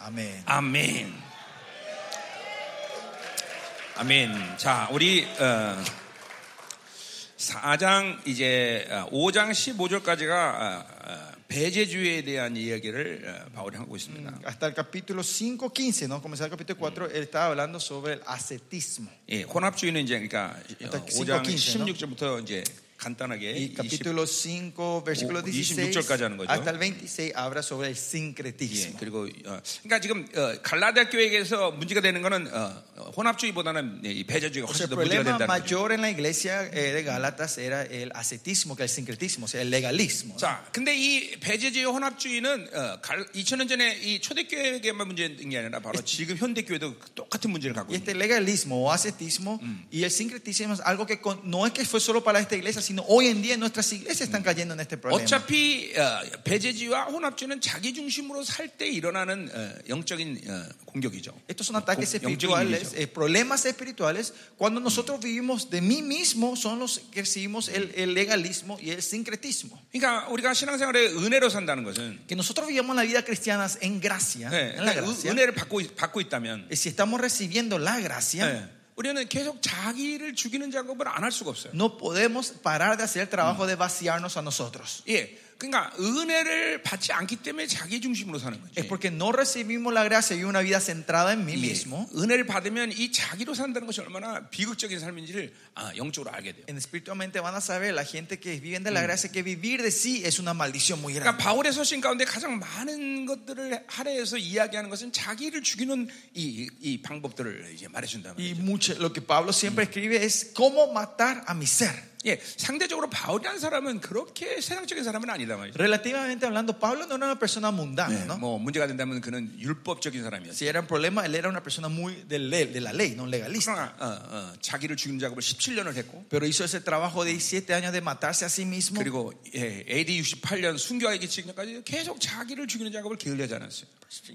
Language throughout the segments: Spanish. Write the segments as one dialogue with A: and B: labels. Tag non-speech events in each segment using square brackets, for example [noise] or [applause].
A: 아멘.
B: 아멘. 아멘. 자, 우리 어, 4장 이제 어, 5장 15절까지가 어, 어, 배제주의에 대한 이야기를 어, 바울이 하고 있습니다.
A: Ah, Hasta el capítulo 5, 15, ¿no? Comenzar el capítulo 4, él estaba hablando sobre el ascetismo.
B: 예, 혼합주의는 이제 그러니까
A: 일단
B: 5장
A: 15, 15,
B: 16절부터 이제 간단하게
A: Y
B: 20,
A: capítulo 5, versículo
B: Oh,
A: 16
B: 26절까지 하는 거죠.
A: hasta el 26 habla sobre el
B: 예,
A: sincretismo.
B: 그리고 어, 그러니까 지금 어, 갈라디아 교회에서 문제가 되는 거는 어, 어, 혼합주의보다는 이 배제주의가
A: O sea,
B: 훨씬
A: el
B: 더
A: problema
B: 문제가 된다는 거죠.
A: mayor en la iglesia eh, de Gálatas era el ascetismo, que el sincretismo, o sea, el legalismo. ¿no?
B: 자, 근데 이 배제주의 혼합주의는 어, 2000년 전에 이 초대교회에게만 문제인 게 아니라 바로 지금 현대교회도 똑같은 문제를 갖고
A: Y
B: 있는
A: este legalismo o ascetismo y el sincretismo es algo que con- no es que fue solo para esta iglesia, sino hoy en día nuestras iglesias están cayendo en este problema.
B: 어차피 어, 배제주의와 혼합주의는 자기 중심으로 살 때 일어나는 어, 영적인 어, 공격이죠.
A: Estos son ataques
B: 공-
A: espirituales,
B: 일이죠.
A: eh, problemas espirituales. Cuando nosotros vivimos de mí mismo, son los que recibimos el, el legalismo y el sincretismo.
B: 그러니까 우리가 신앙생활에 은혜로 산다는 것은
A: Que nosotros vivamos la vida cristiana en gracia,
B: 예,
A: en la
B: 그러니까 은-
A: gracia.
B: 은혜를 받고, 있- 받고 있다면
A: Eh, Si estamos recibiendo la gracia,
B: 예, 우리는 계속 자기를 죽이는 작업을 안 할 수가 없어요.
A: no podemos parar de hacer el trabajo de vaciarnos a nosotros.
B: 예, 그러니까 은혜를 받지 않기 때문에 자기 중심으로 사는 거죠.
A: Es porque no recibimos la gracia y una vida centrada en mí
B: 예,
A: mismo.
B: 은혜를 받으면 이 자기로 산다는 것이 얼마나 비극적인 삶인지를 아, 영적으로 알게 돼요.
A: En espiritualmente van a saber la gente que viven de la gracia que vivir de sí es una maldición muy grande.
B: 그러니까 바울의 서신 가운데 가장 많은 것들을 할애해서 이야기하는 것은 자기를 죽이는 이, 이- 이 방법들을 이제 말해준다 말이에요.
A: Y mucho, lo que Pablo siempre escribe es cómo matar a mi ser.
B: 예, 상대적으로 바울이라는 사람은 그렇게 세상적인 사람은 아니다 말이죠.
A: Relativamente hablando, Pablo no era una persona mundana,
B: 예,
A: ¿no?
B: 뭐 문제가 된다면 그는 율법적인 사람이었어요.
A: Si era un problema, él era una persona muy de, le- de la ley, no legalista.
B: 그러나 어, 어, 자기를 죽이는 작업을 17년을 했고
A: Pero hizo ese trabajo de 17 años de matarse a sí mismo.
B: 그리고 예, AD 68년 순교하기 직전까지 계속 자기를 죽이는 작업을 게을리하지 않았어요.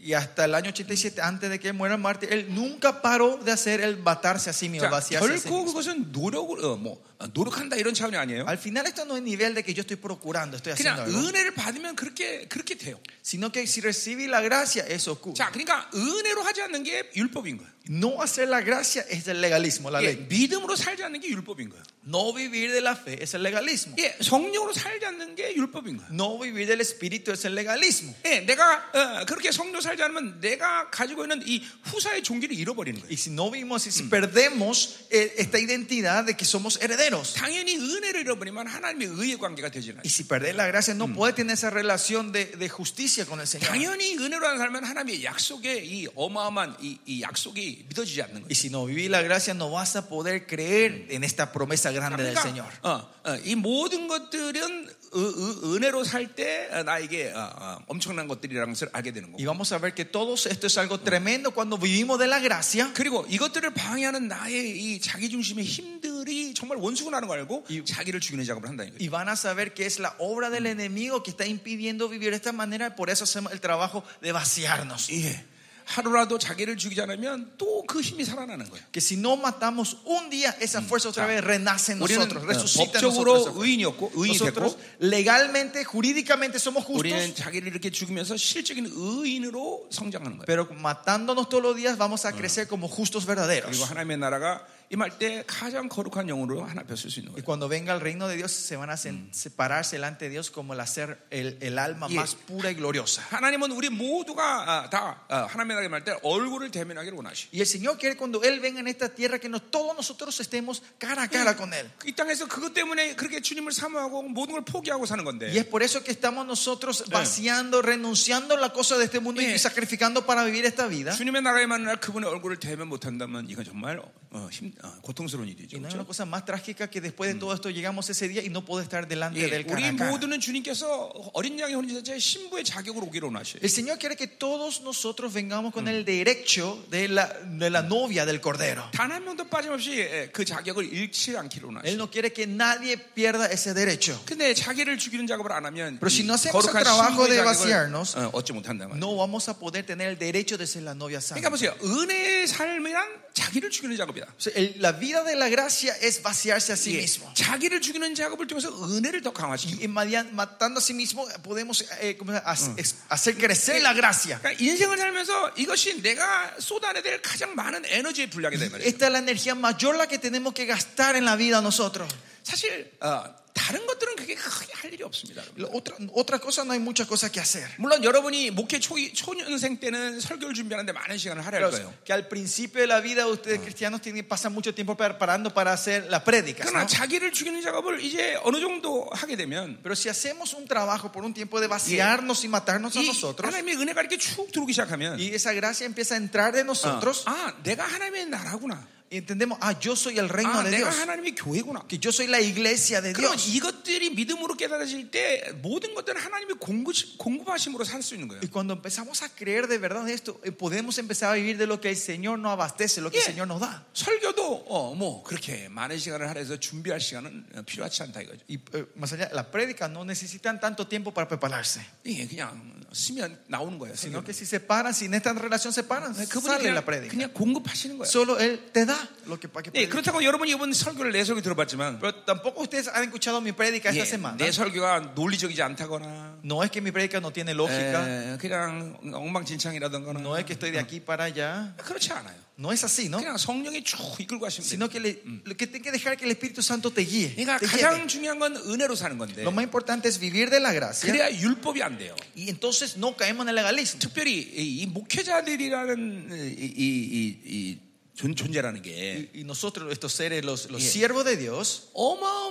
A: Y hasta el año 87, antes de que muera Marte, él nunca paró de hacer el matarse a sí mismo,
B: 자,
A: vaciarse a sí
B: 결코
A: mismo.
B: 그것은 노력을 어, 뭐 어, 노력한다 이런 차원이 아니에요.
A: Al final, esto no es nivel de que yo estoy procurando, estoy haciendo
B: 그냥
A: algo,
B: 은혜를 받으면 그렇게 그렇게 돼요.
A: sino que si recibí la gracia, eso ocurre.
B: 자, 그러니까 은혜로 하지 않는 게 율법인 거예요.
A: No hacer la gracia es el legalismo, la
B: 예,
A: ley.
B: 믿음으로 살지 않는 게 율법인 거예요.
A: No vivir de la fe es el legalismo.
B: 예, 성령으로 살지 않는 게 율법인 거예요.
A: No vivir del espíritu es el legalismo.
B: 예, 내가 어, 그렇게 성령 살지 않으면 내가 가지고 있는 이 후사의 종기를 잃어버리는 거예요.
A: Y si no vivimos, y si perdemos eh, esta identidad de que somos herederos.
B: 당연히 은혜를 잃어버리면 하나님의 의의 관계가 되질 않아요.
A: Y si perder la gracia, no puede tener esa relación de, de justicia con el Señor.
B: 당연히 은혜로 안 살면 하나님의 약속의 이 어마어마한 이, 이 약속이 믿어지지 않는 거예요.
A: Y si no vivís la gracia, no vas a poder creer en esta promesa grande del Señor.
B: 어, 어, 이 모든 것들은 으- 으- 은혜로 살 때 나에게 어, 어, 엄청난 것들이라는 것을 알게 되는
A: Y
B: 거고
A: vamos a ver que todo esto es algo tremendo cuando vivimos de la gracia.
B: 그리고 이것들을 방해하는 나의 이 자기중심의 힘들이 정말 원수구나는 걸 알고 자기를 죽이는 작업을 한다는 거예요
A: Y van a saber que es la obra del enemigo que está impidiendo vivir de esta manera. Por eso hacemos el trabajo de vaciarnos.
B: 예. 하루라도 자기를 죽이지 않으면 또 그 힘이 살아나는 거예요
A: Que si no matamos un día, esa fuerza otra vez renace Mm, en
B: 우리는
A: nosotros,
B: 어,
A: resucita en
B: 법적으로
A: nosotros.
B: 의인이었고 의인이
A: Nosotros
B: 됐고
A: legalmente, jurídicamente somos
B: 우리는
A: justos,
B: 자기를 이렇게 죽이면서 실적인 의인으로 성장하는 거예요
A: pero matándonos todos los días vamos a crecer como justos verdaderos.
B: 그리고 하나님의 나라가 임할 때 가장 거룩한 영으로 하나 펼칠 수 있는
A: Y
B: 거예요
A: cuando venga el reino de Dios, se van a sen- separarse delante de Dios como el, hacer, el, el alma
B: Yeah.
A: más pura Mm. y gloriosa.
B: 하나님은 우리 모두가 아, 다 아, 하나님의 나라에 말할 때 얼굴을 대면하기를 원하시.
A: Y el Señor quiere cuando Él venga en esta tierra que no, todos nosotros estemos cara a cara con Él.
B: 이 땅에서 그것 때문에 그렇게 주님을 사모하고 모든 걸 포기하고 사는
A: Y
B: 건데.
A: es por eso que estamos nosotros vaciando, renunciando a la cosa de este mundo
B: Yeah.
A: y 사crificando para vivir esta vida.
B: 주님의 나라에 맞는 날 그분의 얼굴을 대면 못한다면 이건 정말 어, 힘, 어, 고통스러운 일이죠.
A: Y no hay
B: 그렇죠?
A: una cosa más trágica que después de todo esto llegamos ese día Mm. y no puedo estar delante
B: 예,
A: de Él cara
B: 우리
A: a cara.
B: 모두는 주님께서 어린 양의 혼인자의 신부의 자격으로 오기를 원하셔요.
A: El Señor quiere que todos nosotros vengamos con el derecho de la, de la novia del Cordero.
B: 단 한 명도 빠짐없이 예, 그 자격을 잃지 않기를
A: Él
B: 원하셔요.
A: no quiere que nadie pierda ese derecho.
B: 근데 자기를 죽이는 작업을 안 하면
A: Pero
B: 이
A: si no hacemos
B: 거룩한
A: el trabajo
B: 신부의
A: de
B: 자격을
A: vaciarnos,
B: 어, 얻지 못한다 말이에요.
A: No vamos a poder tener el derecho de ser la novia santa.
B: 그러니까 보세요. 은혜의 삶이란 자기를 죽이는 작업이다.
A: O sea, El el- la vida de la gracia es vaciarse a sí
B: 예,
A: mismo.
B: 자기를 죽이는 작업을 통해서 은혜를 더 강화시키고.
A: Y madia- matando a sí mismo podemos eh, ¿cómo se llama? Hac- ex- hacer crecer la gracia.
B: 그러니까 인생을 살면서 이것이 내가 쏟아내야 될 가장 많은 에너지의 분량이 된 말이에요.
A: Esta es la energía mayor la que tenemos que gastar en la vida nosotros.
B: 사실 어, 다른 것들은 그게 크게 할 일이 없습니다. 여러분.
A: Lo- Otra, otra cosa no hay muchas cosas que hacer.
B: 물론 여러분이 목회 초, 초년생 때는 설교를 준비하는데 많은 시간을 할애할
A: Claro,
B: 거예요.
A: que al principio de la vida ustedes cristianos tienen, pasan mucho tiempo preparando para hacer las prédicas.
B: 그러나
A: ¿no?
B: 자기를 죽이는 작업을 이제 어느 정도 하게 되면
A: Pero si hacemos un trabajo por un tiempo de vaciarnos y matarnos a
B: 이
A: nosotros,
B: 하나님의 은혜가 이렇게 쭉 들어오기 시작하면
A: y esa gracia empieza a entrar de nosotros,
B: 아 내가 하나님의 나라구나.
A: y entendemos, ah, yo soy el reino
B: 아
A: de ah,
B: 내가
A: Dios,
B: 하나님의 교회구나.
A: que yo soy la iglesia de
B: 그럼
A: Dios.
B: 이것들이 믿음으로 깨달아질 때 모든 것들은 하나님의 공급, 공급하심으로 살 수 있는 거예요.
A: Y cuando empezamos a creer de verdad esto, eh, podemos empezar a vivir de lo que el Señor nos abastece, lo que
B: Yeah.
A: el Señor nos da.
B: 설교도 어, 뭐 그렇게 많은 시간을 할애해서 준비할 시간은 어, 필요하지 않다 이거죠.
A: Y eh, más allá, las prédicas no necesitan tanto tiempo para prepararse,
B: 이게 그냥 쓰면 나오는 거예요.
A: sino
B: 설교는.
A: que si se paran, sin esta relación se paran,
B: 그분이
A: sale
B: 그냥,
A: la prédica. Pues,
B: 그냥 공급하시는 거예요.
A: Solo Él te da lo que para que
B: 예,
A: prediques.
B: 그렇다고 여러분이 이번 설교를 내 설교 들어봤지만
A: Pero tampoco ustedes han escuchado mi prédica
B: 예,
A: esta semana.
B: 내 설교가 논리적이지 않다거나
A: No es que mi prédica no tiene lógica,
B: 예, 그냥 엉망진창이라던가나
A: no es que estoy de aquí para allá,
B: 그렇지 않아요.
A: no es así, ¿no?
B: 그냥 성령이 쭉 이끌고 하시면 돼요.
A: Sino que le- lo que tiene que dejar que el Espíritu Santo te guíe.
B: 그러니까
A: te
B: 가장
A: lleve.
B: 중요한 건 은혜로 사는 건데
A: Lo más importante es vivir de la gracia
B: 그래야 율법이 안 돼요.
A: y entonces no caemos en el legalismo.
B: 특별히 이, 이 목회자들이라는 이, 이, 이, 이 존, 존재라는 게
A: Y, y nosotros, estos seres, los, los
B: Yeah.
A: siervos de Dios,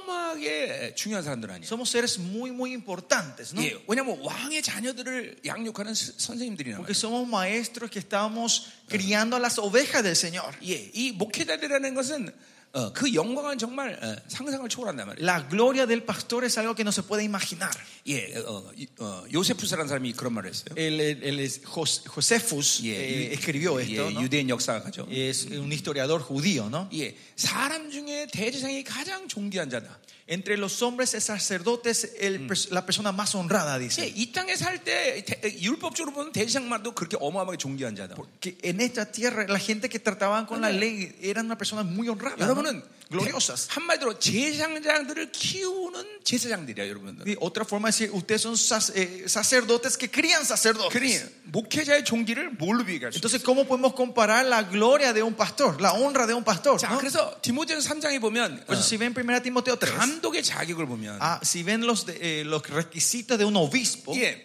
B: 어마어마하게 중요한 사람들 아니에요.
A: somos seres muy, muy importantes, ¿no?
B: 예, 왜냐하면 왕의 자녀들을 양육하는 스- 선생님들이란
A: Porque
B: 말이에요.
A: somos maestros que estamos criando a las ovejas del Señor.
B: 예, 이 목회자들이라는 것은 어, 그 영광은 정말 어, 상상을 초월한단 말이에요.
A: La gloria del pastor es algo que no se puede imaginar.
B: 예, 어, 이- 어, 요세푸스라는 사람이 그런 말을 했어요.
A: El, el- el es- Jos- Josefus eh,
B: 유-
A: escribió
B: 예,
A: esto, ¿no?
B: 유대인 역사가죠. 예.
A: es un historiador judío, ¿no?
B: 사람 중에 대제사장이 가장 존귀한 자다.
A: Entre los hombres es sacerdote es el pers- la persona más honrada,
B: 예,
A: dice.
B: 이 땅에 살 때 율법적으로 보면 대제사장만도 그렇게 어마어마하게 존귀한 자다.
A: Que en esta tierra la gente que trataban con la ley eran una persona muy
B: 아,
A: honrada, ¿no?
B: 여러분은
A: gloriosas.
B: 한마디로 제사장들을 키우는 제사장들이야, 여러분들.
A: Y otra forma de decir, ustedes son sac- eh, sacerdotes que crían sacerdotes.
B: 뭐, 그러니 목회자의 종기를 뭘로 비교할 수 있어요?
A: Entonces, ¿cómo podemos comparar la gloria de un pastor, la honra de un pastor?
B: 자,
A: ¿no?
B: 그래서 디모데전서 3장에 보면
A: Por eso,
B: 어, 아,
A: si ven 1 Timoteo 3,
B: 감독의 자격을 보면
A: ah, si ven los, de- eh, los requisitos de un obispo,
B: 예,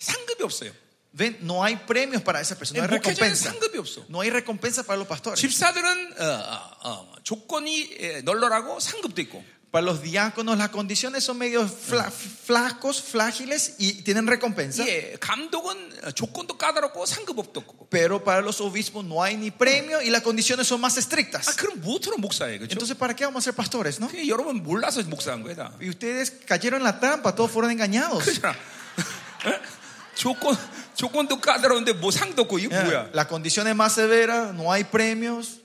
B: 상급이 없어요.
A: ven, no hay premios para esa persona, no hay
B: 목회자는
A: recompensa.
B: 상급이 없어.
A: No hay recompensa para los pastores.
B: 집사들은 어, 어, 어, 조건이 예, 널널하고 상급도 있고
A: Para los diáconos las condiciones son medio fla- flacos, frágiles y tienen recompensa.
B: 예, 감독은 어, 조건도 까다롭고 상급도 없고 아,
A: Pero para los obispos no hay ni premio y las condiciones son más
B: 아,
A: estrictas.
B: 그럼 무엇으로 목사예요? 그렇죠?
A: Entonces, ¿para qué vamos a ser pastores, no?
B: 그게 여러분 몰라서 목사한 거예요 다.
A: Y ustedes cayeron en la trampa, todos fueron engañados.
B: 그렇잖아. [laughs] 에? 조건 조건도 까다로운데 뭐 상도 없고 이게
A: Yeah.
B: 뭐야?
A: La condición es más severa, no hay premios.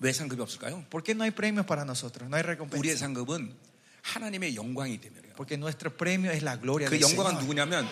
B: 왜 상급이 없을까요?
A: ¿Por qué no hay premios para nosotros? No hay
B: 우리의
A: recompensa.
B: 상급은 하나님의 영광이 때문에요.
A: Porque nuestro premio es la gloria
B: 그
A: del
B: 영광은
A: Señor.
B: 누구냐면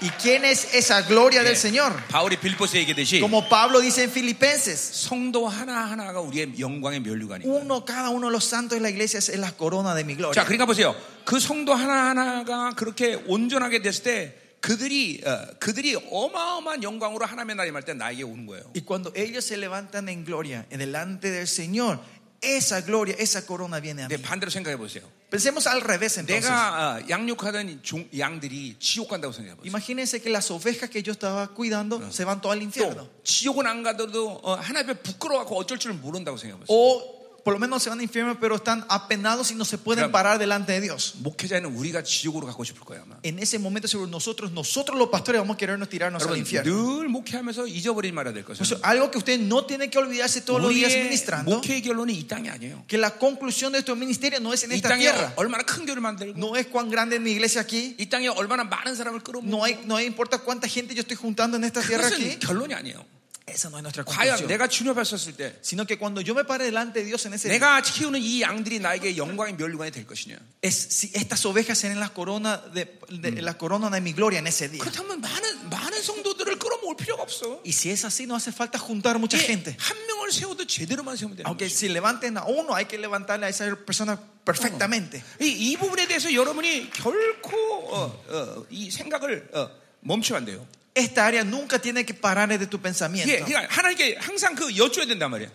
A: ¿Y quién es esa gloria
B: 예,
A: del Señor?
B: 바울이 빌보스에 얘기듯이
A: Como Pablo dice en Filipenses,
B: 성도 하나 하나가 우리의 영광의 면류관이에요.
A: uno, cada uno de los santos de la iglesia es la corona de mi gloria.
B: 자, 그러니까 보세요. 그 성도 하나 하나가 그렇게 온전하게 됐을 때 그들이 어, 그들이 어마어마한 영광으로 하나님의 나라 임할 때 나에게 오는 거예요.
A: Y cuando ellos se levantan en gloria en delante del Señor, esa gloria, esa corona viene a mí.
B: 근데 반대로 생각해 보세요.
A: Pensemos al revés entonces.
B: 내가 어, 양육하던 종- 양들이 지옥 간다고 생각해 보세요.
A: Imagínense que las ovejas que yo estaba cuidando se van todas al infierno.
B: 또 지옥은 안 가더라도 어, 하나님 앞에 부끄러워하고 어쩔 줄 모른다고 생각해 보세요.
A: O por lo menos se van al infierno, pero están apenados y no se pueden
B: Claro.
A: parar delante de Dios.
B: 목회자는 우리가 지옥으로 가고 싶을 거예요 아마.
A: En ese momento, seguro nosotros, nosotros los pastores, vamos a querernos tirarnos al
B: 여러분
A: infierno.
B: 늘 목회하면서 잊어버리지 말아야 될
A: Por eso,
B: 것은
A: algo que usted no tiene que olvidarse todos los días
B: 우리의
A: ministrando,
B: 목회의 결론이 이 땅이 아니에요.
A: que la conclusión de nuestro ministerio no es en
B: 이
A: esta
B: 땅에
A: tierra,
B: 얼마나 큰 교를 만들고
A: no es cuán grande es mi iglesia aquí,
B: 이 땅에 얼마나 많은 사람을 끌어모으고
A: no hay, no hay importa cuánta gente yo estoy juntando en esta tierra aquí.
B: 그것은 결론이 아니에요.
A: Esa no es nuestra
B: 과연
A: conclusión.
B: 내가 주님했었을 때
A: Sino que cuando yo me pare delante de Dios en ese día,
B: 내가 키우는 이 양들이 나에게 영광의 멸류관이 될 것이냐.
A: es si estas ovejas serán la corona de, de- la corona de mi gloria en ese día.
B: 그렇다면 많은 많은 성도들을 모을 필요가 없어.
A: Y si es así, no hace falta juntar mucha
B: 이게
A: gente.
B: 예, 한 명을 세워도 제대로만 세우면 되는
A: Aunque
B: 거지.
A: si levanten a uno, hay que levantarle a esa persona perfectamente.
B: 이, 이 부분에 대해서 여러분이 결코 어, 어, 이 생각을 어, 멈추면 안 돼요.
A: Esta área nunca tiene que parar de tu
B: 예,
A: pensamiento.
B: 그러니까 하나님께 항상 그 여쭈어야 된단 말이야.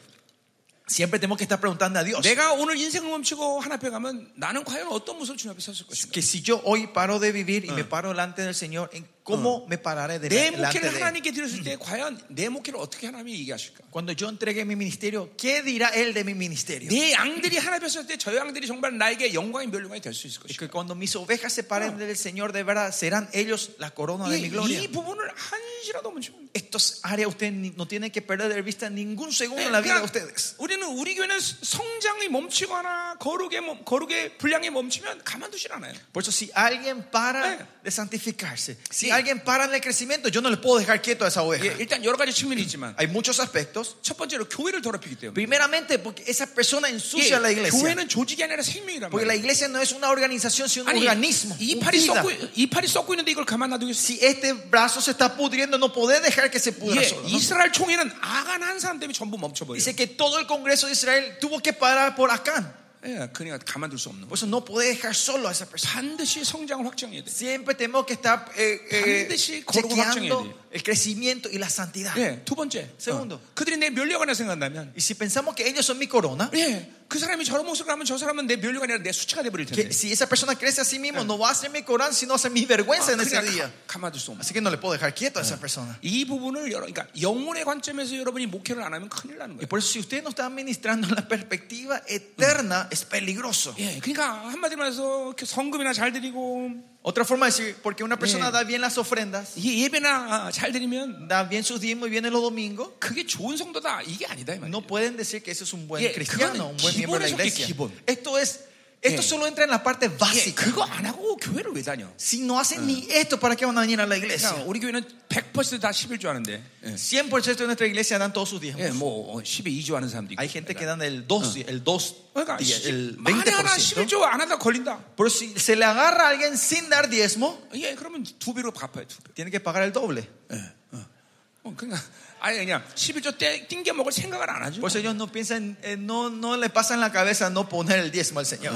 A: Siempre tenemos que estar preguntando a Dios.
B: 내가 오늘 인생을 멈추고 하나 앞에 가면 나는 과연 어떤 무슨 주님 앞에 섰을
A: Pues,
B: 것인가?
A: Que si yo hoy paro de vivir y me paro delante del Señor, ¿en ¿cómo me pararé de-
B: 내
A: delante de
B: 목회를
A: Él?
B: 하나님께 드렸을 때 과연 내 목회를 어떻게 하나님이 얘기하실까?
A: Cuando yo entregue mi ministerio, ¿qué dirá Él de mi ministerio?
B: 내 양들이 하나 뵀을 때 저 양들이 정말 나에게 영광의 멸류관이 될 수 있을
A: Es
B: 것이고
A: que cuando mis ovejas se paren del Señor de verdad, serán ellos la corona de mi
B: 이,
A: gloria.
B: 이 부분을 한시라도 멈추면
A: Estas áreas ustedes ni- no tienen que perder de vista ningún segundo
B: Eh,
A: en la vida de
B: 그러니까
A: ustedes.
B: 우리는 우리 교회는 성장이 멈추거나 거룩의 멈- 거룩의 분량이 멈추면 가만두질 않아요.
A: Por eso, si alguien
B: Eh.
A: para de santificarse, si
B: Sí.
A: alguien para en el crecimiento, yo no le puedo dejar quieto a esa
B: 예,
A: oveja.
B: 일단 여러 가지 아, 측면이 있지만
A: Hay muchos aspectos.
B: 첫 번째로 교회를 더럽히기 때문에
A: Primeramente, porque esa persona
B: 예,
A: ensucia la iglesia.
B: 교회는 조직이 아니라 생명이란
A: Porque la
B: 말이에요.
A: iglesia no es una organización, sino un
B: 아니
A: organismo. un
B: 이파리
A: vida.
B: 썩고 이파리 썩고 있는데 이걸 가만 놔두겠어?
A: Si este brazo se está pudriendo, no podés dejar que se pudra
B: 예,
A: solo. ¿no?
B: 이스라엘 총회는 아간 한 사람 때문에 전부 멈춰버려.
A: Dice que todo el Congreso de Israel tuvo que parar por Acán.
B: 예, 그러니까 가만둘 수 없는. 거예요.
A: Por eso no podés dejar solo a esa persona.
B: 반드시 성장을 확정해야 돼.
A: Siempre tenemos que estar eh, eh,
B: 반드시 거룩을 확정해야
A: chequeando
B: 돼요.
A: el crecimiento y la santidad.
B: 예, 두 번째.
A: 세운도.
B: 어, 그들이 내 멸류관이라 생각한다면,
A: Y si pensamos que ellos son mi corona,
B: 예, 그 사람이 저런 모습을 하면 저 사람은 내 멸류관이 아니라 내 수치가 돼버릴 텐데.
A: que si esa persona crece a sí mismo, no va a ser mi corona, sino va a ser mi vergüenza en ese
B: 아, 그냥
A: día.
B: 가- 가만둘 수 없는.
A: Así que no le puedo dejar quieto a esa persona.
B: 이 부분을 여러, 그러니까 영혼의 관점에서 여러분이 목회를 안 하면 큰일 나는
A: Y
B: 거예요.
A: por eso, si usted no está administrando la perspectiva eterna, es peligroso.
B: 예, 그러니까 한마디로 해서 이렇게 성금이나 잘 드리고
A: Otra forma de decir, porque una persona
B: 예.
A: da bien las ofrendas,
B: 이 예배나 잘 드리면
A: da bien sus diezmos y viene los domingos,
B: 그게 좋은 성도다 이게 아니다 이 말이에요.
A: no pueden decir que ese es un buen
B: 예,
A: cristiano,
B: 그거는
A: un buen miembro de la
B: 기본에서
A: iglesia.
B: 기본.
A: Esto es, esto
B: 예.
A: solo entra en la parte
B: 예,
A: básica.
B: 그거 안 하고 교회를 왜 다녀?
A: Si no hacen ni esto, ¿para qué van a venir a la
B: 그러니까
A: iglesia?
B: 우리 교회는 100%다 10일 줄 아는데. 예.
A: 100% de nuestra iglesia dan todos sus diezmos.
B: 예, 뭐 어, 10에 2주 하는 사람도 있고.
A: Hay gente que dan el 2, el 2,
B: 그러니까
A: die- el
B: 만에 하나
A: 20%.
B: 11조 안 하다 걸린다.
A: Pero si se le agarra a alguien sin dar diezmo,
B: 예, 그러면 두 배로 갚아요, 두 배.
A: tiene que pagar el doble.
B: 어, 그러니까 아예 그냥 11조 때 띵겨 먹을 생각을 안 하죠.
A: Por eso Pues ellos no piensan, eh, no, no le pasa en la cabeza no poner el diezmo al Señor.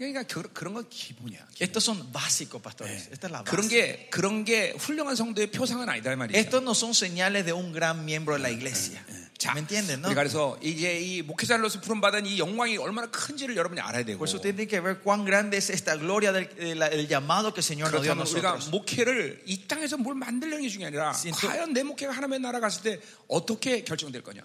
B: 그러니까 그, 그런 건 기본이야.
A: Estos son básicos,
B: 네. Eh.
A: pastores. Esta es la
B: 그런
A: base.
B: 게 그런 게 훌륭한 성도의 표상은 아니다 이 말이에요.
A: Estos no son señales de un gran miembro de la iglesia.
B: 자,
A: ¿Me entienden? No?
B: 우리가 그래서 이제 이 목회자로서 부름받은 이 영광이 얼마나 큰지를 여러분이 알아야 되고.
A: Por eso tienen que ver cuán grande es esta gloria del de la- el llamado que el Señor nos dio a
B: 그렇다면 우리가
A: nosotros.
B: 목회를 이 땅에서 뭘 만들려는 게 중요한 게 아니라
A: 진짜-
B: 과연 내 목회가 하나님의 나라 갔을 때 어떻게 결정될 거냐.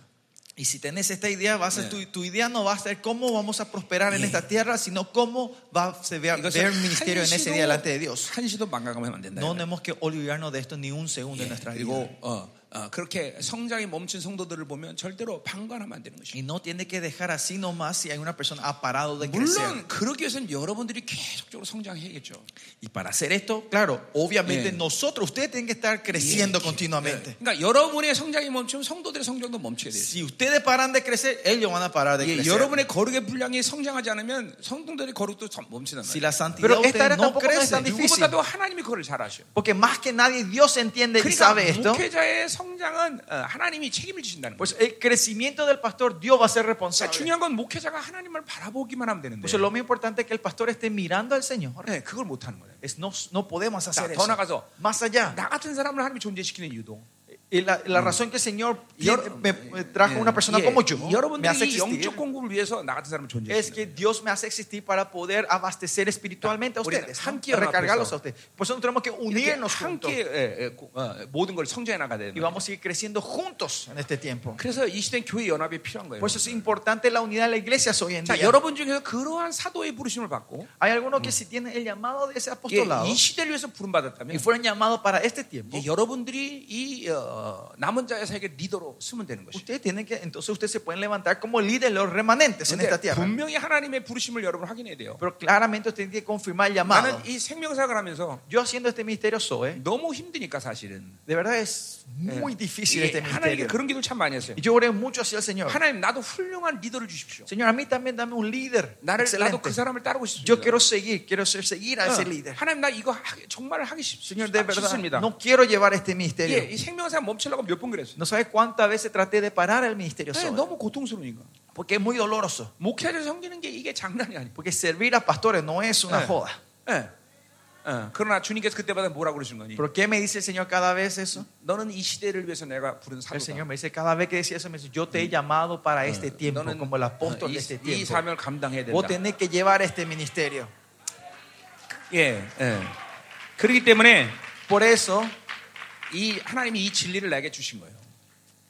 A: Y si tenés esta idea, va a ser, tu, tu idea no va a ser cómo vamos a prosperar en esta tierra, sino cómo va a se vea- ver el ministerio en ese día delante de Dios.
B: 한시도 망가가면 안 된다.
A: No tenemos que olvidarnos de esto ni un segundo en nuestra vida.
B: 그리고 어, 어, 그렇게 성장이 멈춘 성도들을 보면 절대로 방관하면 안 되는 것이.
A: Y no tiene que dejar así nomás si hay una persona ha parado de crecer.
B: 물론 그러기 위해서는 여러분들이 계속적으로 성장해야겠죠.
A: Y para hacer esto, claro, obviamente
B: Bien.
A: nosotros, ustedes tienen que estar creciendo continuamente.
B: 그러니까 여러분의 성장이 멈추면 성도들의 성장도 멈춰야 돼요.
A: Si ustedes paran de crecer, ellos van a parar de
B: 예,
A: crecer.
B: 여러분의 거룩의 분량이 성장하지 않으면 성도들의 거룩도 점- 멈추는
A: Si
B: 거예요.
A: la santidad
C: Pero
A: de
C: esta
A: ustedes
C: era
A: no
C: tampoco no
A: crece,
C: es tan difícil.
B: 누구보다도 하나님이 그걸 잘 아셔.
A: porque más que nadie Dios entiende y
B: 그러니까
A: sabe esto.
B: 목회자의 성장은 어, 하나님이 책임을 지신다는 거예요.
A: Pues el crecimiento del pastor, Dios va a ser
B: 그러니까
A: responsable.
B: 중요한 건 목회자가 하나님을 바라보기만 하면 되는데
A: Pues lo más importante es que el pastor esté mirando al Señor.
B: 네, 그걸 못하는 거예요.
A: Es, no, no podemos hacer
B: 더
A: eso.
B: 나가서
A: Más allá.
B: 나 같은 사람을 하나님이 존재시키는 이유도
A: Y la, la razón que el Señor
B: Yo-
A: tiene- me, me trajo una persona
B: 예,
A: como yo, me hace
B: 여러분들이 이
A: existir,
B: 영적 공급을 위해서 나 같은 사람을
A: es
B: 존재시키는
A: que Dios me hace existir para poder abastecer espiritualmente a
B: 우리는
A: ustedes,
B: 한
A: ¿no?
B: 끼어
A: recargarlos
B: 앞에서.
A: a ustedes. Por eso tenemos que
B: 이렇게
A: unirnos juntos
B: 함께 예, 예, 고- 어, 모든 걸 성장해 나가야 되는
A: y
B: 거예요.
A: vamos a seguir creciendo juntos en este tiempo.
B: 그래서 이 시대는 교회 연합이 필요한 거예요.
A: Por eso es importante la unidad de la iglesia hoy en
B: 자,
A: día.
B: 여러분 중에서 그러한 사도의 부르심을 받고
A: Hay algunos que si tienen el llamado de ese
B: 예,
A: apostolado
B: 이 시대를 위해서 부름 받았다면
A: y fueron llamados para este tiempo,
B: 여러분들이 이 어, 어, 남은 자의 세계 리더로 쓰면 되는 것이죠.
A: Usted tiene que, entonces ustedes se pueden levantar como líderes los remanentes en esta
B: 근데
A: tierra.
B: 분명히 ha나님의 부르심을 여러분 확인해야 돼요.
A: Pero claramente usted tiene que confirmar el llamado.
B: 나는 이 생명사역을 하면서
A: Yo haciendo este ministerio Zoe,
B: 너무 힘드니까 사실은
A: de verdad es muy difícil
B: 이게
A: este ministerio.
B: 하나님께 그런 기도를 참 많이 했어요.
A: Y yo oré mucho hacia el Señor.
B: 하나님 나도 훌륭한 리더를 주십시오.
A: Señor, a mí también dame un líder.
B: 나를
A: excelente.
B: 나도 그 사람을 따르고 싶습니다. 어.
A: Yo quiero seguir, quiero ser- seguir a ese líder.
B: 하나님 나 이거 하, 정말 하기 싶,
A: Ah. Señor, de
B: 아,
A: verdad,
B: 싶습니다.
A: no quiero llevar este
B: 예,
A: ministerio.
B: 이 생명사 멈추려고 몇 번 그랬어요.
A: No sabes cuántas veces traté de parar el ministerio
B: 네,
A: Zoe,
B: 너무 고통스러우니까.
A: porque es muy doloroso.
B: 목회자를 섬기는 게 이게 장난이 아니에요.
A: Porque servir a pastores no es una
B: Eh.
A: joda.
B: 예. 어, 그러나 주님께서 그때마다 뭐라고 그러신 거니?
A: ¿Pero qué me dice el Señor cada vez eso?
B: 너는 이 시대를 위해서 내가 부른
A: El
B: 사도다.
A: Señor me dice cada vez que decía eso, me dice, yo te he llamado para este tiempo,
B: 너는
A: como el
B: 어,
A: apóstol
B: 이, 뭐
A: de este
B: 이
A: tiempo.
B: 사명을 감당해야
A: Vos
B: 된다.
A: tenés que llevar este ministerio.
B: 예, 예. 그렇기 때문에
A: Por eso
B: 이 하나님이 이 진리를 나에게 주신 거예요.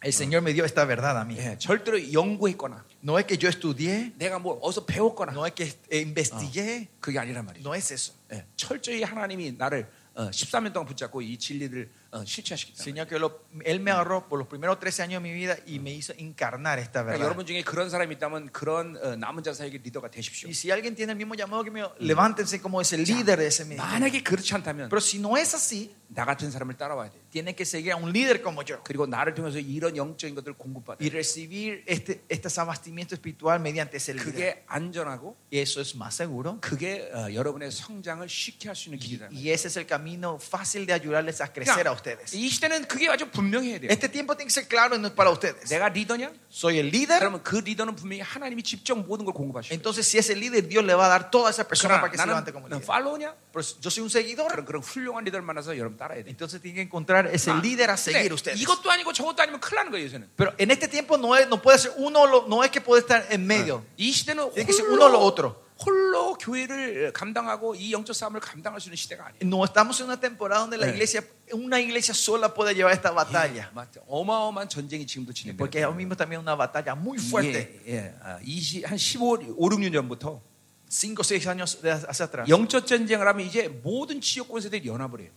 A: el Señor me dio esta verdad a mí.
B: 예, 절대로 연구했거나
A: No es que yo estudié,
B: 내가 뭘 어디서 배웠거나
A: no es que eh, investigué,
B: 그게 아니란 말이죠.
A: no es eso.
B: 예, 철저히 하나님이 나를 어, 13년 동안 붙잡고 이 진리를 어, 실체하시기 때문에
A: Señor, que lo- Él me agarró por los primeros 13 años de mi vida y me hizo encarnar esta
B: 그러니까
A: verdad.
B: 여러분 중에 그런 사람이 있다면 그런 어, 남은 자사에게 리더가 되십시오.
A: Y si alguien tiene el mismo llamado que mío, levántense como es el líder de ese ministerio.
B: 만약에 그렇지 않다면
A: Pero si no es así,
B: 나 같은 사람을 따라와야 돼.
A: tiene que seguir a un líder como yo
B: 그리고 나를 통해서 이런 영적인 것들을
A: y
B: 공급받아.
A: recibir este, este abastecimiento espiritual mediante ese líder.
B: 그게 안전하고
A: Y eso es más seguro.
B: 그게 어, 여러분의 성장을 쉽게 할 수 있는 길이다.
A: Y ese es el camino fácil de ayudarles a crecer a ustedes.
B: 이 시대는 그게 아주 분명해야 돼요.
A: Este tiempo tiene que ser claro en- para ustedes.
B: 내가 리더냐?
A: Soy el líder.
B: 그러면 그 리더는 분명히 하나님이 직접 모든 걸 공급하시고.
A: Entonces, si es el líder, Dios le va a dar toda esa persona para que se levante como
B: 나는
A: líder.
B: 팔로우냐?
A: Pero si yo soy un seguidor.
B: 그런 그런 훌륭한 리더를 만나서 여러분 따라야 돼.
A: Entonces tienen que encontrar ese
B: Ah,
A: líder a seguir ustedes.
B: 이것도 아니고 저것도 아니면 큰일 나는 거예요, 요새는.
A: Pero en este tiempo no, es- no puede ser uno, lo- no es que puede estar en medio.
B: 네. 이 시대는
A: 이렇게 해서 uno lo otro.
B: 홀로 교회를 감당하고 이 영적 싸움을 감당할 수 있는 시대가 아니에요.
A: No estamos en una temporada donde la
B: Sí.
A: iglesia, una iglesia sola puede llevar esta batalla.
B: 맞죠. 어마어마한 전쟁이 지금도 진행되고
A: Porque ahora mismo también una batalla muy fuerte.
B: 예, 예. 아, 20, 한 15, 5, 6년 전부터
A: 5 o 6 años de hacia atrás.
B: 영적 전쟁을 하면 이제 모든 지역 권세들이 연합을 해요.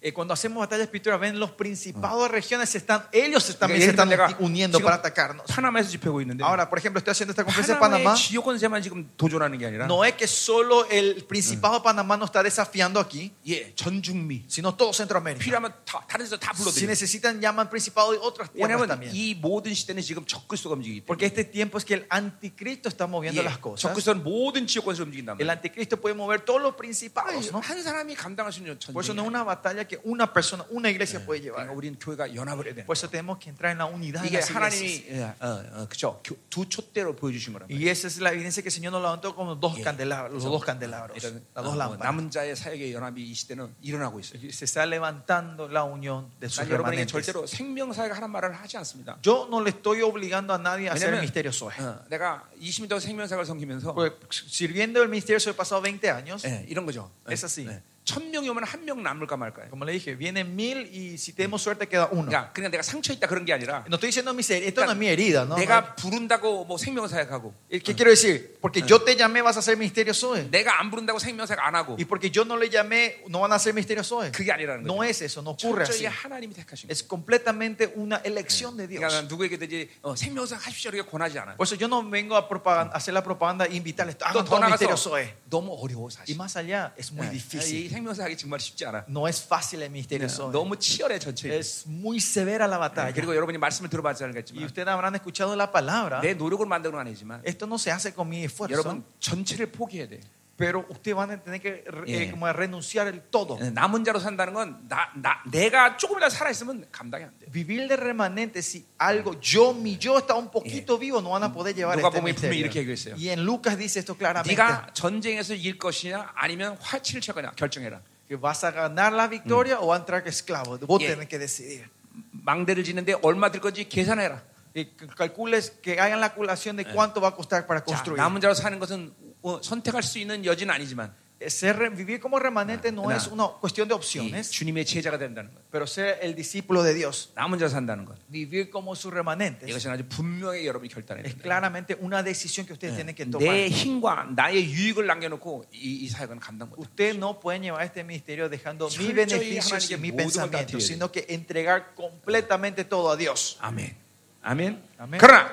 A: Eh, cuando hacemos batalla espiritual, ven los principados de regiones, se están, Ah. ellos se están-
B: 그러니까
A: se
B: 예를 들면
A: están
B: 내가
A: uniendo
B: 지금
A: para atacarnos.
B: 아, 파나마에서 집회하고 있는데
A: Ahora, por ejemplo, estoy haciendo esta conferencia en Panamá.
B: 파나마의 지역 권세만 지금 도전하는 게 아니라
A: No es que solo el principado de Panamá nos está desafiando aquí,
B: 예, 전 중미
A: sino todo Centroamérica.
B: 필요하면 다, 다른 데서 다
A: Si
B: 불러들여요.
A: necesitan, llaman principado de otras tierras
B: 왜냐하면
A: también.
B: 이 모든 시대는 지금 적그리스도가 움직이기 때문에 예,
A: Porque este tiempo es que el anticristo está moviendo las cosas.
B: 적그리스도는 모든 지역 권세를 움직인단
A: El
B: 말이에요.
A: anticristo puede mover todos los principados, ¿no?
B: 한 사람이 감당할 수 있는 전쟁.
A: Por eso no es una batalla que una persona, una iglesia puede llevar.
B: 그러니까 우리는 교회가 연합을 해야 돼.
A: Por eso tenemos que entrar en la unidad de
B: 이게
A: las iglesias.
B: 하나님이 예, 어, 어, 그죠 교- 두 촛대로 보여주신 거란 말이에요.
A: Y esa es la evidencia que el Señor nos levantó como dos candelabros, los dos candelabros,
B: 이런,
A: las dos
B: 어, 뭐
A: lámparas.
B: 남은 자의 사역의 연합이 이 시대는 일어나고 있어요.
A: Y Se está levantando la unión de sus
B: 난 여러분에게
A: remanentes.
B: 절대로 생명 사역 하는 말을 하지 않습니다.
A: Yo no le estoy obligando a nadie a hacer el
B: 왜냐면
A: ministerio SOE.
B: 어, 내가 20년 동안 생명 사역을 섬기면서
A: Porque Pues, sirviendo el ministerio SOE he pasado 20 años.
B: 예, 이런 거죠. 예,
A: It's así.
B: 예. 천 명이 오면 한 명 남을까 말까요.
A: Como le dije, vienen mil y si tenemos suerte queda uno.
B: 그러니까 그냥 내가 상처 있다 그런 게 아니라
A: No estoy diciendo miseria, esto no es mi herida, ¿no? Eh,
B: 내가 부른다고 뭐 생명 사역하고
A: ¿Qué quiero decir? Porque yo te llamé, vas a hacer ministerio SOE.
B: 내가 안 부른다고 생명 사역 안 하고
A: Y porque yo no le llamé, no van a hacer ministerio SOE.
B: 그게 아니라는 거죠.
A: No es eso, no ocurre así.
B: 철저히 하나님이 택하신 거예요.
A: Es completamente una elección de Dios.
B: 그러니까 난 누구에게든지 어, 생명 사역 하십시오 이렇게 권하지 않아요.
A: Por eso yo no vengo a propagan- a hacer la propaganda e invitarles. Hagan
B: 또 더
A: todo
B: 나가서
A: misterio SOE.
B: 너무 어려워
A: Y
B: 사실.
A: más allá, es muy
B: 네. 이
A: difícil.
B: 생명 사역이 정말 쉽지 않아.
A: No es fácil el misterio SOE.
B: 너무 치열해 전체.
A: Es muy severa la batalla.
B: 그리고 여러분이 말씀을 들어봤지
A: Y
B: 않겠지만
A: ustedes habrán escuchado la palabra.
B: 내 노력으로 만드는 건 아니지만
A: Esto no se hace con mi esfuerzo.
B: 여러분 전체를 포기해야 돼.
A: Pero ustedes van a tener que re-
B: 예.
A: eh, como a renunciar el todo.
B: 남은 자로 네, 산다는 건 나, 나, 내가 조금이라도 살아있으면 감당이 안 돼.
A: Vivir de remanente, si algo, yo, mi yo está un poquito vivo, no van a poder llevar
B: 누가
A: este
B: 보면 분명히
A: misterio.
B: 이렇게 얘기했어요.
A: Y en Lucas dice esto claramente.
B: 네가 전쟁에서 이길 것이냐 아니면 화치를 칠 거냐 결정해라.
A: Que vas a ganar la victoria o vas a entrar que esclavo. Vos
B: 예.
A: tenés que decidir.
B: 망대를 지는데 얼마 들 건지 계산해라.
A: Y c- calcules que hagan
B: Eh.
A: la culación de cuánto va a costar para
B: 자,
A: construir.
B: 남은 자로 사는 것은 어, 선택할 수 있는 여지는 아니지만
A: ser, re- vivir como remanente no
B: 나-
A: es una cuestión de
B: 예,
A: opciones,
B: 주님의 제자가 된다는 것,
A: pero ser el discípulo de Dios,
B: 남은 자 산다는 것.
A: vivir como sus remanentes,
B: 이것은 아주 분명히 여러분이 결단해야
A: es
B: 된다.
A: claramente una decisión que
B: Eh,
A: ustedes tienen que tomar.
B: 내 힘과 나의 유익을 남겨놓고 이, 이 사역은 감당 못.
A: Usted no puede llevar este ministerio dejando mis
B: 철저히
A: beneficios y
B: 하나님께
A: mis
B: 모든 걸다
A: pensamientos,
B: 드려야
A: sino que entregar completamente todo a Dios.
B: 아멘. 아멘.
A: 아멘.
B: 그러나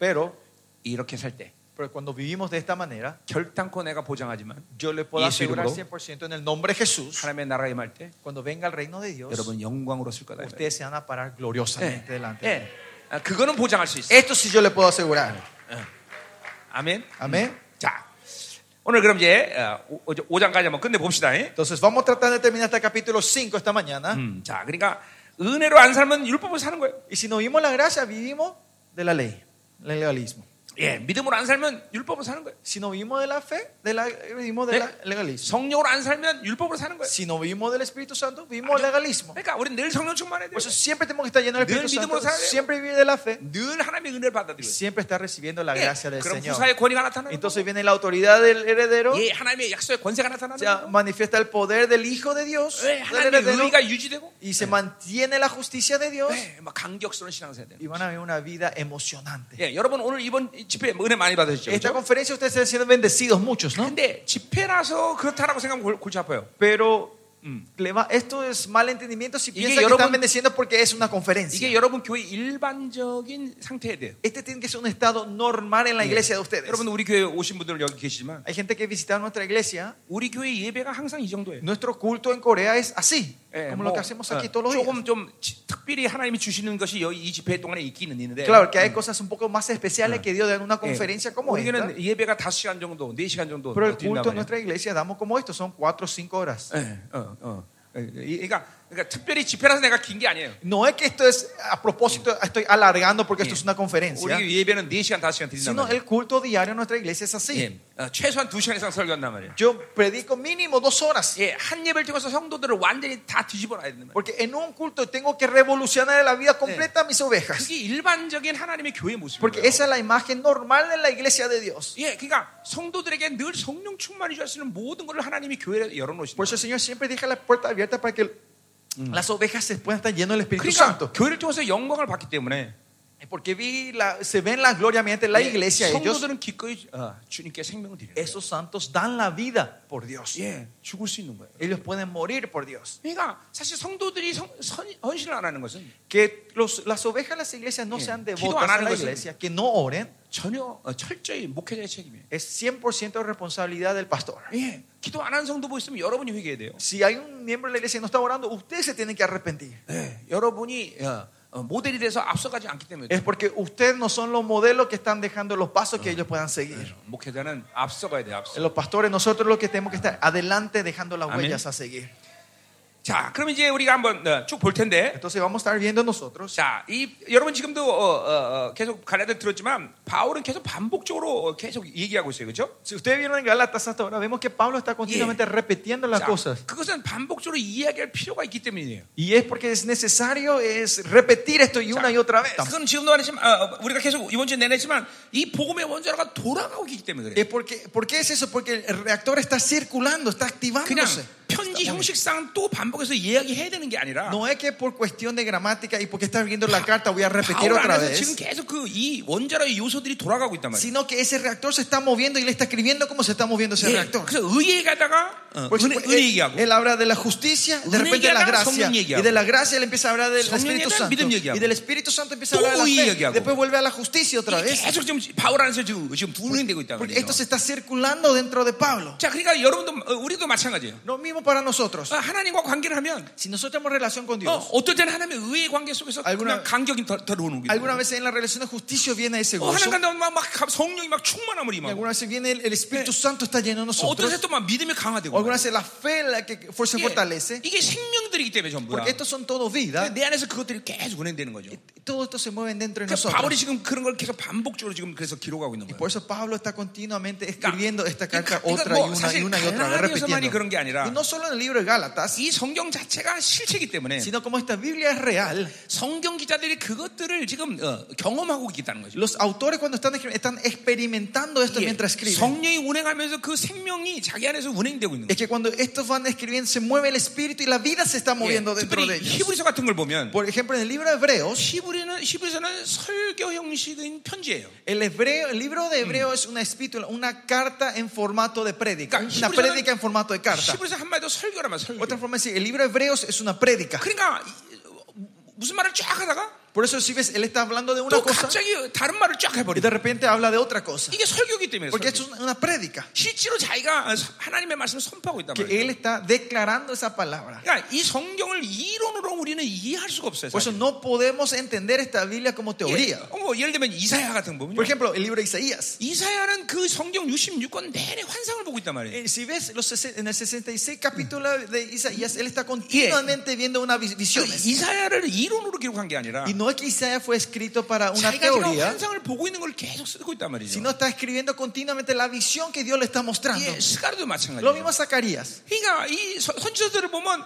A: Pero,
B: 이렇게 살 때
A: pero cuando vivimos de esta manera,
B: 결단코 내가 보장하지만
A: yo le puedo
B: Y eso
A: asegurar
B: y luego-
A: 100% en el nombre de Jesús,
B: 하나님의 나라에 임할 때
A: cuando venga el reino de Dios,
B: 여러분 영광으로 쓸 거다. 이 말이에요.
A: ustedes se van a parar gloriosamente delante. de
B: 예. 아, 그거는 보장할 수 있어. 요
A: Eh, Esto sí yo le puedo asegurar.
B: 아멘.
A: Amén.
B: 자, 오늘 그럼 이제 5장까지 한번 끝내 봅시다. 예?
A: Entonces vamos tratando de terminar este capítulo 5 esta mañana.
B: 자, 그러니까 은혜로 안 살면 율법으로 사는 거예요.
A: Y si no vimos la gracia, vivimos de la ley, del legalismo.
B: 예, 믿음으로 안 살면 율법으로 사는 거예요.
A: Si no vivimos de la fe, de la, vivimos del
B: 네.
A: legalismo.
B: 성령으로 안 살면 율법으로 사는 거예요.
A: Si no vivimos del Espíritu Santo, vivimos del legalismo.
B: 그러니까 우리는 늘 성령 충만해야 돼요.
A: Por eso siempre tenemos que estar llenos del
B: 늘
A: Espíritu Santo,
B: 믿음으로 살아야 돼요.
A: siempre vivir de la fe,
B: 늘 하나님의 은혜를 받아들여요.
A: siempre estar recibiendo la
B: 예,
A: gracia del
B: 그럼
A: Señor.
B: 후사의 권위가 나타나는
A: Entonces viene la autoridad del heredero,
B: 거예요. 예, 하나님의 약속의 권세가 나타나는
A: se
B: 거예요.
A: manifiesta el poder del Hijo de Dios,
B: 예,
A: del
B: 하나님의
A: heredero,
B: 의가 유지되고
A: y se mantiene la justicia de Dios,
B: 예, 막 강격스러운 신앙을 해야 돼요.
A: y van a vivir una vida emocionante.
B: 예, 여러분 오늘 이번 집회 뭐 은혜 많이 받으셨죠?
A: Esta
B: 그렇죠?
A: conferencia ustedes están siendo bendecidos muchos, ¿no?
B: 근데 집회라서 그렇다라고 생각하면 골- 골치 아파요.
A: Pero le va- esto es mal entendimiento si
B: I게
A: piensan que
B: 여러분-
A: están bendeciendo porque es una conferencia.
B: 이게 여러분 교회 일반적인 상태에 대해
A: Este tiene que ser un estado normal en la iglesia de ustedes.
B: 여러분 우리 교회 오신 분들 여기 계시지만
A: Hay gente que visita nuestra iglesia.
B: 우리 교회 예배가 항상 이 정도예요.
A: Nuestro culto en Corea es así,
B: 예,
A: como
B: 뭐,
A: lo que hacemos aquí
B: 어,
A: todos los días.
B: 조금 좀 지- 특별히 하나님이 주시는 것이 여기 이 집회 동안에 있기는 있는데
A: Claro, que hay cosas un poco más especiales que Dios da en una
B: 예,
A: conferencia como
B: 우리
A: esta.
B: 교회는 예배가 5시간 정도, 4시간 정도
A: Pero el
B: 뛴단
A: culto en
B: 말이에요.
A: nuestra iglesia damos como esto, son 4 o 5 horas.
B: 예, 어, 어. 예, 예, 그러니까, 그러니까 특별히 집회라서 내가 긴 게 아니에요.
A: No es que esto es a propósito, estoy alargando porque esto es una conferencia,
B: 우리 예배는 4시간, 5시간 드린단
A: sino
B: 말이에요.
A: el culto diario en nuestra iglesia es así.
B: 예, 어, 최소한 2시간 이상 설교한단 말이에요.
A: Yo predico mínimo dos horas.
B: 예, 한 예배를 통해서 성도들을 완전히 다 뒤집어 놔야 된단 말이에요.
A: Porque en un culto tengo que revolucionar la vida completa a mis ovejas.
B: 그게 일반적인 하나님의 교회 모습이에요.
A: Porque esa es la imagen normal de la iglesia de Dios.
B: 예, 그러니까 성도들에게 늘 성령 충만이 줄 수 있는 모든 것을 하나님이 교회에 열어놓으신다.
A: Por eso el Señor siempre deja la puerta abierta para que las ovejas se puedan estar llenas del Espíritu
B: 그러니까
A: Santo.
B: 교회를 통해서 영광을 받기 때문에
A: Porque vi la- se ven las glorias mediante la
B: 예,
A: iglesia. Ellos,
B: 성도들은 기꺼이 어, 주님께 생명을 드려요.
A: esos santos dan la vida por Dios.
B: 예, 죽을 수 있는 거예요.
A: Ellos pueden morir por Dios.
B: 그러니까 사실 성도들이 성, 선, 헌신을 안 하는 것은
A: Que los- las ovejas de las iglesias no
B: Sí.
A: sean
B: Quiero
A: devotas
B: ganar
A: a la
B: algo así.
A: iglesia, que no oren,
B: 전혀 어, 철저히 목회자의 책임이에요.
A: es 100% responsabilidad del pastor.
B: 예, 기도 안 하는 성도 보시면 여러분이 회개해야 돼요.
A: Si hay un miembro de la iglesia que no está orando, ustedes se tienen que arrepentir.
B: 예, 여러분이 어, 어, 모델이 돼서 앞서가지 않기 때문에
A: Es porque ustedes no son los modelos que están dejando los pasos que ellos puedan seguir.
B: 목회자는 앞서가야 돼요. 앞서.
A: Los pastores, nosotros los que tenemos que estar adelante dejando las
B: Amén.
A: huellas a seguir.
B: 자, 그럼 이제 우리가 한번 어, 쭉 볼 텐데.
A: Entonces vamos a estar viendo nosotros.
B: 자, 이 여러분 지금도 어, 어, 어, 계속 갈라디아 들었지만 바울은 계속 반복적으로 어, 계속 얘기하고 있어요, 그렇죠?
A: Si ustedes vieron en Galatas hasta ahora, vemos que Pablo está continuamente repitiendo las cosas.
B: 그것은 반복적으로 이야기할 필요가 있기 때문이에요.
A: Y es porque es necesario es repetir esto y una y otra vez.
B: 그건 지금도 말했지만 어, 어, 우리가 계속 이번 주에 내내 했지만 이 복음의 원자로가 돌아가고 있기 때문에 그래요.
A: Es porque, ¿Por qué es eso? Porque el reactor está circulando, está
B: 그냥
A: activándose.
B: 편지 형식상 또 반복해서 이야기해야 되는 게 아니라
A: No es que por cuestión de gramática y porque estás viendo la carta voy a repetir
B: 바울
A: otra
B: 안에서
A: vez.
B: 지금 계속 그 이 원자로의 요소들이 돌아가고 있단 말이에요.
A: sino que ese reactor se está moviendo y le está escribiendo cómo se está moviendo ese
B: 예,
A: reactor.
B: 그래서 의에 가다가 어,
A: Por
B: 은혜,
A: ejemplo,
B: 은혜
A: él,
B: 얘기하고
A: él habla de la justicia, de
B: Una
A: repente de la
B: 얘기하다가
A: gracia.
B: 성령
A: Y
B: 얘기하고.
A: de la gracia él empieza a hablar del
B: 성령
A: Espíritu
B: 얘기하고,
A: Santo.
B: 믿음
A: Y
B: 얘기하고.
A: del Espíritu Santo empieza a hablar de
B: 또
A: la
B: 의
A: fe.
B: 얘기하고.
A: Después vuelve a la justicia otra
B: 이게
A: vez.
B: 계속 지금 바울 안에서 지금 지금 분행되고 있단
A: Porque
B: 말이에요.
A: esto se está circulando dentro de Pablo.
B: 자, 그러니까 여러분도 어, 우리도 마찬가지예요.
A: Lo mismo para nosotros.
B: 어, 하나님과 관계를 하면
A: Si nosotros tenemos relación con
B: 어,
A: Dios,
B: 어떨 때는 하나님의 의의 관계 속에서
A: Alguna-
B: 그냥 간격이 더, 더 오는 거예요.
A: alguna vez en la relación de justicia viene ese
B: 어,
A: gozo.
B: 하나님 간다 막, 막 성령이 막 충만함을
A: Y
B: 임하고
A: alguna vez viene el, el Espíritu Santo está lleno de
B: 어떨
A: nosotros.
B: 때또막 믿음이 강화되고
A: Alguna vez la fe la que for- se
B: 이게,
A: fortalece.
B: 이게 생명들이 생명들이기 때문에 전부 다.
A: Porque estos son todo vida.
B: 내 안에서 그것들이 계속 운행되는 거죠.
A: Todo esto se mueve dentro de
B: 그러니까 바울이
A: nosotros.
B: 지금 그런 걸 계속 반복적으로 지금 그래서 기록하고 있는 거예요.
A: Por eso Pablo está continuamente
B: 그러니까,
A: escribiendo esta carta
B: 그러니까,
A: otra y
B: 뭐,
A: una y
B: 사실
A: una y otra vez,
B: 갈라디아서만이 그런
A: repitiendo.
B: 게 아니라
A: Y no solo en el libro de Gálatas,
B: 이 성경 자체가 실체이기 때문에
A: sino como esta Biblia es real,
B: 성경 기자들이 그것들을 지금 어, 경험하고 있다는 거죠.
A: los autores cuando están escribiendo están experimentando esto mientras escriben.
B: 성령이 운행하면서 그 생명이 자기 안에서 운행되고 있는
A: Es
B: 거죠.
A: que cuando estos van escribiendo se mueve el espíritu y la vida se está
B: 예,
A: moviendo dentro de
B: 특별히
A: ellos.
B: 히브리서 같은 걸 보면
A: Por ejemplo, en el libro de Hebreos,
B: 히브리는 히브리서는 설교 형식인 편지예요.
A: el, hebreo, el libro de Hebreo es una espítula, una carta en formato de prédica,
B: 그러니까
A: una
B: 히브리서는-
A: prédica en formato de carta.
B: 히브리서 한마디로 설교란 말 설교.
A: Otra forma de decir, el libro de Hebreos es una prédica.
B: 그러니까 이- 무슨 말을 쫙 하다가
A: Por eso si ves, él está hablando de una
B: 또
A: cosa
B: 갑자기 다른 말을 쫙
A: y
B: 해버린다.
A: de repente habla de otra cosa.
B: 이게 설교기 때문에
A: Porque
B: 설교.
A: esto es una prédica.
B: 실제로 자기가 하나님의 말씀을 선포하고 있단 말이에요.
A: Que él está declarando esa palabra.
B: 그러니까 이 성경을 이론으로 우리는 이해할 수가 없어요.
A: Por eso
B: 사실.
A: no podemos entender esta Biblia como
B: 예,
A: teoría.
B: 어, 뭐 예를 들면 이사야 같은 거
A: Por
B: 보면요.
A: ejemplo, el libro de Isaías.
B: 이사야는 그 성경 66권 내내 환상을 보고 있단 말이에요.
A: Eh, Si ves los sesen- en el 66 capítulo de Isaías, él está continuamente viendo unas vis-
B: 그
A: visiones.
B: 이사야를 이론으로 기록한 게 아니라
A: Y no es que Isaías fue escrito para una
B: 자기가 지금
A: teoría,
B: 환상을 보고 있는 걸 계속 쓰고 있단 말이죠.
A: sino está escribiendo continuamente la visión que Dios le está mostrando.
B: 예, 스가르도
A: Lo
B: 마찬가지예요.
A: mismo Zacarías.
B: 그러니까 이 선- 선지자들을 보면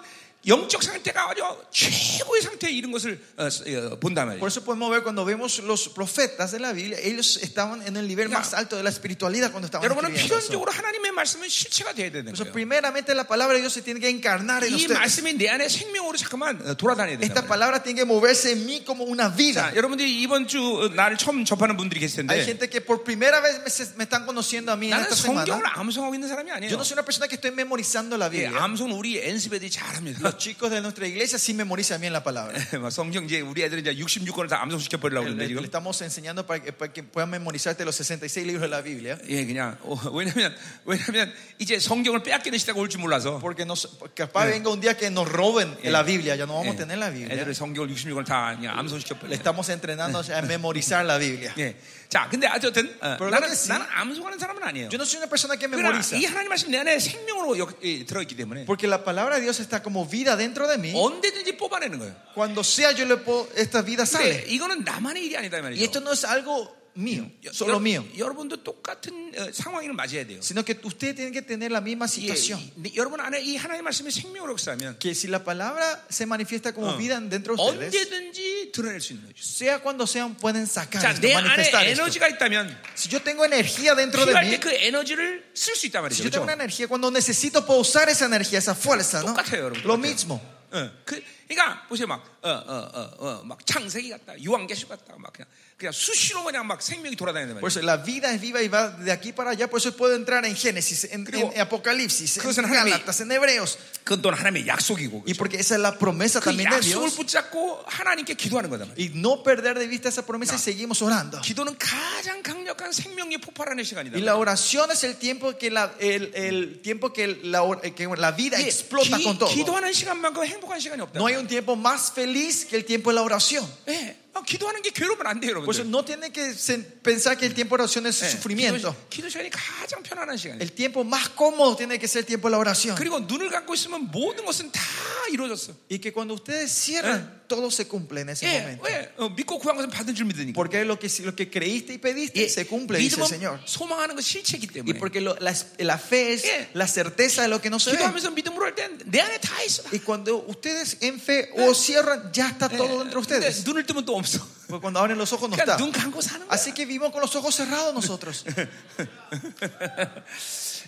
B: 영적 상태가 아주 최고의 상태에 이른 것을 어, 쓰- 어, 본단 말이에요.
A: Por eso podemos ver cuando vemos los profetas de la Biblia, ellos estaban en el nivel más alto de la espiritualidad cuando estaban
B: 여러분은
A: escribiendo. eso.
B: 필연적으로 하나님의 말씀은 실체가 돼야
A: Por
B: 되는
A: eso,
B: 거예요.
A: primeramente la palabra de Dios se tiene que encarnar en
B: 이
A: ustedes.
B: 말씀이 내 안에 생명으로 잠깐만 어, 돌아다녀야 되는
A: Esta
B: 거예요.
A: palabra tiene que moverse en mí como una vida.
B: 자, 여러분들이 이번 주 어, 나를 처음 접하는 분들이 계실
A: Hay
B: 텐데
A: gente que por primera vez me, se- me están conociendo a mí en
B: 나는
A: esta
B: 성경을
A: semana.
B: 암송하고 있는 사람이
A: Yo
B: 아니에요.
A: no soy una persona que estoy memorizando la
B: 예,
A: Biblia.
B: 암송은 우리 엔스베들이 잘합니다.
A: [laughs] Los chicos de nuestra iglesia sí memorizan bien la palabra.
B: 막 성경 이제 우리 애들은 이제 66권을 다 암송시켜 버리려고
A: Le,
B: 그러는데
A: le- le
B: 지금
A: estamos enseñando para que, para que puedan memorizarte los 66 libros de la Biblia.
B: 예 그냥 어, 왜냐면 왜냐면 이제 성경을 빼앗기는 시대가 올 줄 몰라서
A: Porque nos, capaz venga un día que nos roben la Biblia. Ya no
B: Eh.
A: vamos a tener la Biblia.
B: 애들을 성경을 66권을 다 그냥 암송시켜
A: Le
B: 버려.
A: estamos entrenando a memorizar la Biblia.
B: 예. 자, 근데 어쨌든 어,
A: 그러나
B: 나는
A: 그
B: 나는 암송하는 사람은 아니에요.
A: Yo no soy una persona que
B: 그러나
A: memoriza.
B: 이 하나님 말씀 내 안에 생명으로 역- 예, 들어있기 때문에
A: Porque la palabra de Dios está como vida dentro de mí.
B: Oh. 언제든지 뽑아내는 거예요.
A: Cuando sea yo le puedo, esta vida
B: 근데
A: sale.
B: 이거는 나만의 일이 아니다 이
A: Y esto
B: 말이죠.
A: no es algo mío,
B: 여-
A: solo mío,
B: 여- 여러분도 똑같은 어, 상황을 맞이해야 돼요.
A: sino que usted tiene que tener la misma
B: 예,
A: situación.
B: 이- 여러분 안에 이 하나님의 말씀이 생명으로 역사하면
A: Que si la palabra se manifiesta como vida dentro de ustedes,
B: 언제든지 드러낼 수 있는 거죠.
A: sea cuando sean, pueden sacar,
B: 자,
A: esto,
B: 내 안에
A: manifestar esto.
B: 에너지가 있다면
A: Si yo tengo energía dentro de
B: 필요할
A: mí,
B: 때 그 에너지를 쓸 수 있단
A: si
B: 말이죠.
A: yo tengo una
B: 그렇죠?
A: energía, cuando necesito puedo usar esa energía, esa fuerza, ¿no?
B: 똑같아요, 여러분.
A: Lo
B: 똑같아요.
A: mismo.
B: 예, 그, 그러니까 보세요 막 어 어 어 어 막 창세기 같다 유황계시 같다 막 그냥 그냥 수시로 그냥 막 생명이 돌아다니는
A: Por
B: 말이에요.
A: eso la vida es viva y va de aquí para allá. Por eso puedo entrar en Génesis, en,
B: 그리고
A: en Apocalipsis,
B: 그것은
A: en
B: 하나님의-
A: Gálatas, en Hebreos.
B: 그건 또 하나님의 약속이고
A: Y
B: 그렇죠?
A: porque esa es la promesa
B: 그
A: también de
B: 약속을
A: Ah, Dios.
B: 붙잡고 하나님께 기도하는 거다 말이에요.
A: Y no perder de vista esa promesa y seguimos orando.
B: 기도는 가장 강력한 생명의 폭발하는 시간이다.
A: Y la oración es el tiempo que la, el, el tiempo que la, or- eh, que la vida
B: 예,
A: explota
B: 기-
A: con todo.
B: 기도하는 시간만큼 행복한 시간이 없다.
A: No hay un tiempo más feliz que el tiempo de la oración.
B: 예, 아, 기도하는 게 괴로우면 안 돼요,
A: Por eso
B: 여러분들.
A: no tiene que sen- pensar que el tiempo de oración es
B: 예,
A: sufrimiento.
B: 기도, 기도 시간이 가장 편안한 시간이에요.
A: El tiempo más cómodo tiene que ser el tiempo de la oración.
B: 그리고 눈을 감고 있으면 모든 것은 다 이루어졌어.
A: Y que cuando ustedes cierran, todo se cumple en ese
B: 예,
A: momento.
B: 왜 어, 믿고 구한 것은 받은 줄 믿으니까.
A: Porque lo que, lo que creíste y pediste
B: 예,
A: se cumple, dice el Señor. Eh.
B: 믿음은 소망하는 것 실체이기
A: Eh, Y
B: 때문에.
A: porque lo- la, la fe es
B: 예.
A: la certeza de lo que no se ve.
B: 기도하면서 믿음으로 할 땐 내 안에 다 있어. 다.
A: Y cuando ustedes en fe o cierran, ya está todo dentro de
B: 근데
A: ustedes.
B: 눈을 뜨면 또
A: Porque
B: 없어.
A: Eh. Pues cuando abren los ojos no está.
B: 그러니까 눈 감고 사는 거야.
A: Así que vivimos con los ojos cerrados [laughs] nosotros.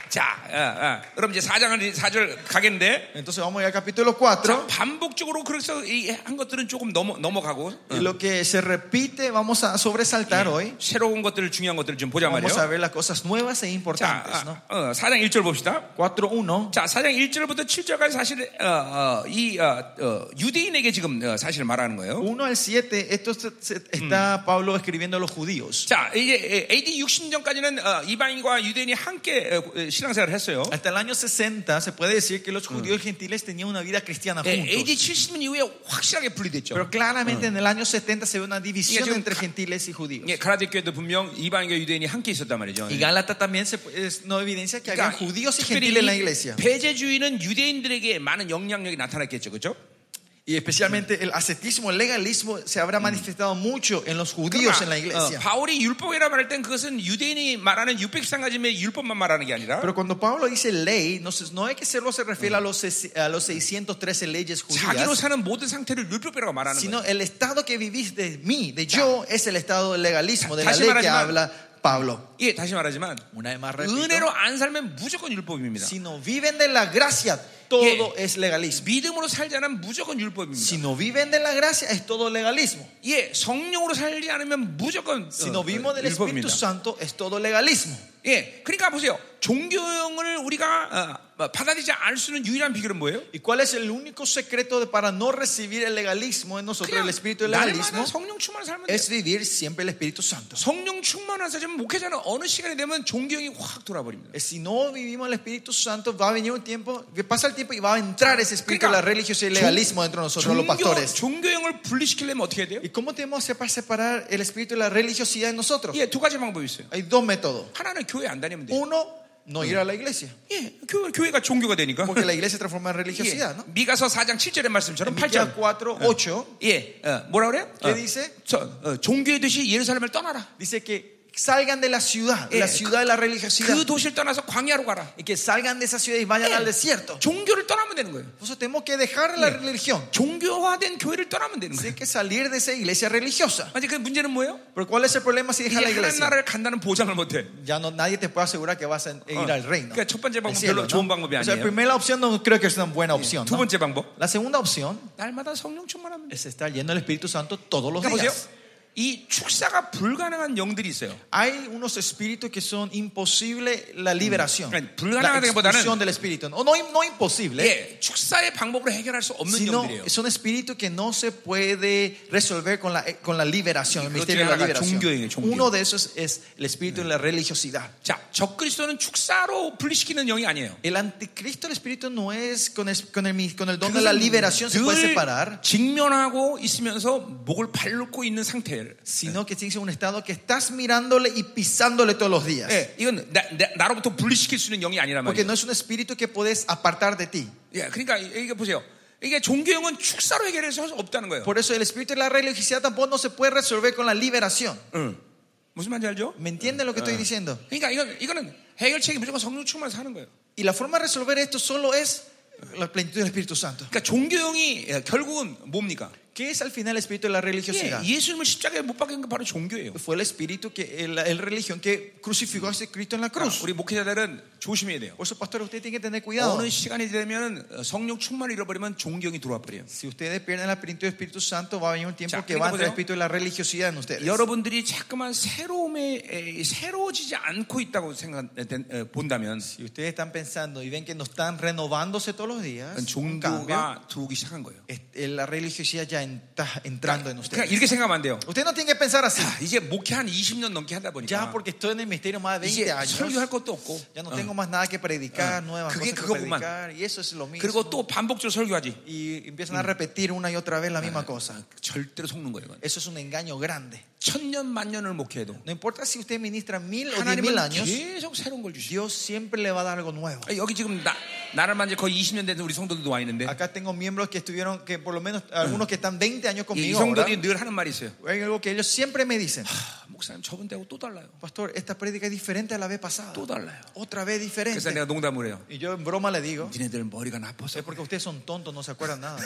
B: 자, 아, 아. 그럼 이제 4장을 4절 가겠는데.
A: Entonces vamos a ir al capítulo
B: 자,
A: 4.
B: 반복적으로 그래서 이 한 것들은 조금 넘어 넘어가고
A: Y lo que se repite, vamos a sobresaltar hoy.
B: 새로운 것들을 중요한 것들을 좀 보자
A: Vamos a
B: 말이에요.
A: ver las cosas nuevas e
B: 자,
A: importantes. ¿no?
B: 아, 어, 4장 1절 봅시다.
A: 4.1.
B: 자, 4장 1절부터 7절까지 사실 어, 어, 이 어, 어, 유대인에게 지금 어, 사실 말하는 거예요.
A: 1 al 7, esto se- se- está Pablo escribiendo a los judíos.
B: 자, 이제 에, AD 60년까지는 어, 이방인과 유대인이 함께 어, 어, 신앙생활을 했어요.
A: Hasta el año 60 se puede decir que los judíos y gentiles tenían una vida cristiana
B: 예,
A: juntos.
B: AD 70년 이후에 확실하게 분리됐죠.
A: Pero claramente en el año 70 se ve una división
B: 지금
A: entre
B: 가-
A: gentiles y judíos.
B: 예, 가라데 교회도 분명 이방인과 유대인이 함께 있었단 말이죠. 그러니까
A: Y Gálata también se, es- no evidencia que había judíos y
B: 특별히
A: gentiles en la
B: 이
A: iglesia.
B: 배제주의는 유대인들에게 많은 영향력이 나타났겠죠, 그렇죠?
A: Y especialmente el ascetismo, el legalismo se habrá manifestado mucho en los judíos en la iglesia.
B: 어, 바울이 율법이라 말할 땐 그것은 유대인이 말하는 600상가지의 율법만 말하는 게 아니라
A: Pero cuando Pablo dice ley, no, se- no es que solo se refiere a los, ses- a los 613 leyes
B: 자기로
A: judías,
B: 사는 모든 상태를 율법이라고 말하는 거예요.
A: sino el estado que vivís de mí, de yo, es el estado del legalismo, de la
B: 다시
A: ley que
B: 말하지만-
A: habla Pablo.
B: 예, 다시 말하지만
A: Una vez más repito,
B: 은혜로 안 살면 무조건 율법입니다.
A: si no viven de la gracia, todo
B: 예.
A: es legalismo.
B: 믿음으로 살지 않으면 무조건 율법입니다.
A: Si no viven de la gracia, es todo legalismo.
B: 예, 성령으로 살지 않으면 무조건
A: Si
B: 어,
A: no vivimos del Espíritu
B: 율법입니다.
A: Santo, es todo legalismo.
B: 예, 그러니까 보세요. 종교형을 우리가 어, 받아들이지 않을 수 있는 유일한 비결은 뭐예요?
A: ¿Y cuál es el único secreto de- para no recibir el legalismo en nosotros, el
B: 그냥
A: espíritu del legalismo?
B: 날마다 성령 충만한 삶을
A: Es vivir siempre el Espíritu Santo.
B: 성령 충만한 사람 목회자는 어느 시간이 되면 존경이 확 돌아버립니다.
A: Eh, Si no vivimos el Espíritu Santo, va a venir un tiempo, que pasa el tiempo y va a entrar ese espíritu de la religiosidad y el legalismo dentro de nosotros, los
B: 종교,
A: pastores.
B: 종교형을 분리시키려면 어떻게 해야 돼요?
A: ¿Y cómo tenemos que hacer para separar el espíritu de la religiosidad en nosotros?
B: 예, 두 가지 방법이 있어요.
A: Hay dos métodos.
B: 하나는 교회 안 다니면 돼요.
A: Uno, no ir a la iglesia,
B: 예, 교회, 교회가 종교가 되니까.
A: porque la iglesia se transforma en
B: 예,
A: religiosidad, ¿no?
B: 미가서 4장 7절의 말씀처럼
A: Miqueas 4,
B: 8절.
A: 8
B: 예, 어, 뭐라 그래요?
A: ¿Qué
B: 어,
A: dice?
B: 저, 어, 종교의 도시 예루살렘을 떠나라.
A: dice que salgan de la ciudad,
B: Eh,
A: la ciudad de la religiosidad,
B: 그 도시를 떠나서 광야로 가라.
A: y que salgan de esa ciudad y vayan
B: Eh.
A: al desierto.
B: 종교를 떠나면 되는 거예요.
A: Nosotros tenemos que dejar la
B: Yeah.
A: religión,
B: 종교화된 교회를 떠나면 되는 거예요.
A: hay que salir de esa iglesia religiosa.
B: 아니 그 문제는 뭐예요?
A: Pero ¿cuál es el problema si
B: 이게
A: dejas la
B: 하나님
A: iglesia?
B: 나라를 간다는 보장을 못해.
A: ya no, nadie te puede asegurar que vas a ir
B: 어,
A: al reino.
B: 그러니까 첫
A: al
B: 번째 방법
A: cielo,
B: 별로 좋은
A: ¿no?
B: 방법이
A: O sea, la
B: 아니에요.
A: primera opción no creo que es una buena opción.
B: 두
A: ¿no?
B: 번째 방법
A: La segunda opción
B: 날마다 성령 충만하면. 돼.
A: es estar lleno del Espíritu Santo todos los
B: 그러니까 보세요.
A: días.
B: 이 축사가 불가능한 영들이 있어요.
A: Hay unos espíritus que son imposible la liberación,
B: 아니,
A: la
B: 불가능하다기보다는-
A: expulsión del espíritu. No, no, no imposible,
B: 예, 축사의 방법으로 해결할 수 없는
A: 네. sino
B: 영들이에요.
A: son espíritus que no se puede resolver con la, eh, con la liberación, el
B: 그것
A: misterio de
B: 중에
A: la
B: 하나가
A: liberación.
B: 종교예요, 종교.
A: Uno de esos es el espíritu de la religiosidad.
B: 자, 적그리스도는 축사로 분리시키는 영이 아니에요.
A: El anticristo, el espíritu, no es con el, con el, con el don de la liberación se puede
B: 늘
A: separar,
B: 직면하고 있으면서 목을 발놓고 있는 상태를.
A: sino que tienes un estado que estás mirándole y pisándole todos los días.
B: 예, 이건 나, 로부터 분리시킬 수 있는 영이 아니란
A: Porque
B: 말이에요.
A: no es un espíritu que puedes apartar de ti.
B: 예, 그러니까 이- 이게 보세요. 이게 종교형은 축사로 해결할 수 없다는 거예요.
A: Por eso el espíritu de la religiosidad tampoco no se puede resolver con la liberación.
B: 응. 무슨 말인지 알죠?
A: ¿Me entienden lo que estoy diciendo?
B: 그러니까 이건 이거는 해결책이 무조건 성령 충만을 사는 거예요.
A: Y la forma de resolver esto solo es la plenitud del Espíritu Santo.
B: 그러니까 종교형이 예, 결국은 뭡니까?
A: ¿Qué es al final el espíritu de la
B: 예,
A: religiosidad?
B: 예수님을 십자가에 못 박은 게 바로 종교예요.
A: Fue el espíritu que, el, el religión que crucificó a ese Cristo en la cruz.
B: 그러니까 우리 목회자들은 조심해야 돼요.
A: Por eso, pastores, ustedes tienen que tener cuidado.
B: 어느 시간이 되면 성령 충만을 잃어버리면 종교형이 들어와 버려요.
A: Si ustedes pierden la plenitud del Espíritu Santo, va a venir un tiempo
B: Ya,
A: que va a entrar el
B: ¿cómo
A: espíritu de la religiosidad en ustedes.
B: 여러분들이 자꾸만 새로움에 에, 새로워지지 않고 있다고 생각 에, 된- 에, 본다면
A: Si ustedes están pensando y ven que no están renovándose todos los días, un cambio,
B: 종교가 들어오기 시작한 거예요.
A: este, la religiosidad ya está entrando en
B: 그러니까
A: ustedes.
B: 이렇게 생각하면 안 돼요.
A: Ustedes no tienen que pensar así.
B: 아, 이제 목회 한 20년 넘게 하다
A: Ya
B: 보니까
A: porque estoy en el misterio más de 20
B: 이제
A: años,
B: 설교할 것도 없고
A: ya no
B: 어.
A: tengo más nada que predicar,
B: 어.
A: nuevas
B: 그게
A: cosas que
B: 그거구만.
A: predicar, y eso es lo mismo.
B: 그리고 또 반복적으로 설교하지
A: Y empiezan a repetir una y otra vez la misma cosa.
B: 절대로 속는 거예요. 이건.
A: Eso es un engaño grande.
B: 천년 만년을 목회해도
A: No importa si usted ministra mil o diez mil
B: 하나님은
A: años,
B: 계속 새로운 걸 주시.
A: Dios siempre le va a dar algo nuevo.
B: 아, 여기 지금 나, 나를 만지 거의 20년 된 우리 성도들도 와 있는데
A: Acá tengo miembros que estuvieron, que por lo menos algunos que están 20 años
B: 이
A: conmigo. ahora.
B: 성도들이 늘 하는 말이 있어요.
A: Hay algo que ellos siempre me dicen,
B: 아, 목사님 저번 때하고 또 달라요.
A: pastor, esta prédica es diferente a la vez pasada.
B: 또 달라요.
A: Otra vez
B: 그래서
A: diferente.
B: 내가 농담을 해요.
A: Y yo en broma le digo,
B: 니네들 머리가 나빠서
A: es porque ustedes son tontos, no se acuerdan nada.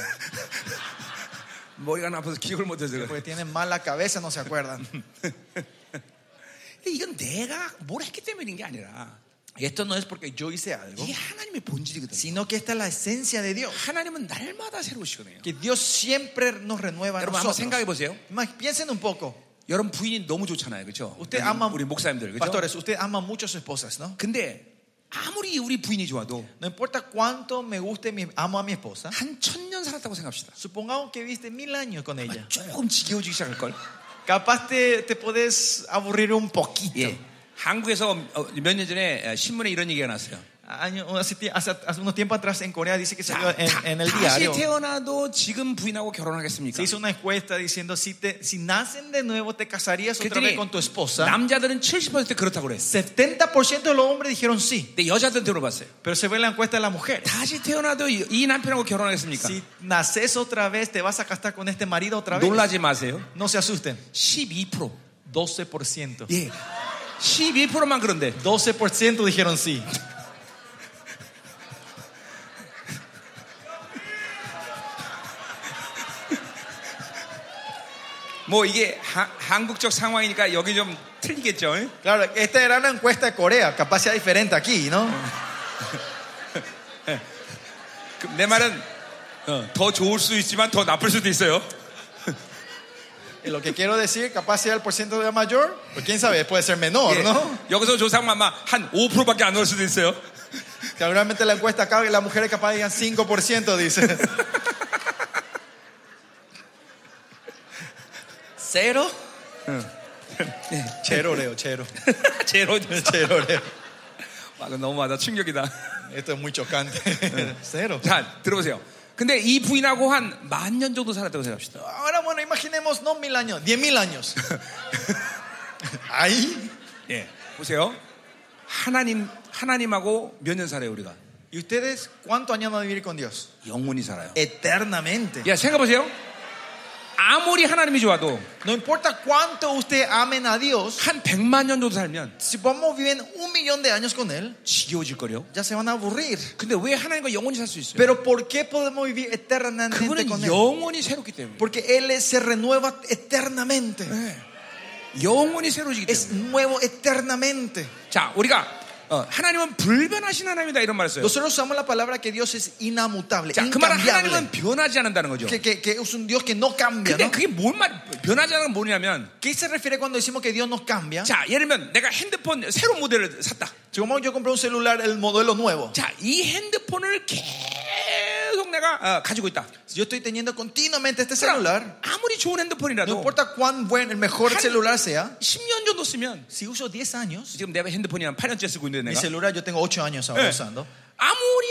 B: 머리가 나빠서 기억을 못해서 그래.
A: Porque tienen mala cabeza, no se acuerdan.
B: 근데 이건 내가 뭘 했기 때문인 게 아니라
A: Y esto no es [laughs] porque yo hice algo,
B: 이게 하나님의 본질이거든. 요
A: sino que esta es la esencia de Dios.
B: 하나님은 날마다 새로우시거든요.
A: Que Dios siempre nos renueva a
B: 여러분 한번
A: nosotros.
B: 생각해 보세요.
A: Más, piensen un poco.
B: 여러분 부인이 너무 좋잖아요, 그렇죠?
A: Usted ama,
B: 우리 목사님들, 그렇죠?
A: pastores, usted ama mucho a sus esposas, ¿no?
B: 근데 아무리 우리 부인이 좋아도
A: No importa cuánto me guste, mi, amo a mi esposa.
B: 한 천년 살았다고 생각합시다.
A: Supongamos que viste mil años con ella.
B: 조금 지겨워지기 시작할 걸.
A: Capaz te, te podés aburrir un poquito.
B: 어, 예. 한국에서 몇 년 전에 신문에 이런 얘기가 났어요.
A: Año- hace, tie- hace- hace unos tiempos atrás en Corea dice que salió
B: 자,
A: en, en el
B: 다, 시
A: diario.
B: 태어나도 지금 부인하고 결혼하겠습니까?
A: Se hizo una encuesta diciendo si, te, si nacen de nuevo te casarías otra vez
B: 그랬더니
A: con tu esposa.
B: 남자들은 70% 그렇다고 그래.
A: 70% de los hombres dijeron sí,
B: 근데 여자들한테 물어봤어요.
A: pero se ve en la encuesta de las [laughs] mujeres.
B: 다시 태어나도 이- 이 남편하고 결혼하겠습니까?
A: Si naces otra vez te vas a casar con este marido otra vez.
B: 놀라지 마세요.
A: No se asusten.
B: 12%.
A: 12%.
B: 예. 12%만 그런데.
A: 12% dijeron sí.
B: 뭐 이게 하- 한국적 상황이니까 여기 좀 틀리겠죠. 예?
A: Claro, esta era una encuesta de Corea, capaz sea diferente aquí, ¿no?
B: 그내 말은 어, 더 좋을 수 있지만 더 나쁠 수도 있어요.
A: Lo que quiero decir, capaz sea el porcentaje mayor, pues quién sabe, puede ser menor,
B: 예.
A: ¿no?
B: 여기서 조상만마 한 5%밖에 안 올 수도 있어요. [laughs]
A: Seguramente la encuesta acá, la mujer es capaz digan 5%, dice. ¿Cero? Chero, Leo, chero.
B: 제로.
A: Chero, Leo.
B: 와, 아, 그거 너무하다. 충격이다.
A: Esto es muy chocante. Cero.
B: [laughs] 자, 들어보세요. 근데 이 부인하고 한 만 년 정도 살았다고 생각합시다.
A: Ahora, bueno, imaginemos, no mil años, diez mil años. Ahí.
B: 예. 보세요. 하나님, 하나님하고 몇 년 살아요, 우리가?
A: ¿Y ustedes cuánto años van a vivir con Dios?
B: 영원히 살아요.
A: Eternamente.
B: 야, 생각해보세요. 아무리 하나님이 좋아도
A: No importa cuánto usted amen a Dios,
B: 한 100만 년 정도 살면
A: si vamos viven un millón de años con Él,
B: 지겨워질 거요.
A: ya se van a aburrir.
B: 근데 왜 하나님과 영원히 살 수 있어요?
A: Pero ¿por qué podemos vivir eternamente
B: 그분은
A: con Él?
B: 영원히 새롭기 때문에.
A: Porque Él es- se renueva eternamente.
B: Ah, 예. 영원히 새로워지기
A: Es
B: 때문에.
A: nuevo eternamente.
B: 자, 우리가 어, 하나님은 불변하신 하나님이다 이런 말을 써요.
A: Nosotros usamos la palabra que Dios es inamutable,
B: 자, 그 말은
A: incambiable.
B: 하나님은 변하지 않는다는 거죠.
A: Que, que- que es un Dios que no cambia.
B: 근데
A: ¿no?
B: 그게 뭔 말, 변하지 않는 건 뭐냐면,
A: ¿Qué se refiere cuando decimos que Dios nos cambia?
B: 자, 예를 들면 내가 핸드폰 새로운 모델을 샀다.
A: Como yo compré un celular, el modelo nuevo.
B: 자, 이 핸드폰을 계속 내가 어, 가지고 있다.
A: Si Yo estoy teniendo continuamente este celular.
B: 그러니까 아무리 좋은
A: No
B: 핸드폰이라도
A: importa cuán buen, el mejor
B: Hal-
A: celular sea.
B: 10년 정도 쓰면
A: Si uso 10 años,
B: 지금 내가 핸드폰이 한 8년째 쓰고 있는데
A: mi
B: 내가
A: celular yo tengo 8 años ahora
B: 예.
A: usando.
B: 아무리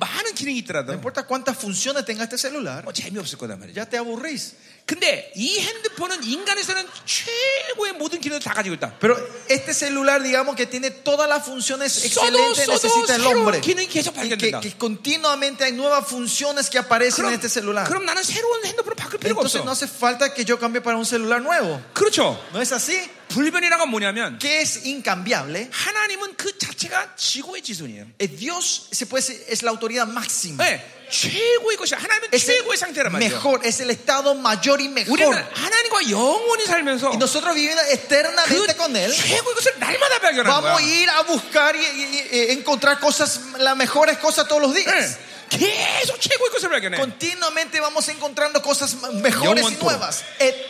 B: 많은 기능이
A: No
B: 있더라도
A: importa cuántas funciones tenga este celular,
B: 뭐 재미없을 거단 말이죠.
A: ya te aburrís.
B: 근데 이 핸드폰은 인간에서는 최고의 모든 기능을 다 가지고 있다.
A: Pero este celular, digamos que tiene todas las funciones
B: 써도
A: excelentes que
B: 써도
A: necesita el
B: 새로운
A: hombre.
B: 기능이 계속
A: Y que,
B: 발견된다.
A: que continuamente hay nuevas funciones que aparecen en
B: 그럼,
A: este celular.
B: 그럼 나는 새로운 핸드폰을 바꿀 필요가
A: Entonces no
B: 없어.
A: hace falta que yo cambie para un celular nuevo.
B: 그렇죠.
A: ¿No es así?
B: 불변이라는 건 뭐냐면
A: Que es incambiable.
B: 하나님은 그 자체가 지고의 지존이에요.
A: Eh, Dios se puede decir, es la autoridad máxima.
B: 네, 최고의 것이 하나님은
A: Es el
B: 최고의 상태란 말이에요.
A: mejor, es el estado mayor y
B: 우리는
A: mejor.
B: 하나님과 영원히 살면서
A: Y
B: 그
A: nosotros viviendo eternamente con Él,
B: 최고의 것을 날마다 발견하는
A: vamos a
B: 거야.
A: ir a buscar y, y- y- encontrar cosas, las mejores cosas todos los días.
B: 네, 계속 최고의 것을 [laughs] 발견해.
A: Continuamente vamos encontrando cosas mejores y
B: 영원토록.
A: nuevas,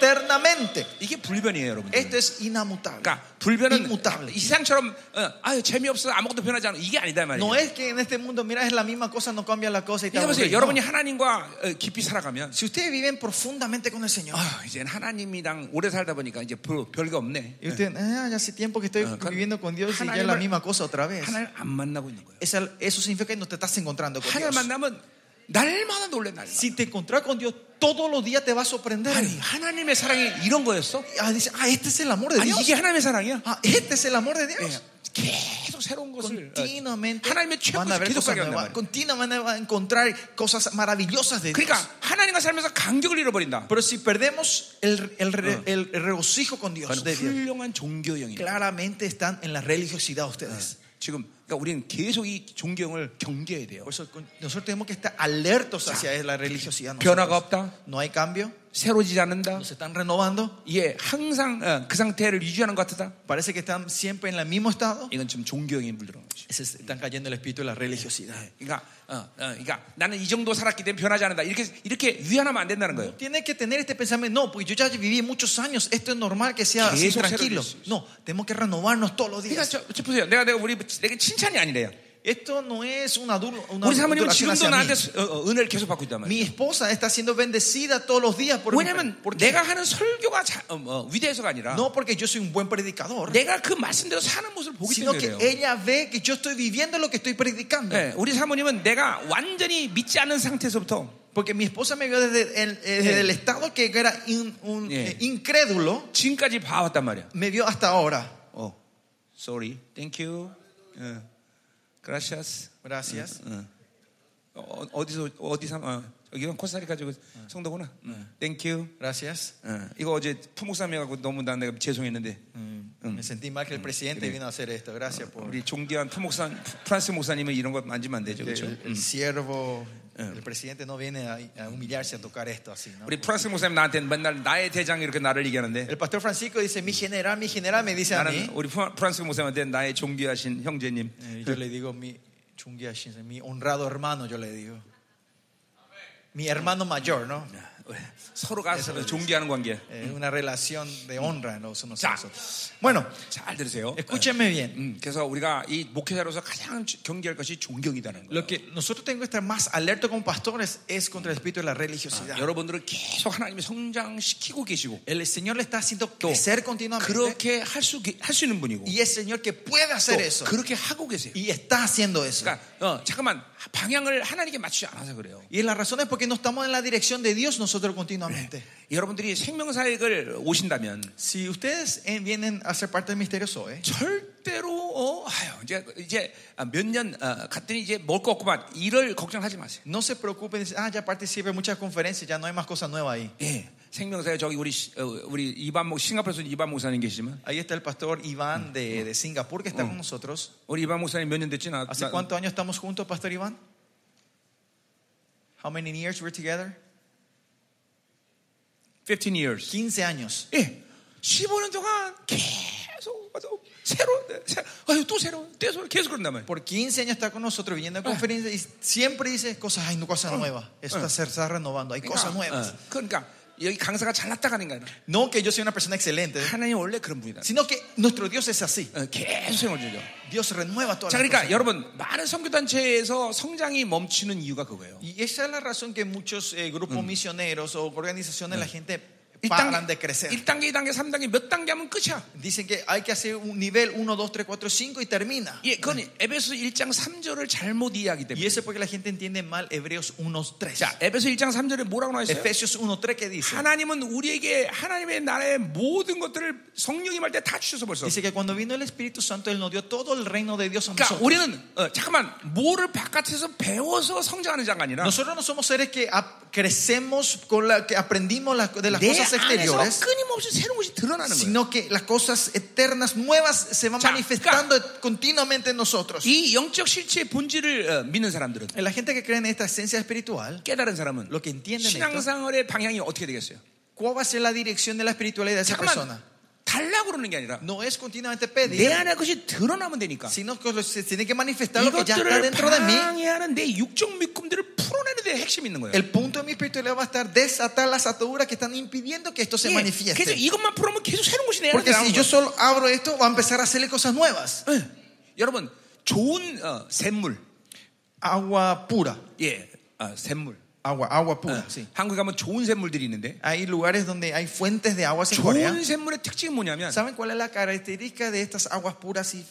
A: eternamente.
B: 이게 불변이에요, 여러분.
A: Esto es inamutable.
B: 그러니까 불변은
A: Inmutable.
B: 이상처럼 어, 아유 재미없어 아무것도 변하지 않아 이게 아니다 말이에요.
A: No es que en este mundo, mira, es la misma cosa, no cambia la cosa y
B: 이거
A: tal.
B: 보세요. 여러분이 하나님과 어, 깊이 살아가면
A: Si ustedes viven profundamente con el Señor,
B: 아, 이제 하나님이랑 오래 살다 보니까 이제 별, 별거 없네.
A: y ustedes, "Ah, ya hace tiempo que estoy
B: eh. Ah, claro.
A: viviendo con Dios y ya es la
B: 하나님을-
A: misma cosa otra vez.
B: 하나님 안 만나고 있는 거예요.
A: Esa- Eso significa que no te estás encontrando con
B: 하나님
A: Dios.
B: 만나면 날마다 놀래 날.
A: Si te encontrás con Dios, todos los días te va a sorprender.
B: 아니 하나님의 사랑이 이런 거였어?
A: Ah, dice, ah, este es el amor de
B: 아니
A: Dios.
B: 이게 하나님의 사랑이야?
A: Ah, este es el amor de
B: 예,
A: Dios.
B: 계속 새로운 것을 어,
A: Continuamente
B: 하나님의
A: van a
B: 최고의
A: ver
B: 계속
A: cosas
B: 발견한다.
A: nuevas.
B: 말이야.
A: Continuamente van a encontrar cosas maravillosas de Dios.
B: 그러니까 하나님과 살면서 간격을 잃어버린다.
A: Pero si perdemos el, el re- el regocijo con Dios,
B: 그건
A: de Dios,
B: 훌륭한 종교형이야.
A: claramente están en la religiosidad ustedes.
B: 지금 그러니까 우리는 계속 이 존경을 경계해야 돼요.
A: Por eso con- nosotros tenemos que estar alertos hacia la religiosidad.
B: 변화가
A: nosotros.
B: 없다.
A: No hay cambio,
B: 새로지지 않는다.
A: no se están renovando.
B: 예, 항상 어, 그 상태를 유지하는 것 같다.
A: Parece que están siempre en el mismo estado.
B: 이건 지금 존경이 물들어간 거죠.
A: Se están cayendo el espíritu de la religiosidad.
B: 그러니까, 어, 어, 그러니까 나는 이 정도 살았기 때문에 변하지 않는다. 이렇게 이렇게 위안하면 안 된다는 거예요.
A: Tiene que tener este pensamiento, no, porque yo ya viví muchos años, esto es normal que sea así
B: Eso será
A: tranquilo.
B: Dios.
A: No, tenemos que renovarnos todos los
B: 그러니까
A: días.
B: 저, 저 보세요. 내가 내가 우리 내게 칭찬이 아니래요.
A: Esto no es una, adul- una
B: 우리 사모님은
A: adulación
B: 지금도
A: hacia mí.
B: 나한테 어, 어, 은혜를 계속 받고 있단 말이에요.
A: Mi esposa está siendo bendecida todos los días por
B: 왜냐하면 내가 하는 설교가 자- 어, 어, 위대해서가 아니라
A: no porque yo soy un buen predicador,
B: 내가 그 말씀대로 사는 모습을 보기
A: sino
B: 때문에
A: que
B: 그래요.
A: ella ve que yo estoy viviendo lo que estoy predicando.
B: 예, 우리 사모님은 내가 완전히 믿지 않은 상태에서부터
A: Porque mi esposa me vio desde el, eh, desde el estado que era in- un,
B: Yeah.
A: eh, incrédulo,
B: 지금까지 봐왔단 말이야.
A: me vio hasta ahora.
B: 어, sorry, thank you, 어, gracias.
A: Gracias.
B: 어, 어디서 어디 삼? 어, 여기는 코스타리카 쪽 성도구나. Thank you.
A: Gracias.
B: 어, 이거 어제 토목사님 하고 너무 나 내가 죄송했는데 음.
A: Me sentí mal que el presidente vino a hacer esto. Gracias por
B: 우리 존귀한 토목사 프랑스 목사님은 이런 거 만지면 안 되죠,
A: el,
B: 그렇죠?
A: el siervo. El presidente no viene a, a humillarse a tocar esto así, ¿no?
B: 우리 프랑스 목사님 나한테 맨날 나의 대장 이렇게 나를 얘기하는데
A: El pastor Francisco dice, mi general, mi general me dice a
B: 나는
A: mí.
B: 우리 프라- 프랑스 목사님한테 나의 존귀하신 형제님. 그,
A: Eh, Yo le digo, mi, chungia shin- mi honrado hermano, yo le digo. Mi hermano mayor, ¿no?
B: 네, 서로가 서로 네. 존귀하는 관계.
A: Es una relación de honra en los unos a
B: Ya.
A: los otros. Bueno,
B: 잘 들으세요.
A: escúchenme bien.
B: 음, 그래서 우리가 이 목회자로서 가장 주- 경계할 것이 존경이라는 거예요.
A: Lo que nosotros tenemos que estar más alerta como pastores es contra el espíritu de la religiosidad.
B: 여러분들을 계속 하나님이 성장시키고 계시고
A: El Señor le está haciendo crecer continuamente
B: 그렇게 할 수 할 수 있는 분이고
A: y es el Señor que puede hacer eso
B: 또 그렇게 하고 계세요.
A: y está haciendo eso.
B: 그러니까 어, 잠깐만 방향을 하나님께 맞추지 않아서 그래요.
A: Y la razón es porque no estamos en la dirección de Dios nosotros continuamente.
B: 여러분들이 생명사역을 오신다면
A: Si ustedes eh, vienen a ser parte del misterio Zoe,
B: 절대로 어, 아유, 이제 이제 몇년 어, 갔더니 이제 먹을 거 없구만 이럴 걱정하지 마세요.
A: no se preocupen, dicen, ah, ya participé en muchas conferencias, ya no hay más cosas nuevas ahí.
B: 예, 생명사역 저기 우리 시- 어, 우리 이반 목 싱가포르에서 이반 목사님 계시지만
A: Ahí está el pastor Iván de, de Singapur que está con nosotros.
B: 우리 이반 목사님 몇 년 됐지 나,
A: ¿Hace
B: 나
A: cuántos años estamos juntos, pastor Iván? How many years we're together?
B: 15 years.
A: 15 años.
B: 예. 15년 동안 계속 와서 새로 새, 아유 또 새로 또 새로 계속 그런단 말이에요.
A: Por 15 años está con nosotros viniendo a conferencias y siempre dice cosas, hay cosas nuevas. Esto está, se está renovando, hay
B: Ah.
A: cosas
B: 그러니까,
A: nuevas.
B: 어, 그러니까 여기 강사가 잘났다가 아닌가
A: No que yo soy una persona excelente,
B: 하나님 원래 그런 분이다.
A: sino que nuestro Dios es así.
B: 어, 계속 생을 주죠.
A: Dios renueva todas
B: 자,
A: las
B: 그러니까
A: cosas.
B: 여러분 많은 선교단체에서 성장이 멈추는 이유가 그거예요.
A: Y esa es la razón que muchos eh, grupos misioneros o organizaciones, la gente
B: 1단계,
A: paran de crecer.
B: 1단계, 2단계, 3단계 몇 단계 하면 끝이야.
A: Dicen que hay que hacer un nivel 1, 2, 3, 4, 5 y termina.
B: 예, 그건 에베소 1장 3절을 잘못 이해하기
A: Y
B: 때문에.
A: eso es porque la gente entiende mal Hebreos 1, 3.
B: 자, 에베소 1장 3절에 뭐라고 나와 있어요?
A: Efesios 1, 3 que dice.
B: 하나님은 우리에게 하나님의 나라의 모든 것들을 성령이 말 때 다 주셔서 벌써.
A: Dice que cuando vino el Espíritu Santo, Él nos dio todo el reino de Dios a nosotros.
B: 그러니까 우리는 어, 잠깐만 뭐를 바깥에서 배워서 성장하는 자가 아니라
A: Nosotros no somos seres que ap- crecemos con la que aprendimos las- de ah, las
B: 내
A: cosas exteriores,
B: 안에서 끊임없이 새로운 것이 드러나는 거예요.
A: sino que las cosas eternas nuevas se van
B: 자,
A: manifestando continuamente en nosotros.
B: 이 영적 실체의 본질을 어, 믿는 사람들은
A: La gente que cree en esta esencia espiritual,
B: 깨달은 사람은
A: lo que entienden esto,
B: 신앙생활의 방향이 어떻게 되겠어요?
A: ¿cuál va a ser la dirección de la espiritualidad de esa
B: 잠깐만 네.
A: persona?
B: 달라고 그러는 게 아니라
A: No es continuamente
B: 내
A: pedir,
B: 안에 그것이 드러나면 되니까
A: sino que lo- se tiene que manifestar lo que ya está
B: 이것들을
A: dentro de mí.
B: 방해하는 내 육적 믿음들을 풀어내는 데 핵심이 있는 거예요.
A: El punto de mi espiritualidad va a estar desatar las ataduras que están impidiendo que esto se
B: 예, 그래서
A: manifieste.
B: 이것만 풀으면 계속 새로운 것이 내 안에
A: Porque
B: 나오는
A: si yo
B: 거예요.
A: solo abro esto, va a empezar a hacerle cosas nuevas.
B: 예. 여러분 좋은 어, 샘물,
A: Agua pura.
B: 예, 아, 샘물.
A: Agua, agua pura. Sí.
B: 한국에 가면 좋은 샘물들이 있는데
A: Hay lugares donde hay fuentes de aguas en Corea.
B: 좋은 아, 샘물의 특징이 뭐냐면
A: ¿Saben cuál es la característica de estas aguas puras? Y,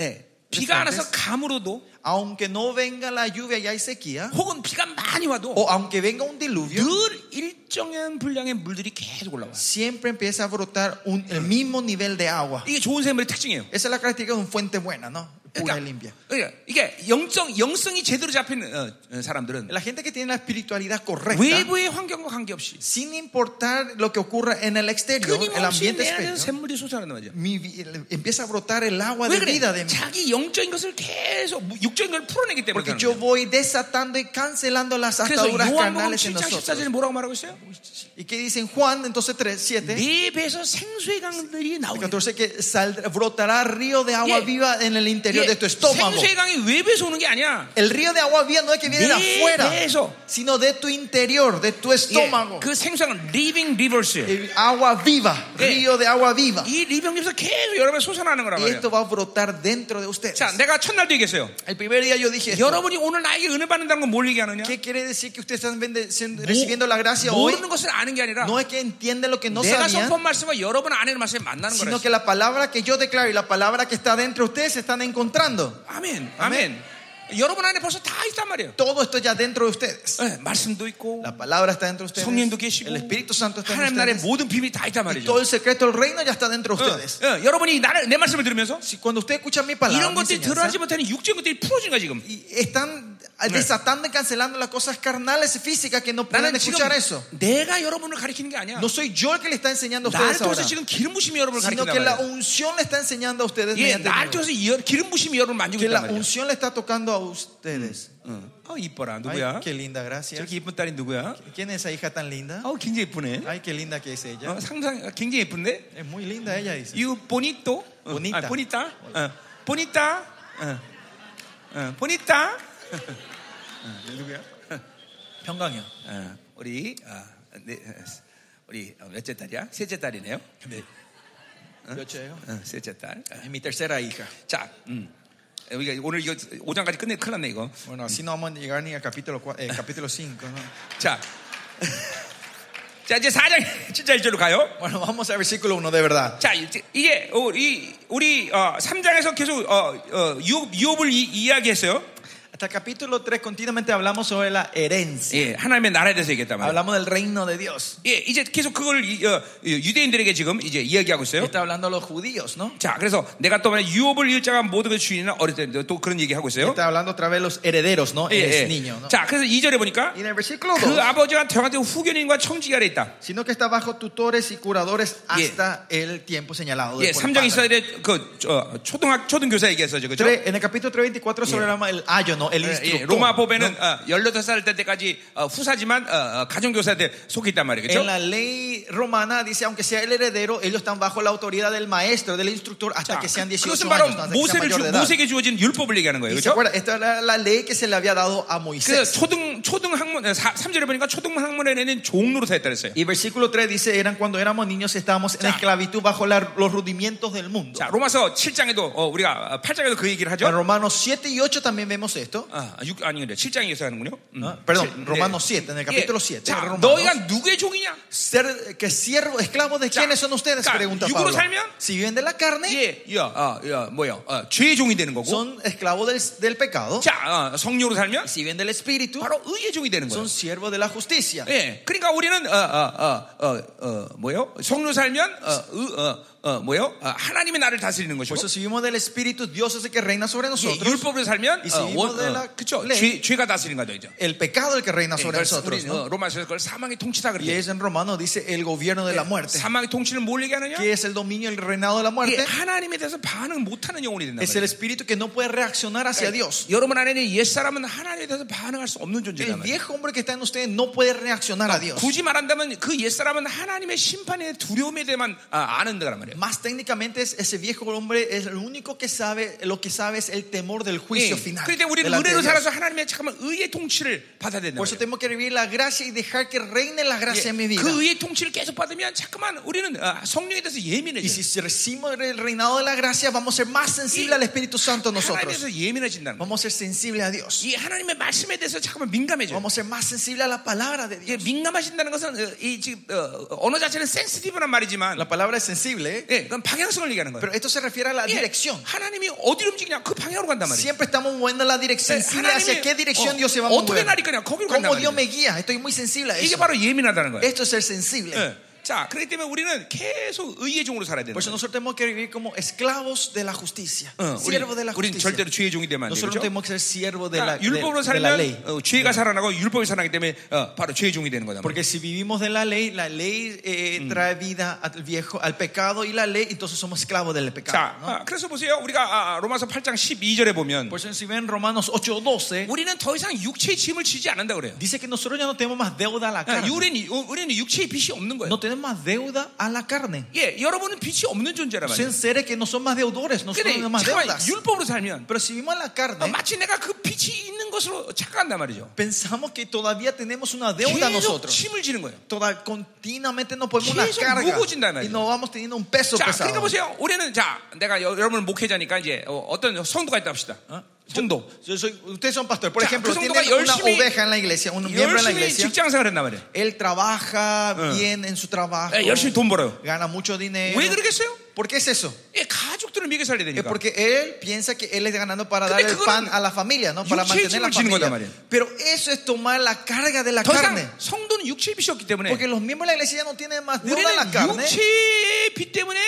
B: 예, 비가 안 와서
A: refrescantes?
B: 감으로도
A: aunque no venga la lluvia y hay sequía,
B: 혹은 비가 많이 와도
A: o 아unque venga un
B: 예.
A: diluvio,
B: 늘 일정한 분량의 물들이 계속 올라와. 요
A: siempre empieza a brotar un- el mismo nivel de agua.
B: 이게 좋은 샘물의 특징이에요.
A: Esa es la característica de una fuente buena, ¿no? Pura y limpia.
B: 그러니까, 그러니까 이게 영성 영성이 제대로 잡힌 어, 어, 사람들은
A: La gente que tiene la espiritualidad correcta,
B: 외부의 환경과 관계없이
A: sin importar lo que ocurra en el
B: 예,
A: exterior, el
B: 끊임없이
A: ambiente
B: 내 안에서
A: exterior,
B: 샘물이 솟아나는 거죠.
A: mi vi- empieza a brotar el agua
B: 왜
A: de vida de
B: 그래?
A: mí.
B: 자기 영적인 것을 계속 육적인 걸 풀어내기 때문에
A: Porque
B: 그러는
A: yo
B: 거예요.
A: voy desatando y cancelando las
B: 그래서
A: ataduras
B: 요한복음
A: carnales en
B: 7장
A: nosotros.
B: 14절에 뭐라고 말하고 있어요?
A: ¿Y qué dicen Juan entonces 3, 7?
B: 네 그러니까 배에서 생수의 강들이 나오게
A: 14 que saldrá- brotará río de agua
B: Yeah.
A: viva en el interior medio de tu estómago.
B: 생수의 강이 외부에서 오는 게 아니야.
A: El río de agua viva no es que viene de
B: 네,
A: afuera,
B: eso.
A: sino de tu interior, de tu
B: 예,
A: estómago.
B: 그 생수는 living rivers예요.
A: El agua viva,
B: 예.
A: río de agua viva.
B: 이 living river에서 계속 여러분 솟아나는 거란
A: Y
B: 말이에요.
A: esto va a brotar dentro de ustedes.
B: 자, 내가 첫날도 얘기했어요.
A: El primer día yo dije, esto.
B: 여러분이 오늘 나에게 은혜 받는다는 건 뭘 얘기하느냐?
A: ¿qué quiere decir que ustedes están bendeciendo- recibiendo la gracia hoy?
B: 모르는 것을 아는 게 아니라
A: No es que entienden lo que no
B: 내가
A: sabían,
B: 선포한 말씀과 여러분 안에는 말씀이 만나는 거예요.
A: sino que la palabra que yo declaro y la palabra que está dentro de ustedes se están encontrando.
B: 아멘, 아멘. 여러분 안에 벌써 다 있단 말이에요.
A: Todo esto ya dentro de ustedes.
B: 예, 말씀도 있고
A: La palabra está dentro de
B: 성령도
A: ustedes.
B: 계시고
A: El Espíritu Santo está
B: 하나님
A: en Ah.
B: 나라의
A: ustedes.
B: 모든 비밀이 다 있단
A: Todo
B: 말이죠.
A: el secreto del reino ya está dentro de ustedes.
B: 예, 예, 여러분이 나를, 내 말씀을 들으면서
A: Si cuando usted escucha mi palabra,
B: 이런
A: mi
B: 것들이
A: enseñanza,
B: 드러나지 못하는 육적인 것들이 풀어진 거야 지금.
A: y están desatando y cancelando las cosas carnales y físicas que no pueden
B: 나는 지금
A: escuchar eso.
B: 내가 여러분을 가리키는 게 아니야.
A: No soy yo el que le está enseñando a
B: 나를
A: ustedes
B: 통해서
A: ahora,
B: 지금 기름 부심이 여러분을
A: sino que la
B: 가리키는
A: unción le está enseñando a ustedes.
B: 예,
A: mediante
B: 나를
A: mí.
B: 통해서 이 여- 기름 부심이 여러분을 만지고
A: que la
B: 있단 말이야.
A: unción le está tocando a ustedes.
B: 응. 어, 이뻐라
A: Ay,
B: 누구야?
A: qué linda, gracias.
B: 저렇게 이쁜 딸이 누구야?
A: ¿Quién es esa hija tan linda?
B: 어, 굉장히 이쁘네.
A: Ay, qué linda que es ella.
B: 어, 상상 굉장히 예쁜데.
A: Es muy linda ella, dice.
B: You bonito. 어,
A: Bonita.
B: 아, bonita. 어, bonita. 어, 어, bonita. 어,
A: [laughs]
B: 누구야?
A: 평강이요.
B: 어, 우리 아, 네, 어, 우리 어, 몇째 딸이야? 셋째 딸이네요. 네.
A: Yo cheo.
B: 어, 셋째 딸. 어,
A: Es mi tercera hija.
B: 자, 음. 우리가 오늘 이거 5장까지 끝내 큰일 났네 이거.
A: Bueno, así no vamos a llegar ni al capítulo, cua- eh, capítulo 5.
B: 자. [laughs] 자, 이제 4장 [laughs] 진짜 1절로 가요.
A: Bueno, vamos al versículo 1 de verdad.
B: 자, 이제 어, 이제 우리 우리 어, 3장에서 계속 어, 어, 유업, 유업을 이, 이야기했어요.
A: Hasta el capítulo 3 continuamente hablamos sobre la herencia.
B: 예, 하나님의 나라에 대해서 얘기했단 말이에요.
A: Hablamos del reino de Dios.
B: 예, 이제 계속 그걸 이- 어, 유대인들에게 지금 이제 이야기하고 있어요.
A: Está hablando a los judíos, ¿no?
B: 자, 그래서 내가 또 말해 유업을 일정한 모든 것 주인이나 어릴 때 또 그런 얘기하고 있어요.
A: Está hablando otra vez los herederos, ¿no?
B: 예,
A: Eres
B: 예.
A: niño, ¿no?
B: 자, 그래서 2절에 보니까
A: Y en el versículo [laughs]
B: 그
A: 2,
B: 아버지가 저한테 후견인과 청지기 아래 있다.
A: sino que está bajo tutores y curadores hasta el tiempo señalado.
B: 예,
A: del
B: 3장
A: padre.
B: 이스라엘의 그 어, 초등학 초등교사 얘기했어요. 그죠?
A: Tres- en el capítulo 324 sobre la- el ayo, ¿no? Eh, El
B: 예,
A: instructor.
B: 로마 법에는 어, 18살 될 때까지 어, 후사지만 어, 어, 가정교사한테 속해 있단 말이에요.
A: En
B: 그렇죠?
A: la ley romana dice, aunque sea el heredero, ellos están bajo la autoridad del maestro, del instructor, hasta que sean 18
B: 아,
A: años.
B: 그것은 바로
A: hasta que sean
B: 모세를
A: mayor
B: 주,
A: de edad.
B: 모세에게 주어진 율법을 얘기하는 거예요.
A: Y se
B: 그렇죠?
A: acuerda, esta era la ley que se le había dado a
B: 그
A: Moisés.
B: 초등 초등 학문 3절에 보니까 초등 학문에는 종로로 했다 그랬어요.
A: Y versículo 3 dice, eran cuando éramos niños estábamos en
B: Ya.
A: esclavitud bajo la- los rudimentos del mundo.
B: 자, 로마서 7장에도 어, 우리가 8장에도 그 얘기를
A: En
B: 하죠.
A: Romanos 7 y 8 también vemos esto.
B: 아, 6 아니 근데 7장에서 하는군요. 음.
A: Ah, Perdón, 그러니까 Romanos 7, en el
B: 예.
A: capítulo 7.
B: 자,
A: Romanos.
B: 너희가 누구의 종이냐?
A: Ser- que siervo, esclavos de
B: Ya.
A: quiénes son ustedes,
B: Ya.
A: pregunta
B: ¿Yuguro
A: Pablo.
B: salmen?
A: Si viven de la carne,
B: 예, 야, 아, 야, 뭐야, 어, 죄의 종이 되는 거고.
A: son esclavos del, del pecado.
B: 자, 어, 성령으로 살면
A: Si viven del espíritu,
B: 바로 의의 종이 되는 거예요.
A: son siervos de la justicia.
B: 예, 그러니까 우리는 어, 어, 어, 어, 어, 뭐요? 성로 살면 어, 의- 어, 어, 뭐요? 어, 하나님이 나를 다스리는 것이고,
A: Por eso si vivimos del espíritu, Dios es el que reina sobre
B: 예,
A: nosotros.
B: 율법으로 살면
A: 이
B: 어, 원,
A: 이모델라
B: 어, 그쵸?
A: 네.
B: 죄, 죄가 다스리는 거죠, 이제.
A: El pecado el que reina sobre
B: 그걸
A: nosotros.
B: 우리
A: ¿no?
B: 어, 로마서에서 그걸 사망의 통치다
A: Y
B: 그래요.
A: es en romano dice el gobierno de la muerte.
B: 사망의 통치는 뭘 얘기하느냐?
A: que es el dominio, el reinado de la
B: 이게
A: muerte,
B: 하나님에 대해서 반응 못하는 영혼이 된다.
A: es el espíritu que no puede reaccionar hacia Dios.
B: 여러분 안에는 옛 사람은 하나님에 대해서 반응할 수 없는
A: El
B: 존재다.
A: viejo hombre que está en ustedes no puede reaccionar a Dios.
B: 굳이 말한다면 그 옛 사람은 하나님의 심판의 두려움에 대해만 아, 아는 거란 말이에요.
A: Más técnicamente, es- ese viejo hombre es el único que sabe, lo que sabe es el temor del juicio final.
B: 예. 그런데 그러니까 우리는
A: delante de
B: 은혜로
A: Dios.
B: 살아서 하나님의 잠깐만 의의 통치를 받아야 된다.
A: Por eso tenemos que vivir la gracia y dejar que reine la gracia en mi vida.
B: 그 의의 통치를 계속 받으면 잠깐만 우리는 아, 성령에 대해서
A: Y
B: 예민해져.
A: si recibimos el reinado de la gracia, vamos a ser más sensibles al Espíritu Santo
B: 하나님에
A: nosotros.
B: 대해서 예민해진다는 거.
A: Vamos a ser sensibles a Dios.
B: 이 하나님의 말씀에 대해서 잠깐만 민감해져. 요
A: Vamos a ser más sensibles a la palabra de
B: 이게
A: Dios.
B: 민감하신다는 것은 어, 이 지금 어, 언어 자체는 센스티브란 말이지만,
A: La palabra es sensible, ¿eh?
B: 예, 그건 방향성을 얘기하는 거예요.
A: pero esto se refiere a la
B: 예,
A: dirección.
B: 하나님이 어디로 움직이냐 그 방향으로 간단 말이에요.
A: Siempre estamos moviendo la dirección. Sensible hacia qué dirección Dios se va a
B: 어떻게
A: mover.
B: 날이 거냐 거기로 간단
A: Cómo Dios
B: 말이에요.
A: me guía. Estoy muy sensible a
B: 이게
A: eso.
B: 바로 예민하다는 거예요.
A: Esto es ser sensible.
B: 예. 자, 그렇기 때문에 우리는 계속 의의 종으로 살아야 되는
A: Por eso
B: 거예요.
A: nosotros tenemos que vivir como esclavos de la justicia,
B: 어,
A: siervos de la
B: 우린
A: justicia.
B: 절대로 죄의 종이 되면 안
A: Nosotros no
B: 되죠.
A: tenemos que ser siervos de la,
B: 그러니까
A: de,
B: 율법으로
A: de la ley.
B: 살면 어, 죄가 살아나고 율법이 살아나기 때문에 어, 바로 죄의 종이 되는 거다.
A: Porque si vivimos de la ley, la ley eh, trae vida al viejo, al pecado y la ley, entonces somos esclavos del
B: 자,
A: pecado. ¿no?
B: 아, 그래서 보세요. 우리가 아, 로마서 8장 12절에 보면
A: Por eso si ven Romanos 8:12
B: 우리는 더 이상 육체의 짐을 지지 않는다 그래요.
A: dice que nosotros ya no tenemos más deuda a la
B: 아,
A: carne.
B: 우리는, 우리는 육체의 빚이 없는 거예요.
A: No tenemos más deuda a la carne.
B: 예, 여러분은 빚이 없는 존재라 말이에요.
A: Son seres que no son más deudores, no son
B: 근데
A: más
B: 잠깐만,
A: deudas.
B: 율법으로 살면
A: Pero si vivimos en la
B: 어,
A: carne,
B: 마치 내가 그 빚이 있는 것으로 착각한단 말이죠.
A: pensamos que todavía tenemos una deuda
B: 계속
A: nosotros.
B: 짐을 지는 거예요.
A: Toda, continuamente nos ponemos una
B: 계속 무거워진단
A: carga
B: 말이죠.
A: y nos vamos teniendo un peso
B: 자, 그러니까
A: pesado.
B: 보세요. 올해는 자, 내가 여, 러분을 목회자니까 이제 어, 어떤 성도가 있다 합시다. 어? 성도.
A: Yo soy- ustedes son pastores. Por
B: Ya,
A: ejemplo,
B: 그
A: tienen
B: 정도가
A: una
B: 열심히-
A: oveja en la iglesia, un miembro en la
B: 열심히
A: iglesia.
B: 직장 생활 했단 말이에요.
A: Él trabaja bien en su trabajo,
B: 예, 열심히 돈 벌어요. 네.
A: gana mucho dinero.
B: 왜 그러겠어요?
A: ¿Por qué es eso?
B: 예, 가족들을 먹여 살려야
A: Es
B: 되니까.
A: porque él piensa que él está ganando para
B: 근데
A: dar el
B: 그거는
A: pan a la familia, ¿no? Para
B: 육체의
A: mantener la
B: 짐을 지는 거단
A: familia.
B: 말이에요.
A: Pero eso es tomar la carga de la
B: 더
A: carne.
B: 이상 성도는 육체의 빚이 없기 때문에
A: Porque los miembros de la iglesia ya no tienen más deuda en la
B: 우리는
A: carne.
B: 육체의 빚 때문에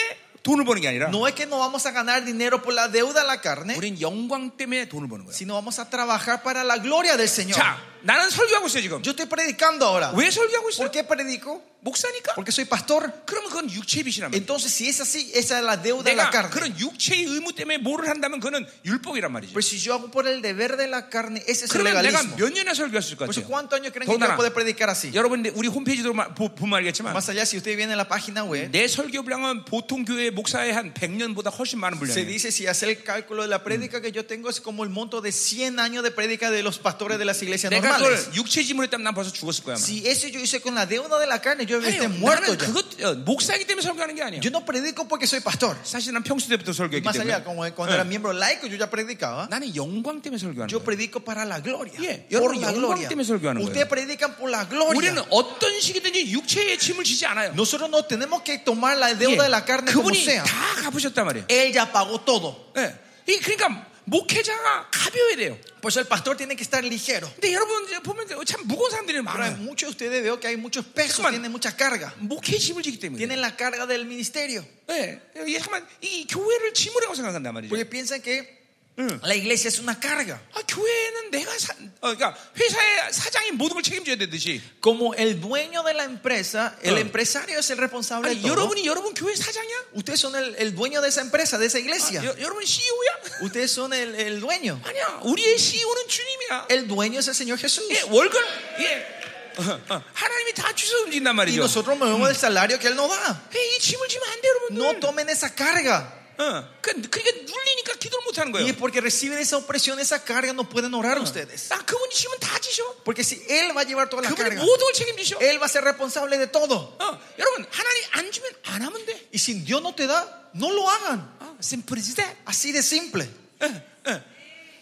B: 돈을 버는 게 아니라
A: No es que no vamos a ganar dinero por la deuda a la carne,
B: 우리는 영광 때문에 돈을 버는 거야.
A: sino vamos a trabajar para la gloria del Señor.
B: 자, 나는 설교하고 있어 지금.
A: Yo estoy predicando ahora.
B: 왜 설교하고 있어?
A: ¿Por qué predico?
B: 목사니까.
A: Porque soy pastor.
B: 그러면 그건 육체의 빚이란 말이야.
A: Entonces, si es así, esa es la deuda de la
B: 내가
A: carne.
B: 그런 육체의 의무 때문에 뭐를 한다면 그는 율법이란 말이지.
A: Pero si yo hago por el deber de la carne, ese es el
B: 그러면 내가
A: legalismo.
B: 몇 년에 설교했을 것
A: Por eso,
B: 같아요.
A: ¿cuántos años creen
B: 더
A: que yo
B: 나아.
A: voy a poder predicar así?
B: 여러분 우리 홈페이지도 마- 보- 보면 알겠지만
A: Más allá, si usted viene a la página web,
B: 내 설교 분량은 보통 교회 목사의 한 100년보다 훨씬 많은
A: se
B: 분량이에요.
A: dice, si hace el cálculo de la prédica que yo tengo, es como el monto de 100 años de prédica de los pastores de las iglesias
B: 내가
A: normales.
B: 그걸 육체 짐으로 했다면 난 벌써 죽었을 거야. 아마.
A: Si eso yo hice con la deuda de la carne, yo
B: 아니요,
A: esté muerto
B: 나는
A: ya.
B: 그것 어, 목사이기 때문에 설교하는 게 아니야.
A: Yo no predico porque soy pastor.
B: 사실 난 평소 때부터 설교했기
A: Más allá,
B: 때문에
A: como cuando
B: Eh.
A: era miembro laico, yo ya predicaba.
B: 나는 영광 때문에 설교하는
A: Yo
B: 거야.
A: predico para la gloria.
B: Yeah,
A: Por
B: 여러분,
A: la
B: 영광
A: gloria.
B: 때문에 설교하는 거예요.
A: Ustedes predican por la gloria.
B: 우리는 어떤 식이든지 육체의 짐을 지지 않아요.
A: Nosotros no tenemos que tomar la
B: 예,
A: deuda de la carne como
B: 그분이
A: sea.
B: 다 갚으셨단 말이에요.
A: Él ya pagó todo.
B: 예. 이- 그러니까 목회자가 가벼워야 돼요.
A: Por eso el pastor tiene que estar ligero.
B: 근데 여러분 이제 보면 참 무거운 사람들이
A: Pero hay
B: 많아요.
A: muchos de ustedes veo que hay muchos pesos,
B: Come on.
A: tienen mucha carga.
B: 목회 짐을 지기 때문에.
A: Tienen la carga del ministerio.
B: 예. 이게 정말 이 교회를 짐으라고 생각한단 말이죠.
A: Porque piensan que
B: 응.
A: la iglesia es una carga.
B: 아, 교회는 내가 사, 어, 그러니까 회사의 사장이 모든 걸 책임져야 되듯이
A: Como el dueño de la empresa, el
B: Ah.
A: empresario es el responsable de
B: 아니
A: todo.
B: 여러분이 여러분 교회 사장이야?
A: Ustedes son el, el dueño de esa empresa, de esa
B: 아,
A: iglesia.
B: 여, 여러분 CEO야?
A: Ustedes son el, el dueño.
B: 아니야. 우리의 CEO는 주님이야.
A: El dueño es el Señor Jesús.
B: 예, 월급 예. [laughs] 어, 어, 하나님이 다 주셔 움직인단
A: Y
B: 말이죠.
A: nosotros movemos el salario que Él nos da.
B: 예, 이 짐을 지면 안 돼,
A: No
B: 여러분들.
A: tomen esa carga.
B: 어, 그, 그러니까 눌리니까 기도를 못 하는
A: Y
B: 거예요.
A: porque reciben esa opresión, esa carga, no pueden orar ustedes.
B: 아, 그분이 지면 다 지셔.
A: Porque si Él va a llevar toda la
B: 그분이
A: carga,
B: 모든 걸 책임지셔.
A: Él va a ser responsable de todo.
B: 어, 여러분 하나님 안 주면 안 하면 돼.
A: Y si Dios no te da, no lo hagan.
B: 아, Oh, simple as that.
A: Así de simple.
B: 예, 예.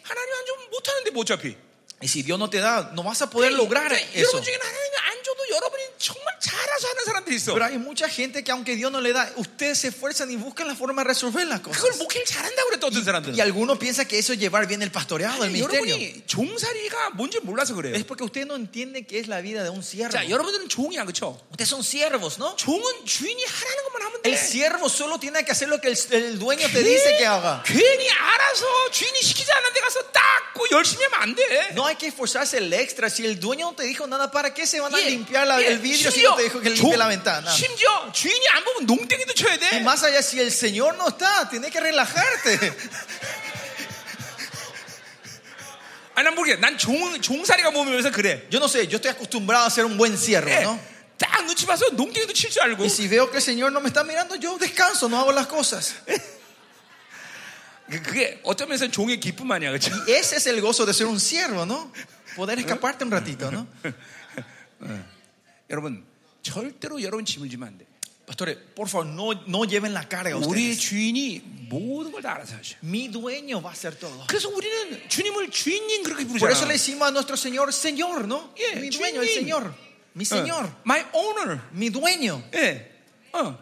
B: 하나님 안 주면 못 하는데 뭐 어차피.
A: Y si Dios no te da, no vas a poder lograr
B: 그러니까
A: eso.
B: 여러분 중에 하나님이 안 줘도 여러분이 정말 잘해서 하는 사람들이 있어.
A: Pero hay mucha gente que aunque Dios no le da, ustedes se esfuerzan y buscan la forma de resolver las cosas.
B: 그걸 목회를 잘한다고 그랬다 어떤 사람들은.
A: Y algunos piensan que eso es llevar bien el pastoreado, el
B: 아니,
A: ministerio.
B: 여러분이 종살이가 뭔지 몰라서
A: Es
B: 그래요.
A: porque ustedes no entienden qué es la vida de un siervo.
B: 자, 여러분들은 종이야, 그렇죠?
A: Ustedes son siervos, ¿no?
B: 종은 주인이 하라는 것만 하면 돼.
A: El siervo solo tiene que hacer lo que el, el dueño te dice que haga.
B: 그 괜히 알아서 주인이 시키지 않은 데 가서 닦고 열심히 하면 안 돼.
A: No hay que esforzarse el extra. Si el dueño no te dijo nada, ¿para qué se van a
B: 예,
A: limpiar la-
B: 예,
A: el vidrio si
B: 심지어
A: no te dijo que limpie la
B: 종-
A: ventana?
B: 심지어 주인이 안 보면 농땡이도 쳐야
A: Y
B: 돼.
A: más allá, si el Señor no está, tienes que relajarte.
B: 아니 난 모르겠어. 난 종, 종살이가 보면서 그래.
A: Yo no sé, yo estoy acostumbrado a ser un buen siervo,
B: 예,
A: ¿no?
B: 딱 눈치 봐서 농땡이도 칠 줄 알고.
A: Y si veo que el Señor no me está mirando, yo descanso, no hago las cosas.
B: 그- 그게 어쩌면서 종의 기쁨 아니야, 그렇죠?
A: Y ese es el gozo de ser un siervo, ¿no? Poder escaparte un ratito, ¿no?
B: [laughs] 여러분 절대로 여러분 짐을 지면 안 돼.
A: Pastores, por favor, no, no lleven la carga
B: 우리의
A: ustedes.
B: 주인이 모든 걸 다 알아서 하셔.
A: Mi dueño va a hacer todo.
B: 그래서 우리는 주님을 주인님 그렇게
A: Por eso le
B: 부르잖아.
A: decimos a nuestro Señor, Señor, ¿no?
B: Yeah,
A: Mi dueño, el
B: 주인님.
A: Señor. Mi Señor,
B: My owner.
A: mi dueño.
B: 예. 어.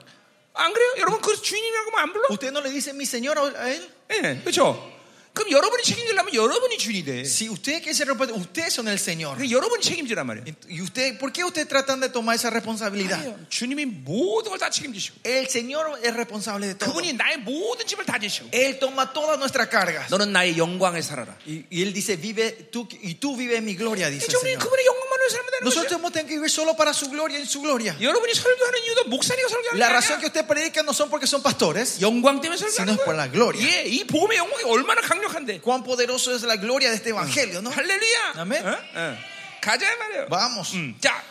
B: 안 그래요? 여러분 그 주인이라고 안 불러?
A: ¿Usted no le dice mi Señor a él?
B: 예. 그렇죠. 그럼 여러분이 책임지려면 여러분이 주인이 돼.
A: Si usted que se reparte, ustedes son el Señor.
B: 그러니까 여러분이 책임지란 말이에요.
A: ¿Y usted, por qué ustedes tratan de tomar esa responsabilidad?
B: 아니에요. 주님이 모든 걸 다 책임지시고
A: El Señor es responsable de todo.
B: 그분이 나의 모든 짐을 다 지시고
A: Él toma toda nuestra carga.
B: 너는 나의 영광에 살아라.
A: Y, y él dice, vive tú y tú vive en mi gloria, dice el Señor.
B: 우리는 그분의 영광만을 살면 되는
A: Nosotros
B: 거죠.
A: hemos tenido que vivir solo para su gloria y en su gloria.
B: 여러분이 설교하는 이유도 목사님이 설교하는 게
A: La razón
B: 아니야.
A: que usted predica no son porque son pastores,
B: 영광 때문에
A: sino
B: 설교하는
A: es por
B: 거야.
A: la gloria.
B: 예, 이 복음의 영광이 얼마나 강력한데.
A: Cuán poderoso es la gloria de este
B: Mm. 어?
A: evangelio, ¿no?
B: 할렐루야.
A: 아멘.
B: 어? 어. 가자 말이에요.
A: Vamos.
B: 음, 자,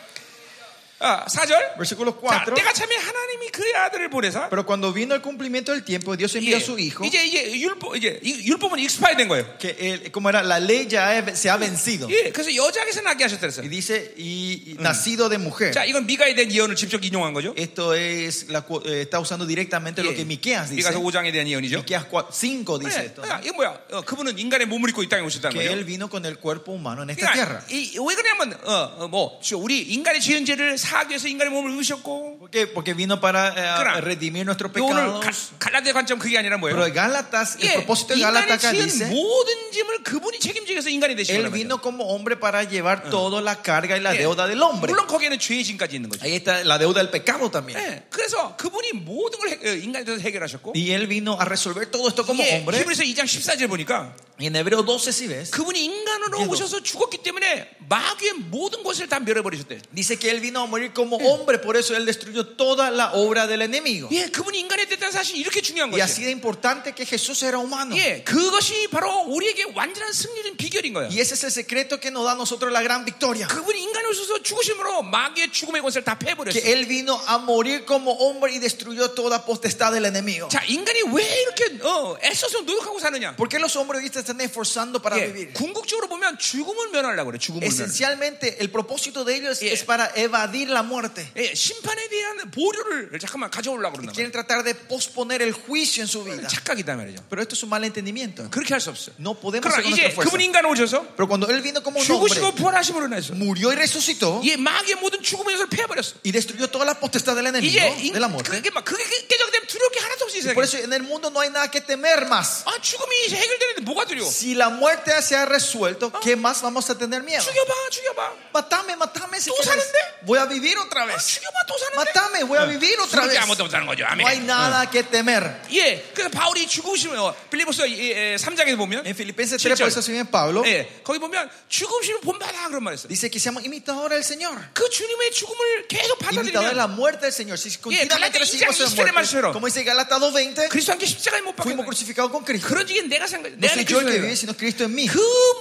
B: 아, 4절.
A: Versículo
B: 자,
A: 4.
B: 때가 참에 하나님이 그의 아들을 보내사
A: Pero cuando vino el cumplimiento del tiempo, Dios envió a su hijo.
B: 이제 이제 율법 이제 이- 율법은 익스파이 된 거예요.
A: que el- como era, la ley ya he- se ha vencido.
B: 예, 그래서 여자에게서 낳게
A: Y
B: 하셨다랬어요.
A: dice, y, y nacido de mujer.
B: 자, 이건 미가에 대한 예언을 직접 인용한 거죠.
A: Esto es la cu- eh, está usando directamente lo que Miqueas dice.
B: 미가서 5장에 대한 예언이죠.
A: Miqueas 5
B: 예,
A: dice esto. ¿no?
B: 그러니까 이거 뭐야? 어, 그분은 인간의 몸을 입고 이 땅에 오셨다는
A: 네. Que él
B: 거예요.
A: vino con el cuerpo humano en esta
B: 그러니까
A: tierra.
B: 이, 왜 그러냐면 어, 어, 뭐 주- 우리 인간의 지은 죄를 사하기 위해서 인간의 몸을 입으셨고
A: ¿Por qué? Porque vino para eh,
B: Claro.
A: redimir nuestros
B: 요 오늘
A: pecados.
B: 가- 갈라디아 관점 그게 아니라
A: Pero
B: 뭐예요?
A: el Gálatas, el
B: 예,
A: propósito de
B: 인간의
A: Gálatas acá
B: 지은
A: dice,
B: 모든 짐을 그분이 책임지기 위해서 인간이 되신
A: él
B: 거란 말이에요.
A: vino como hombre para llevar toda la carga y la
B: 예,
A: deuda del hombre.
B: 물론 거기에는 죄의 짐까지 있는 거죠.
A: Ahí está la deuda del pecado también.
B: 예, 그래서 그분이 모든 걸 해- 어, 인간에 대해서 해결하셨고
A: Y él vino a resolver todo esto como
B: 이게
A: hombre.
B: 히브리서 2장 14절 보니까
A: Y en Hebreo 12 si ves,
B: 그분이 인간으로
A: 얘도.
B: 오셔서 죽었기 때문에 마귀의 모든 것을 다 멸해버리셨대.
A: dice que él vino a morir como hombre, por eso él destruyó toda la obra del enemigo.
B: 예, 그분이 인간이 됐다는 사실 이렇게 중요한
A: Y así
B: 거지.
A: de importante que Jesús era humano.
B: 예, 그것이 바로 우리에게 완전한 승리는 비결인 거야.
A: Y ese es el secreto que nos da a nosotros la gran victoria.
B: 그분이 인간이 오셔서 죽으심으로 마귀의 죽음의 권세를 다 패버렸어.
A: Que él vino a morir como hombre y destruyó toda potestad del enemigo.
B: 자, 인간이 왜 이렇게 어, 애써서 노력하고 사느냐?
A: ¿Por qué los hombres hoy se están esforzando para
B: 예,
A: vivir?
B: 궁극적으로 보면 죽음을 면하려고 그래. 죽음을 면.
A: Esencialmente, el propósito de ellos
B: Yeah.
A: es para evadir la muerte.
B: 예, 심판에 대한 보류를 잠깐만 가져오려고 그런다.
A: Quieren tratar de posponer el juicio en su vida.
B: 착각이다 말이죠.
A: Pero esto es un mal entendimiento.
B: 그렇게 할 수 없어요. 어,
A: No podemos
B: 그러나
A: hacer
B: 이제
A: nuestra fuerza.
B: 그분 인간 오셔서
A: Pero cuando él vino como un hombre,
B: 죽으시고 부활하심으로 인해서
A: murió y resucitó
B: 예, 마귀의 모든 죽음의 것을 패버렸어.
A: y destruyó toda la potestad del enemigo,
B: 이제 인,
A: de la muerte.
B: 그게 막 그게 깨져게 되면 두려울 게 하나도 없어 이 세상에.
A: Por eso en el mundo no hay nada que temer más.
B: 아, 죽음이 이제 해결되는데 뭐가 두려워?
A: Si la muerte se ha resuelto, ¿qué más vamos a tener miedo?
B: 죽여봐, 죽여봐.
A: Matame, matame si
B: ¿Tú
A: quieres.
B: sabes de?
A: Voy a vivir otra
B: 아,
A: vez.
B: 죽여봐 또 사는데.
A: Matame, voy a vivir otra
B: 죽을 게
A: vez.
B: 아무도 못하는 거죠.
A: No hay
B: 아멘.
A: nada que Ah. temer.
B: 예, 그래서 바울이 죽으시면 어, 빌리보서 3장에 보면
A: En Filipenses 3,
B: Chichol.
A: por eso si bien Pablo
B: 예, 거기 보면 죽으시면 본받아 그런 말했어. 요
A: dice que seamos imitadores del Señor.
B: 그 주님의 죽음을 계속
A: Imitadores de
B: 받아들이면
A: la muerte del Señor. Si
B: Galatas
A: continuamente recibimos
B: 2,
A: su muerte,
B: 27.
A: como dice Galatas 2.20,
B: 그리스도 함께 십자가에 못
A: fuimos
B: 박혀.
A: crucificados con Cristo.
B: 그런 지금 내가 생각
A: No
B: 내가
A: soy yo el que
B: 그리스도예요.
A: vive, sino Cristo en mí.
B: 그,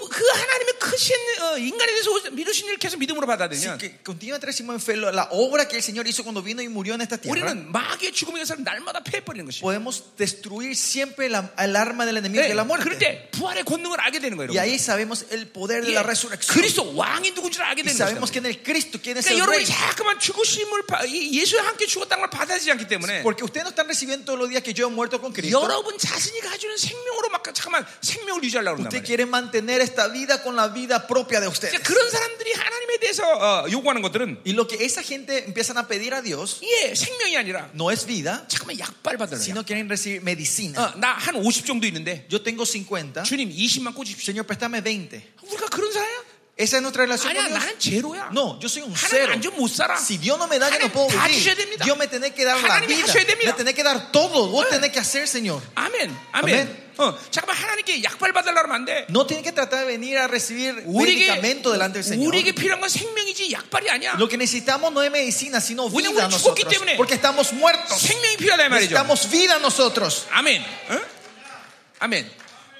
B: 그 하나님의 크신 어, 인간에 대해서 오신- 미루신 일을 계속 믿음으로
A: Así
B: 받아들이면
A: que continuamente recibimos en fe lo- la obra que el Señor hizo cuando vino y murió en esta tierra.
B: 우리는 마귀의 죽음의 것을 날마다 패해버리는 것이
A: podemos destruir siempre la, el arma del enemigo que es la
B: 예, 그럴
A: muerte.
B: 때 부활의 권능을 알게 되는 거예요
A: Y
B: 여러분.
A: ahí sabemos el poder de
B: 예,
A: la resurrección.
B: 그리스도 왕이 누군지를 알게
A: Y
B: 되는
A: sabemos que en
B: 거예요
A: el Cristo, quién es
B: 그러니까
A: el
B: 여러분이
A: rey.
B: 자꾸만 죽으심을 바- 이 예수와 함께 죽었다는 걸 받아들이지 않기 때문에
A: Porque ustedes no están recibiendo todos los días que yo he muerto con Cristo.
B: 여러분 자신이 가지는 생명으로 막 잠깐만 생명을 유지하려고 그런단
A: Ustedes
B: 말이에요
A: quieren mantener esta vida con la vida propia de ustedes.
B: 그러니까 그런 사람들이 하나님에 대해서 어, 요구하는 것들은
A: Y lo que esa gente empiezan a pedir a Dios
B: 예, 생명이 아니라
A: no es vida,
B: 잠깐만 약발 받으려고 어,
A: sino quieren recibir medicina.
B: 나 한 50 정도 있는데
A: Yo tengo 50,
B: 주님 20만 꽂으십시오
A: Señor, préstame 20.
B: 우리가 그런 사야?
A: Esa es nuestra relación
B: 아니야
A: con Dios.
B: 나는 제로야
A: No, yo soy un
B: 하나님
A: cero.
B: 안 주면 못 살아
A: Si Dios no me da, yo no
B: 하나님
A: puedo
B: 다
A: vivir.
B: 주셔야 됩니다.
A: Dios me tenés que dar la
B: 하나님이
A: vida.
B: 하셔야 됩니다.
A: Me tenés que dar todo. Vos
B: 네.
A: tenés que hacer, Señor.
B: 아멘 아멘
A: 아멘.
B: 어, 잠깐만 하나님께 약발 받으려고 하면 안돼
A: No tienes que tratar de venir a recibir
B: 우리에게,
A: medicamento delante del Señor.
B: 우리에게 필요한 건 생명이지 약발이 아니야
A: Lo que necesitamos no es medicina, sino
B: Bueno,
A: vida a
B: bueno, 죽었기
A: nosotros.
B: 때문에.
A: Porque estamos muertos.
B: 생명이 필요하다 이 말이죠
A: Necesitamos vida a nosotros.
B: 아멘 어? 아멘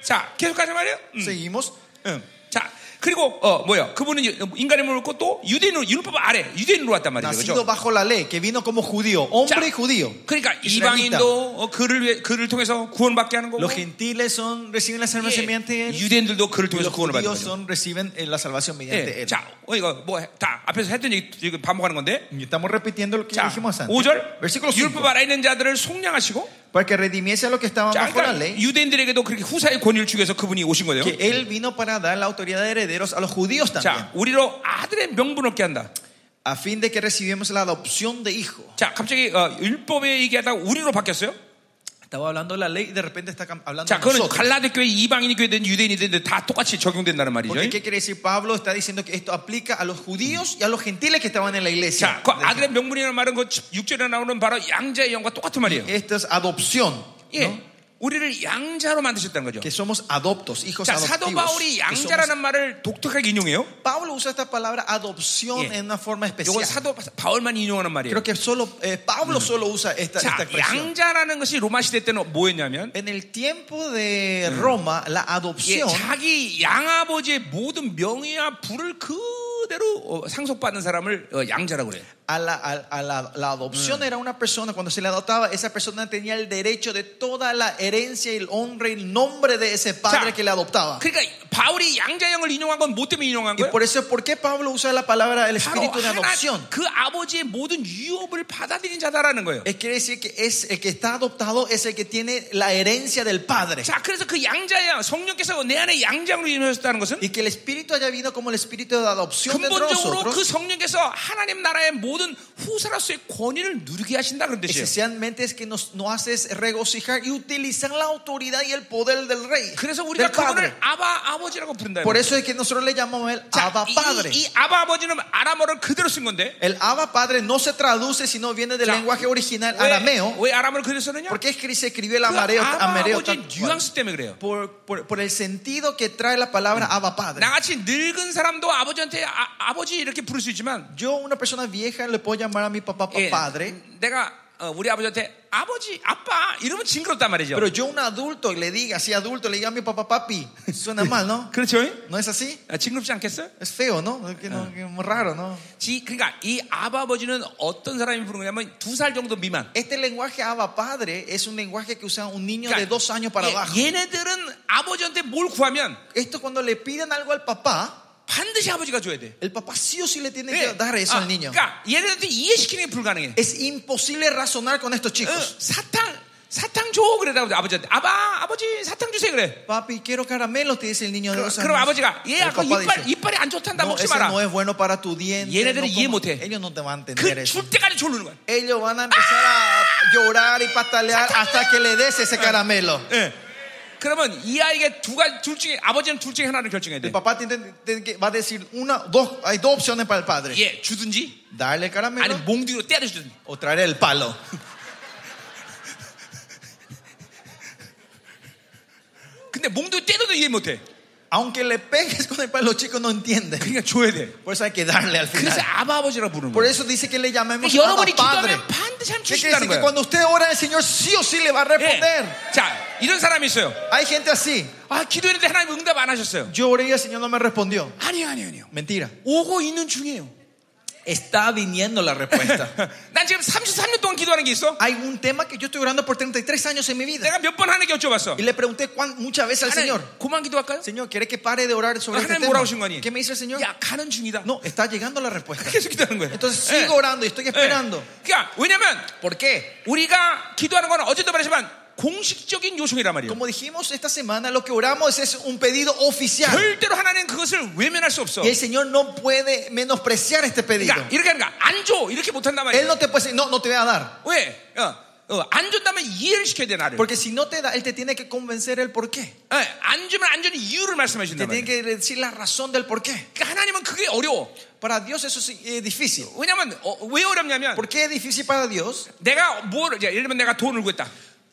B: 자 계속 가자 말이에요 음,
A: Seguimos.
B: 음. 자 그리고 어 뭐야 그분은 유- 인간의 몸을 입고 또 유대인으로 율법 아래 유대인으로 왔단 말이죠
A: Nacido
B: 그렇죠?
A: bajo la ley, que vino como judío,
B: 자,
A: hombre y judío.
B: 그러니까
A: Israelita.
B: 이방인도 어, 그를 위해- 그를 통해서 구원받게 하는 거고
A: Los gentiles son, reciben la
B: 예,
A: salvación mediante él.
B: 유대인들도 그를
A: y
B: 통해서
A: Los
B: 구원을 받는
A: judíos
B: 거죠.
A: son, reciben eh, la salvación mediante
B: 예,
A: él.
B: 자, 어, 이거 뭐 다 앞에서 했던 얘기 지금 반복하는 건데.
A: Y estamos repitiendo lo que
B: 자,
A: dijimos antes.
B: 5절
A: Versículo 5.
B: 율법 아래 있는 자들을 속량하시고
A: Para que redimiese a los que estaban
B: 자,
A: bajo la
B: 그러니까
A: ley.
B: 유대인들에게도 그렇게 후사의 권위를 주기 위해서 그분이 오신 거예요.
A: Que él vino para dar la autoridad de herederos a los judíos también.
B: 자, 우리로 아들의 명분 얻게 한다.
A: A fin de que recibimos la adopción de hijo.
B: 자, 갑자기 어, 율법에 얘기하다 가 우리로 바뀌었어요.
A: Estaba hablando de la ley y de repente está cam- hablando
B: 자,
A: de
B: 그거는
A: nosotros.
B: 갈라디 교회 이방인이 교회든 유대인이든 다 똑같이 적용된다는 말이죠.
A: Porque, ¿qué quiere decir Pablo? Está diciendo que esto aplica a los judíos y a los gentiles que estaban en la
B: 자,
A: iglesia.
B: 그 아들의 명분이라는 말은 그 6절에 나오는 바로 양자의 영과 똑같은 말이에요.
A: Esto es adopción.
B: 예,
A: ¿no?
B: 우리를 양자로 만드셨다는 거죠.
A: Que somos adoptos, hijos
B: 자, 사도
A: adoptivos.
B: 바울이
A: que somos-
B: 양자라는 말을 독특하게 인용해요.
A: Pablo usa esta palabra adopción
B: Yeah.
A: en una forma
B: 이건
A: especial.
B: 사도 바울만 인용하는 말이에요.
A: Creo que solo eh, Pablo solo usa esta,
B: 자,
A: esta expresión.
B: 양자라는 것이 로마 시대 때는 뭐였냐면
A: En el tiempo de Roma, la
B: 예,
A: adopción
B: 자기 양아버지의 모든 명예와 부를 그대로 어, 상속받는 사람을 어, 양자라고 그래요.
A: a la, a, a la, la adopción era una persona, cuando se le adoptaba, esa persona tenía el derecho de toda la herencia, el honra y el nombre de ese padre
B: 자,
A: que le adoptaba.
B: 그러니까 바울이 양자형을 인용한 건 뭐 때문에 인용한
A: Y
B: 거예요?
A: por eso, ¿por qué Pablo usa la palabra el
B: 바로
A: espíritu de adopción?
B: 하나, 그 아버지의 모든 유업을 받아들인 자다라는 거예요.
A: Eh, Quiere decir que es el que está adoptado es el que tiene la herencia del padre.
B: 자, 그래서 그 양자야 성령께서 내 안에 양장으로 임하셨다는 것은
A: Y que el espíritu haya vino como el espíritu de adopción dentro de
B: 근본적으로 그
A: nosotros.
B: 성령께서 하나님 나라의 모든 후사로서의 권위를 누리게 하신다 그런 뜻이에요.
A: Esencialmente es que nos, nos haces regocijar y utilizar la autoridad y el poder del rey.
B: 그래서 우리가
A: Del padre.
B: 그분을 아바 아버지라고 부른다.
A: Por eso es que nosotros le llamamos el
B: 자,
A: Abba
B: 이-
A: Padre.
B: 이, 아바 아버지는 아람어를 그대로 쓴 건데.
A: El Abba Padre no se traduce, sino viene del
B: 자,
A: lenguaje original
B: 왜,
A: arameo.
B: 왜 아람어를 그대로 쓰느냐?
A: Porque es que se escribió el
B: 그
A: amareo,
B: 아바
A: amareo
B: 아버지
A: tal cual.
B: 뉘앙스 때문에 그래요.
A: por, por, por el sentido que trae la palabra Abba Padre.
B: 나같이 늙은 사람도 아버지한테 아, 버지 이렇게 부를 수 있지만
A: Yo, una persona vieja, le puedo llamar a mi papá
B: 예,
A: padre,
B: 내가 어, 우리 아버지한테 아버지 아빠 이러면 징그럽단 말이죠.
A: pero yo, un adulto, le diga así, adulto, le diga a mi papá papi, suena mal, ¿no?
B: 그렇죠?
A: ¿No es así?
B: 아, 징그럽지 않겠어요?
A: Es feo, ¿no? Es que no- que es raro, ¿no?
B: 지, 그러니까 이 아버지는 어떤 사람이 부르는 거냐면 두 살 정도 미만.
A: Este lenguaje Abba Padre es un lenguaje que usa un niño de
B: 그러니까
A: dos años para abajo.
B: 예, 얘네들은 아버지한테 뭘 구하면
A: Esto cuando le piden algo al papá,
B: 반드시 아버지가 줘야 돼.
A: el papá sí o sí Ah, le tiene
B: 예.
A: que dar eso
B: 아,
A: al niño.
B: 그러니까 얘네들한테 이해시키는 게 불가능해.
A: Es imposible razonar con estos
B: 어,
A: chicos.
B: 사탕 사탕 줘 그래다 보자 아버지한테 아빠 아버지 사탕 주세요 그래.
A: Papi, quiero caramelos, te dice el niño de
B: 그럼,
A: dos
B: 그럼
A: años.
B: 아버지가 얘
A: El
B: 아까
A: papá
B: 이빨
A: dice,
B: 이빨이 안 좋단다
A: No,
B: 먹지
A: eso no
B: 마라.
A: es bueno para tu diente.
B: 얘네들은 이해
A: comas.
B: 못해.
A: Ellos no te van a entender
B: 그
A: eso.
B: 줄 때까지 졸르는 거야.
A: Ellos van a empezar a llorar y patalear hasta que le des ese caramelo.
B: 예. 그러면 이 아이가 두 가지 둘 중에 아버지는 둘 중에 하나를 결정해야 돼.
A: El papá tiene- tiene que- va a decir una, dos, hay dos opciones para el padre.
B: 예, 주든지
A: Darle el
B: 아니
A: caramelo
B: 몽둥이로 때려주든지.
A: o traerle el palo.
B: 근데 몽둥이 때려도 이해 못해.
A: Aunque le pegues con el palo, los chicos no entienden.
B: 그러니까 줘야 돼.
A: Por eso hay que darle al
B: 그래서
A: final.
B: 아바 아버지라 부르는
A: Por
B: 거예요.
A: eso dice que le llamemos
B: 그러니까 여러분이
A: Abba Padre.
B: 기도하면 반드시 하나님
A: ¿Qué quiere decir?
B: 주신다는
A: Que
B: 거예요.
A: cuando usted ora, el Señor sí o sí le va a responder.
B: 예. 자, 이런 사람이 있어요.
A: Hay gente así.
B: 아, 기도했는데 하나님 응답 안 하셨어요.
A: Yo oré y el Señor no me respondió.
B: 아니요, 아니요, 아니요.
A: Mentira.
B: 오고 있는 중이에요.
A: Está viniendo la respuesta.
B: 난 지금 33년 동안 기도하는 게 있어.
A: [laughs] Hay un tema que yo estoy orando por 33 años en mi vida.
B: 내가 몇 번 하는 게
A: Y
B: 여쭤봤어.
A: le pregunté cuán- muchas veces al
B: 하나님,
A: Señor,
B: 고만 기도할까요?
A: Señor, ¿quiere que pare de orar sobre este
B: 하나님
A: tema?
B: 뭐라고 하신 거니?
A: ¿Qué me dice el Señor?
B: 야, 가는 중이다.
A: No, está llegando la [laughs] respuesta.
B: [laughs] 계속 기도하는 거예요.
A: Entonces
B: 예.
A: sigo orando y estoy esperando.
B: 예. 그러니까 왜냐면
A: ¿Por qué?
B: 우리가 기도하는 건 어제도 말했지만 공식적인 요청이란 말이에요.
A: Como dijimos esta semana, lo que oramos es un pedido oficial.
B: 절대로 하나님 그것을 외면할 수 없어.
A: Y el Señor no puede menospreciar este pedido.
B: 그러니까 이렇게 하는 거야. 안 줘. 이렇게 못 한단
A: Él
B: 말이야.
A: no te puede decir, no, no te voy a dar.
B: 왜? 어, 어, 안 준다면 이해를 시켜야 돼 나를.
A: Porque si no te da, Él te tiene que convencer el por qué.
B: 예, 안 주면 안 주는 이유를 말씀하신단
A: Te tiene
B: 말이야.
A: que decir la razón del por qué.
B: 그러니까 하나님은 그게 어려워.
A: Para Dios eso sí es difícil.
B: 왜냐면 어, 왜 어렵냐면
A: ¿Por qué es difícil para Dios?
B: 내가 뭘 이제 예를 들면 내가 돈을 구했다.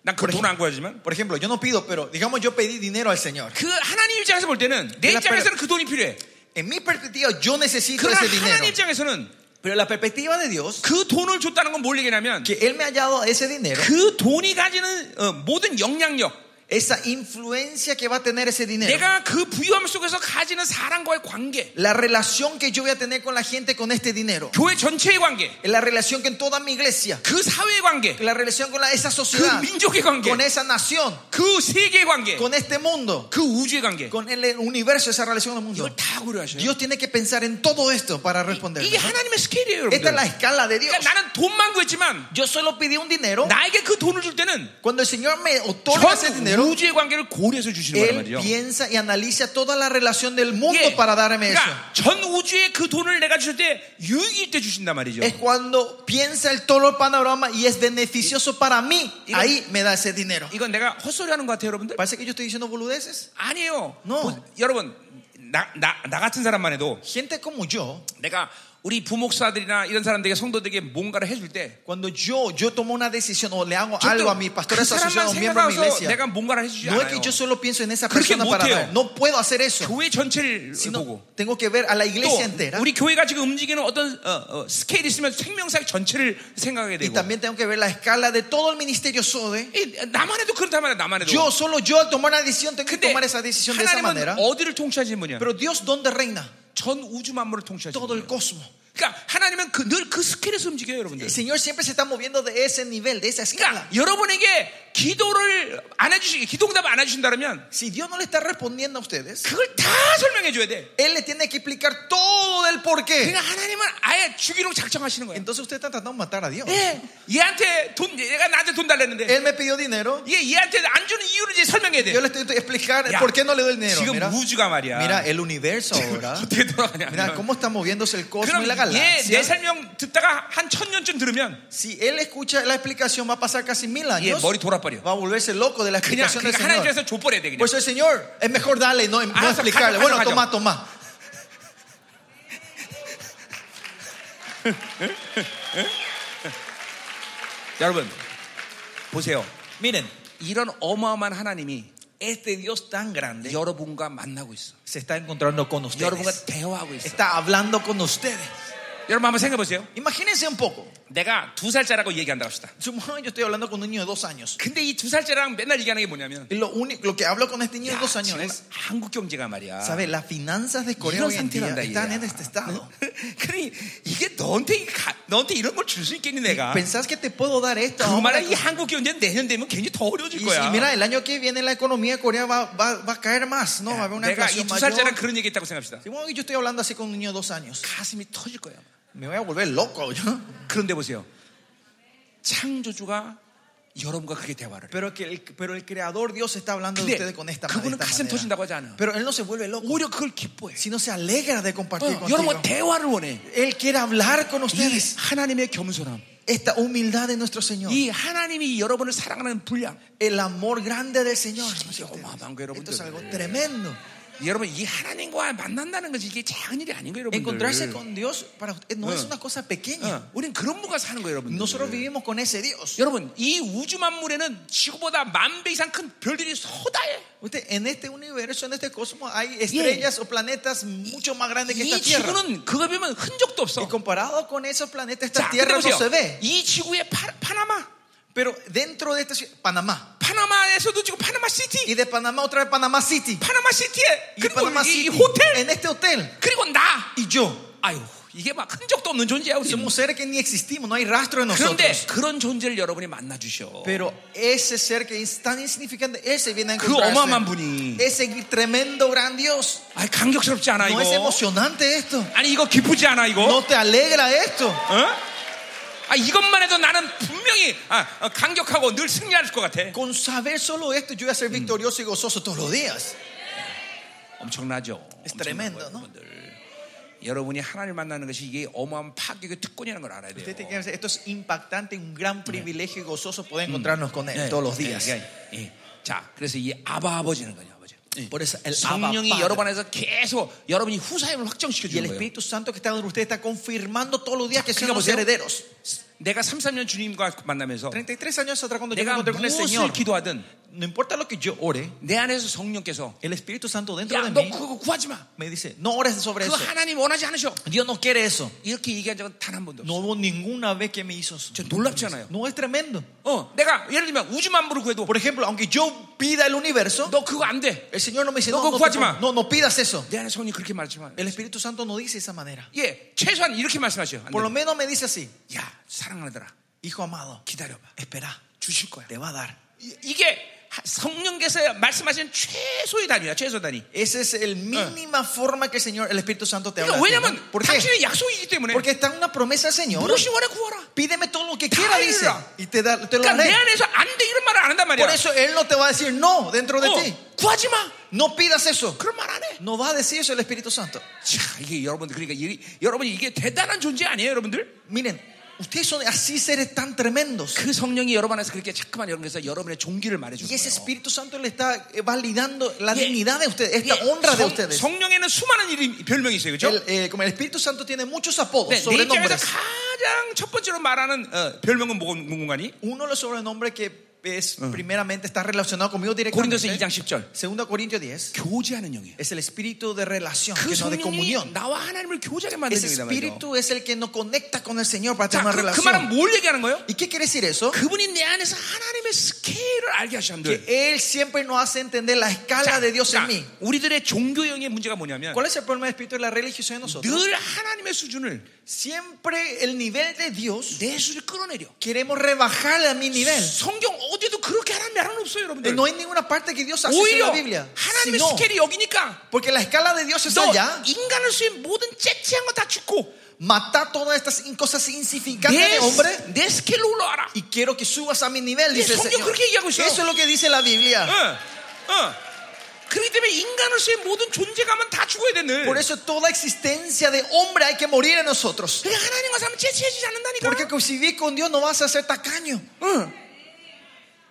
B: 난 그 돈안 구하지만
A: Por ejemplo, yo no pido, pero digamos yo pedí dinero al Señor.
B: 그 하나님 입장에서 볼 때는 내
A: 내가
B: 입장에서는 그 돈이 필요해.
A: En mi perspectiva, yo necesito
B: 그러나
A: ese
B: 하나님
A: dinero.
B: 입장에서는
A: Pero la perspectiva de Dios,
B: 그 돈을 줬다는 건 뭘 얘기냐면
A: que Él me ha dado ese dinero,
B: 그 돈이 가지는 어, 모든 영향력,
A: esa influencia que va a tener ese dinero,
B: 내가 그 부유함 속에서 가지는 사람과의 관계,
A: la relación que yo voy a tener con la gente con este dinero,
B: 교회 전체의 관계,
A: la relación que en toda mi iglesia,
B: 그 사회의 관계,
A: la relación con la- esa
B: 그
A: sociedad,
B: 민족의 관계,
A: con esa nación,
B: 그 세계의 관계,
A: con este mundo,
B: 그 우주의 관계,
A: con el universo, esa relación del
B: 이걸
A: mundo.
B: 다 고려하셔요.
A: Dios tiene que pensar en todo esto para responder.
B: 이게 하나님의 스케일이에요, 여러분.
A: Esta es la
B: 그러니까
A: escala de Dios.
B: 나는 돈만 구했지만
A: Yo solo pedí un dinero.
B: 나에게 그 돈을 줄 때는
A: Cuando el Señor me otorga ese
B: 전
A: dinero,
B: 우주의 관계를 고려해서 주시는 거란
A: Él
B: 말이죠.
A: piensa y analiza toda la relación del mundo
B: 예.
A: para darme eso.
B: 그러니까 전 우주의 그 돈을 내가 줄 때 유익일 때 주신단 말이죠.
A: Es cuando piensa el todo el panorama y es beneficioso para mí,
B: 이건-
A: ahí me da ese dinero.
B: 이건 내가 헛소리하는 것 같아요, 여러분들.
A: Parece que yo estoy diciendo boludeces.
B: 아니에요.
A: No.
B: 보- 여러분 나, 나, 나 같은 사람만 해도
A: Gente como yo,
B: 내가 우리 부목사들이나 이런 사람들에게 성도들에게 뭔가를 해줄 때
A: cuando yo yo tomo una decisión o le hago algo
B: 절대로
A: a mi pastor
B: 그 사람만
A: asociado o miembro de mi
B: 생각하고서
A: iglesia,
B: 내가 뭔가를 해주지
A: no es
B: 않아요.
A: que yo solo pienso en esa
B: 그렇게
A: persona
B: 못
A: para
B: 해요.
A: dar. No puedo hacer eso.
B: 교회 전체를
A: Sino
B: 보고
A: tengo que ver a la iglesia entera
B: 또 우리 교회가 지금 움직이는 어떤 어, 어, 스케일이 있으면 생명사의 전체를 생각하게
A: y
B: 되고
A: también tengo que ver la escala de todo el ministerio SODE.
B: 이, 나만 해도 그렇단 말이야 나만 해도
A: Yo, solo yo al tomar una decisión tengo que
B: 근데
A: tomar esa decisión de esa
B: 하나님은
A: manera.
B: 어디를 통치하시는 분이야
A: Pero Dios, ¿dónde reina?
B: 전 우주 만물을 통치하시는
A: Todo el
B: 분이야
A: cosmos.
B: 그러니까 하나님은 그 늘 그 스케일에서 움직여요, 여러분들.
A: El Señor siempre se está moviendo de ese nivel, de esa escala.
B: 그러니까 여러분에게 기도를 안 해주시, 기도응답 안 해주신다면
A: Si Dios no le está respondiendo a ustedes,
B: 그걸 다 설명해 줘야 돼.
A: Él le tiene que explicar todo el porqué.
B: 그러니까 하나님은 아예 죽이려고 작정하시는 거예요.
A: Entonces ustedes están tratando de matar a Dios.
B: 예, 얘한테 돈, 얘가 나한테 돈 달랬는데
A: Él me pidió dinero.
B: 얘, 얘한테 안 주는 이유를 이제 설명해야 돼.
A: Yo le estoy estoy explicar
B: Eh. Ya.
A: por qué no le doy el dinero.
B: 지금
A: Mira,
B: 우주가 말이야.
A: mira el universo ahora.
B: 어떻게 돌아가냐?
A: Mira cómo está moviéndose el cosmos y la
B: 그럼 얘내
A: galaxia.
B: 설명 듣다가 한 천 년쯤 들으면
A: Si él escucha la explicación, va a pasar casi mil
B: 얘
A: años.
B: 머리 돌아버려.
A: Va a volverse loco de la
B: 그냥
A: explicación del
B: 그러니까 하나님
A: Señor.
B: 쪽에서 줘버려야 돼 그냥.
A: Por eso el Señor es mejor darle, no, no
B: Ah,
A: explicarle.
B: saca,
A: Bueno,
B: saca,
A: toma, toma.
B: 여러분 보세요.
A: Miren,
B: 이런 어마어마한 하나님이
A: este Dios tan grande
B: 여러분과 만나고 있어.
A: se está encontrando con
B: 여러분과
A: ustedes.
B: 대화하고 있어.
A: Está hablando con ustedes.
B: 여러분 한번 생각해 보세요.
A: Imagínense un poco.
B: 내가 두 살짜라고 얘기한다고 합시다.
A: Supongamos que yo estoy hablando con un niño de dos años.
B: 근데 이 두 살짜랑 맨날 얘기하는 게 뭐냐면
A: Y lo, único, lo que hablo con este niño de dos
B: 야,
A: años
B: 지금
A: es,
B: 한국 경제가 말이야.
A: ¿sabes? Las finanzas de Corea
B: 이런
A: hoy en día
B: 상태란다 네?
A: están en este estado.
B: [laughs] 그러니 이게 너한테 이 가- 너한테 이런 걸 줄 수 있겠니 내가?
A: ¿Pensás que te puedo dar esto?
B: 그
A: ahora?
B: 말은 이 한국 경제는 내년 되면 굉장히 더
A: Y
B: 어려워질
A: si
B: 거야.
A: mira, el año que viene la economía de Corea va, va- va a caer más,
B: Eh,
A: ¿no? Va a haber una
B: 내가 이
A: inflación
B: 두 살짜랑
A: mayor.
B: 그런 얘기했다고 생각합시다.
A: Supongo que yo estoy hablando así con un niño de dos años.
B: 가슴이 터질 거야.
A: Me voy a volver loco yo.
B: 그런데 보세요. 창조주가 여러분과 그게 대화를. 해.
A: Pero, que el, pero el creador Dios está hablando de
B: 근데
A: ustedes con esta,
B: 그분은
A: esta
B: 가슴
A: manera.
B: 터진다고 하지 않아.
A: Pero él no se vuelve loco,
B: 오히려 그걸 기뻐해.
A: sino se alegra de
B: 어,
A: compartir contigo.
B: 여러분과 대화를 원해.
A: Él quiere hablar con
B: 이
A: ustedes.
B: 하나님의 겸손함,
A: Esta humildad de nuestro Señor.
B: 이 하나님이 여러분을 사랑하는 분량.
A: El amor grande del Señor. hacia ustedes.
B: 어마어마한 거예요,
A: Esto es
B: 여러분들.
A: algo tremendo.
B: 여러분 이 하나님과 만난다는 것이 이게 작은 일이 아닌 거예요,
A: Encontrarse
B: 여러분들.
A: con Dios para usted no es una cosa pequeña.
B: 어, 우린 그런 분과 사는 거예요,
A: Nosotros
B: 여러분들.
A: vivimos con ese Dios.
B: 여러분 이 우주 만물에는 지구보다 만 배 이상 큰 별들이 서다해.
A: Usted, en este universo, en este cosmos, hay estrellas o planetas mucho más grandes que esta
B: 이
A: Tierra.
B: 지구는 그거 비면 흔적도
A: Y
B: 없어.
A: comparado con esos planetas, esta
B: 자, 근데
A: Tierra no
B: 보세요.
A: se ve.
B: 이 지구의 파, 파나마,
A: Pero dentro de esta ciudad, Panamá.
B: 파나마에서도 지금 파나마 시티,
A: Y de Panamá otra vez Panamá City.
B: 파나마 시티에 네.
A: Y
B: 그리고
A: Panamá
B: 이, 이
A: City.
B: 호텔
A: En este hotel.
B: 그리고 나.
A: Y yo.
B: 아유 이게 막 흔적도 없는 존재야 우리.
A: Somos seres que ni existimos, no hay rastro de
B: 그런데
A: nosotros.
B: 그런 존재를 여러분이 만나 주셔.
A: Pero ese ser que es tan insignificante, ese viene a
B: 그 어마어마한
A: encontrarse.
B: 분이.
A: Ese tremendo gran Dios.
B: 아 감격스럽지 않아
A: No
B: 이거.
A: es emocionante esto.
B: 아니 이거 기쁘지 않아 이거.
A: No te alegra esto.
B: 어? 아 이것만 해도 나는 분명히 아, 어, 강력하고 늘 승리할 것 같아.
A: Con saber solo esto, yo voy a ser victorioso y gozoso todos los días.
B: 엄청나죠.
A: It's
B: 엄청난
A: tremendo,
B: 거예요,
A: no?
B: 여러분들. 여러분이 하나님을 만나는 것이 이게 어마어마한 파격의 특권이라는 걸 알아야 돼요.
A: Usted tiene que saber, Esto es impactante, un gran privilegio y gozoso poder encontrarnos con Él todos los días.
B: 네. 예, 예, 예. 자, 그래서 이 아바 아버지는 거냐 아버지. 예.
A: Por eso el Abba
B: 성령이
A: Padre.
B: 여러분 안에서 계속 여러분이 후사임을 확정시켜
A: Y el
B: 주는 거예요.
A: Espíritu Santo que está dentro de usted está confirmando todos los días que son
B: 그러니까
A: los
B: 보세요.
A: herederos.
B: 내가 33년 주님과 만나면서
A: 33 años atrás, cuando yo me
B: 내가
A: encontré con el Señor,
B: 무엇을 기도하든
A: no importa lo que yo ore,
B: 내 안에서 성령께서
A: el Espíritu Santo dentro
B: 야
A: de
B: 너
A: mí
B: 그거 구하지 마.
A: me dice: No ores sobre
B: 그거
A: eso.
B: 하나님 원하지 않으셔.
A: Dios no quiere eso.
B: 이렇게 얘기한 적은 단 한 번도 없어.
A: No hubo ninguna vez que me hizo eso.
B: 저 놀랍잖아요.
A: No es tremendo.
B: 어, 내가 예를 들면 우주 만물을 구해도
A: Por ejemplo, aunque yo pida el universo,
B: 너 그거 안 돼.
A: el Señor no me dice:
B: No,
A: No, no,
B: cucuachi
A: te-
B: ma.
A: no, no pidas eso.
B: 내 안에 성령이 그렇게 말하지만
A: El Espíritu Santo no dice de esa manera.
B: 예, 최소한 이렇게 말씀하셔. 안
A: Por lo
B: 돼.
A: menos me dice así:
B: 야, 사랑하는 아들아,
A: Hijo amado,
B: 기다려봐.
A: espera,
B: 주실 거야.
A: te va a dar.
B: 이- 이게 하- 성령께서 말씀하신 최소의 단위야, 최소 단위.
A: Esa es
B: Ah.
A: el mínima forma que el Señor, el Espíritu Santo te habla.
B: 그러니까
A: a ti, ¿no?
B: 왜냐면
A: ¿Por qué?
B: 당신의 약속이기 때문에
A: Porque está una promesa del Señor.
B: 무엇이 원해 구하라.
A: Pídeme todo lo que quiera,
B: Dale.
A: dice. Y te, da, te lo
B: 그러니까 내
A: haré.
B: 안에서 안 돼 이런 말을 안 한단 말이야.
A: Por eso Él no te va a decir no dentro de ti.
B: 어, 구하지 마.
A: No pidas eso.
B: 그런 말 안 해.
A: No va a decir eso el Espíritu Santo.
B: 자, 이게 여러분들 그러니까 이, 여러분이 이게 대단한 존재 아니에요, 여러분들?
A: Miren, ustedes son así seres tan tremendos.
B: 그 성령이 여러분 안에서 그렇게 자꾸만 여러분께서 여러분의 종기를 말해 주는
A: Y ese
B: 거예요.
A: Espíritu Santo le está eh, validando la
B: Yeah.
A: dignidad de ustedes, esta
B: 예,
A: honra de
B: 성-
A: ustedes.
B: 성령에는 수많은 이름, 별명이 있어요, 그렇죠?
A: El, eh, como el Espíritu Santo tiene muchos apodos,
B: 네, 내 입장에서
A: sobrenombres.
B: 가장 첫 번째로 말하는 어, 별명은 뭐가 궁금하니?
A: Uno de los sobrenombres que es primeramente está relacionado conmigo
B: 고린도서 2장
A: directamente.
B: 10절.
A: 2 Corintios 10
B: 교제하는 영이에요.
A: es el espíritu de relación,
B: 그
A: que no de
B: 성령이
A: comunión.
B: 나와 하나님을 교제하게
A: Ese
B: 만드는 영이다 말이죠.
A: espíritu es el que nos conecta con el Señor para
B: 자,
A: tener una
B: 그, 그
A: relación.
B: 말은 뭘 얘기하는 거예요?
A: ¿Y qué quiere decir eso?
B: 그분이 내 안에서 하나님의 스케일을 알게 하셨는데.
A: Que Él siempre nos hace entender la escala de Dios en mí.
B: 우리들의 종교형의 문제가 뭐냐면
A: ¿Cuál es el problema del espíritu de la religión de nosotros?
B: 늘 하나님의 수준을
A: Siempre el nivel de Dios
B: 내 수준을 끌어내려.
A: queremos rebajar a mi nivel.
B: 성경 어디도 그렇게 하는 말은 없어요,
A: Eh,
B: 여러분들.
A: No hay ninguna parte que Dios hace en
B: 오히려
A: la Biblia.
B: 하나님의
A: sino-
B: 스케일이 여기니까
A: porque la escala de Dios es
B: 너
A: allá.
B: 인간을 수인 모든 째째한 거 다 죽고
A: Mata todas estas in- cosas insignificantes
B: 내,
A: de hombre
B: 내 스케일로 올라와라.
A: y quiero que subas a mi nivel, dice el
B: 성경
A: Señor.
B: 그렇게 얘기하고 있어요.
A: Eso es lo que dice la Biblia.
B: 어, 어. 그렇기 때문에 인간을 수인 모든 존재감은 다 죽어야 되는.
A: Por eso toda existencia de hombre hay que morir en nosotros.
B: 그냥 하나님과 살면 째째해지지 않는다니까.
A: Porque si vivís con Dios no vas a ser tacaño.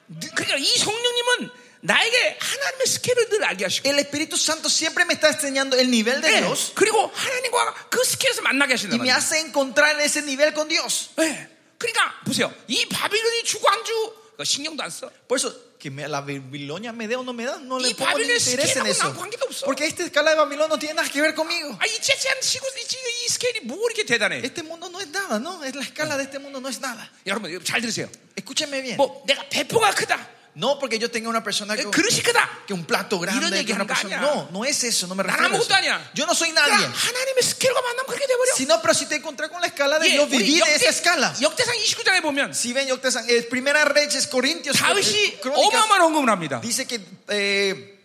B: 느- 그러니까 이 성령님은 나에게 하나님의 스케일을 늘 알게 하시고
A: El Espíritu Santo siempre me está enseñando el nivel de
B: 예,
A: Dios
B: 그리고 하나님과 그 스케일에서 만나게 하신다
A: y me hace encontrar ese nivel con Dios.
B: 예. 그러니까 보세요 이 바빌론이 주고 안 주 신경도 안써이
A: Por eso, que me- la Babilonia me dé o no me da, no
B: Y
A: le pongo ni
B: Babilonia es
A: interés
B: que
A: en
B: no,
A: eso.
B: no, Juan, ¿qué te pasó?
A: Porque esta escala de Babilonia no tiene nada que ver conmigo.
B: 째째한 시구 아, 이, 이- 이 스케일이 뭐 이렇게 대단해
A: Este mundo no es nada, ¿no? Es la escala de este mundo no es nada.
B: 여러분 여러분 잘 들으세요
A: Escúcheme bien.
B: 뭐 내가 배포가 크다
A: No porque yo tenga una persona
B: 내
A: que,
B: 그릇이 크다
A: que un plato
B: Iron
A: grande, que una
B: 얘기하는 거
A: persona.
B: 아니야.
A: No, no es eso, no me
B: 난
A: refiero. a
B: 아무것도
A: eso.
B: 아니야.
A: Yo no soy nadie.
B: 그러니까 하나님의 스케일과 만나면 그렇게 돼버려
A: Si no, pero si te encontrás con la escala de
B: 예,
A: Dios,
B: 우리
A: viví de esa escala.
B: 역대, 상 29장에 보면
A: Si ven, yo te san- eh, Primera Reyes, Corintios, eh,
B: 다윗이
A: Crónicas,
B: 어마어마한 헌금을 합니다
A: dice que eh,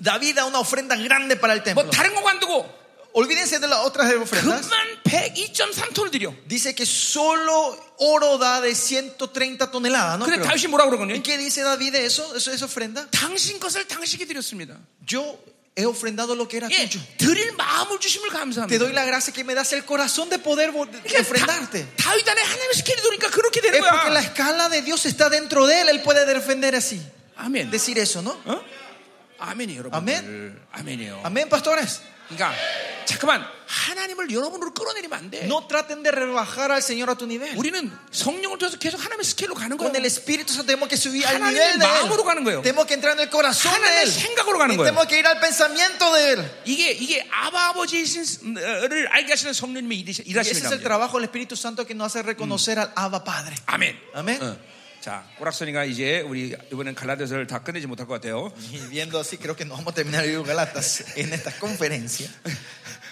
A: David da una ofrenda grande para el templo.
B: 뭐 다른 거안 두고
A: Olvídense de las otras ofrendas.
B: 금만 102.3톤을 드려
A: Dice que solo oro da de 130 toneladas, ¿no?
B: 근데
A: Creo.
B: 아, 다윗이 뭐라고
A: ¿Y
B: 그러거든요
A: qué dice David de eso? ¿Eso es ofrenda?
B: 당신 것을 당신에게 드렸습니다
A: Yo he ofrendado lo que era
B: 예,
A: tuyo.
B: 드릴 마음을 주심을
A: Te
B: 감사합니다
A: doy la gracia que me das el corazón de poder vo- de-
B: 그러니까
A: ofrendarte.
B: 다- 다윗 안에 하나님의 스케일이 도니까 그렇게 되는
A: Es porque la
B: 거야
A: escala de Dios está dentro de él. Él puede defender así.
B: 아멘
A: Decir eso, ¿no?
B: 어? 아멘이 여러분
A: 아멘?
B: 아멘이에요
A: Amén, pastores.
B: 그러니까 잠깐만 하나님을 여러분으로 끌어내리면 안돼
A: No traten de rebajar al Señor a tu nivel.
B: 우리는 성령을 통해서 계속 하나님의 스케일로 가는 거야
A: Con el Espíritu Santo tenemos que subir al
B: 하나님의
A: nivel de
B: 마음으로 가는 거예요.
A: Él. Tenemos que entrar en el corazón de
B: 하나님의
A: Él.
B: 생각으로 가는
A: Y
B: 거예요.
A: tenemos que ir al pensamiento de Él.
B: 이게 이게 아바 음, 어, 아버지를 알게 하시는 성령님의 일이시-
A: Y ese es el
B: 일하심이랍니다
A: trabajo del Espíritu Santo que nos hace reconocer al Abba Padre.
B: 아멘
A: 아멘.
B: 어. 자 꼬락선이가 이제 우리 이번엔 갈라디아서를 다 끝내지 못할 것 같아요
A: Y viendo así, creo que no vamos a terminar el libro de Galatas en esta conferencia.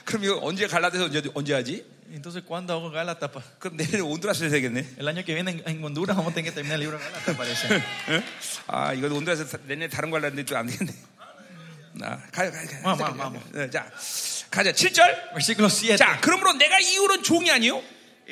B: 그럼 이거 언제 갈라디아서 언제, 언제 하지?
A: [laughs] Entonces, ¿cuándo hago Galatas? pa?
B: 그럼 내일 온두라스에서 되겠네
A: El año que viene en, en Honduras vamos a tener que terminar el libro de Galatas, [laughs] parece.
B: 아 이거 온두라스 다- 내년에 다른 걸 하는데 또 안 되겠네 아, 가요 가요 가요
A: 와, 와, 와, 와.
B: 네, 자 가자 7절
A: Versículo 7.
B: 자 그러므로 내가 이후로는 종이 아니요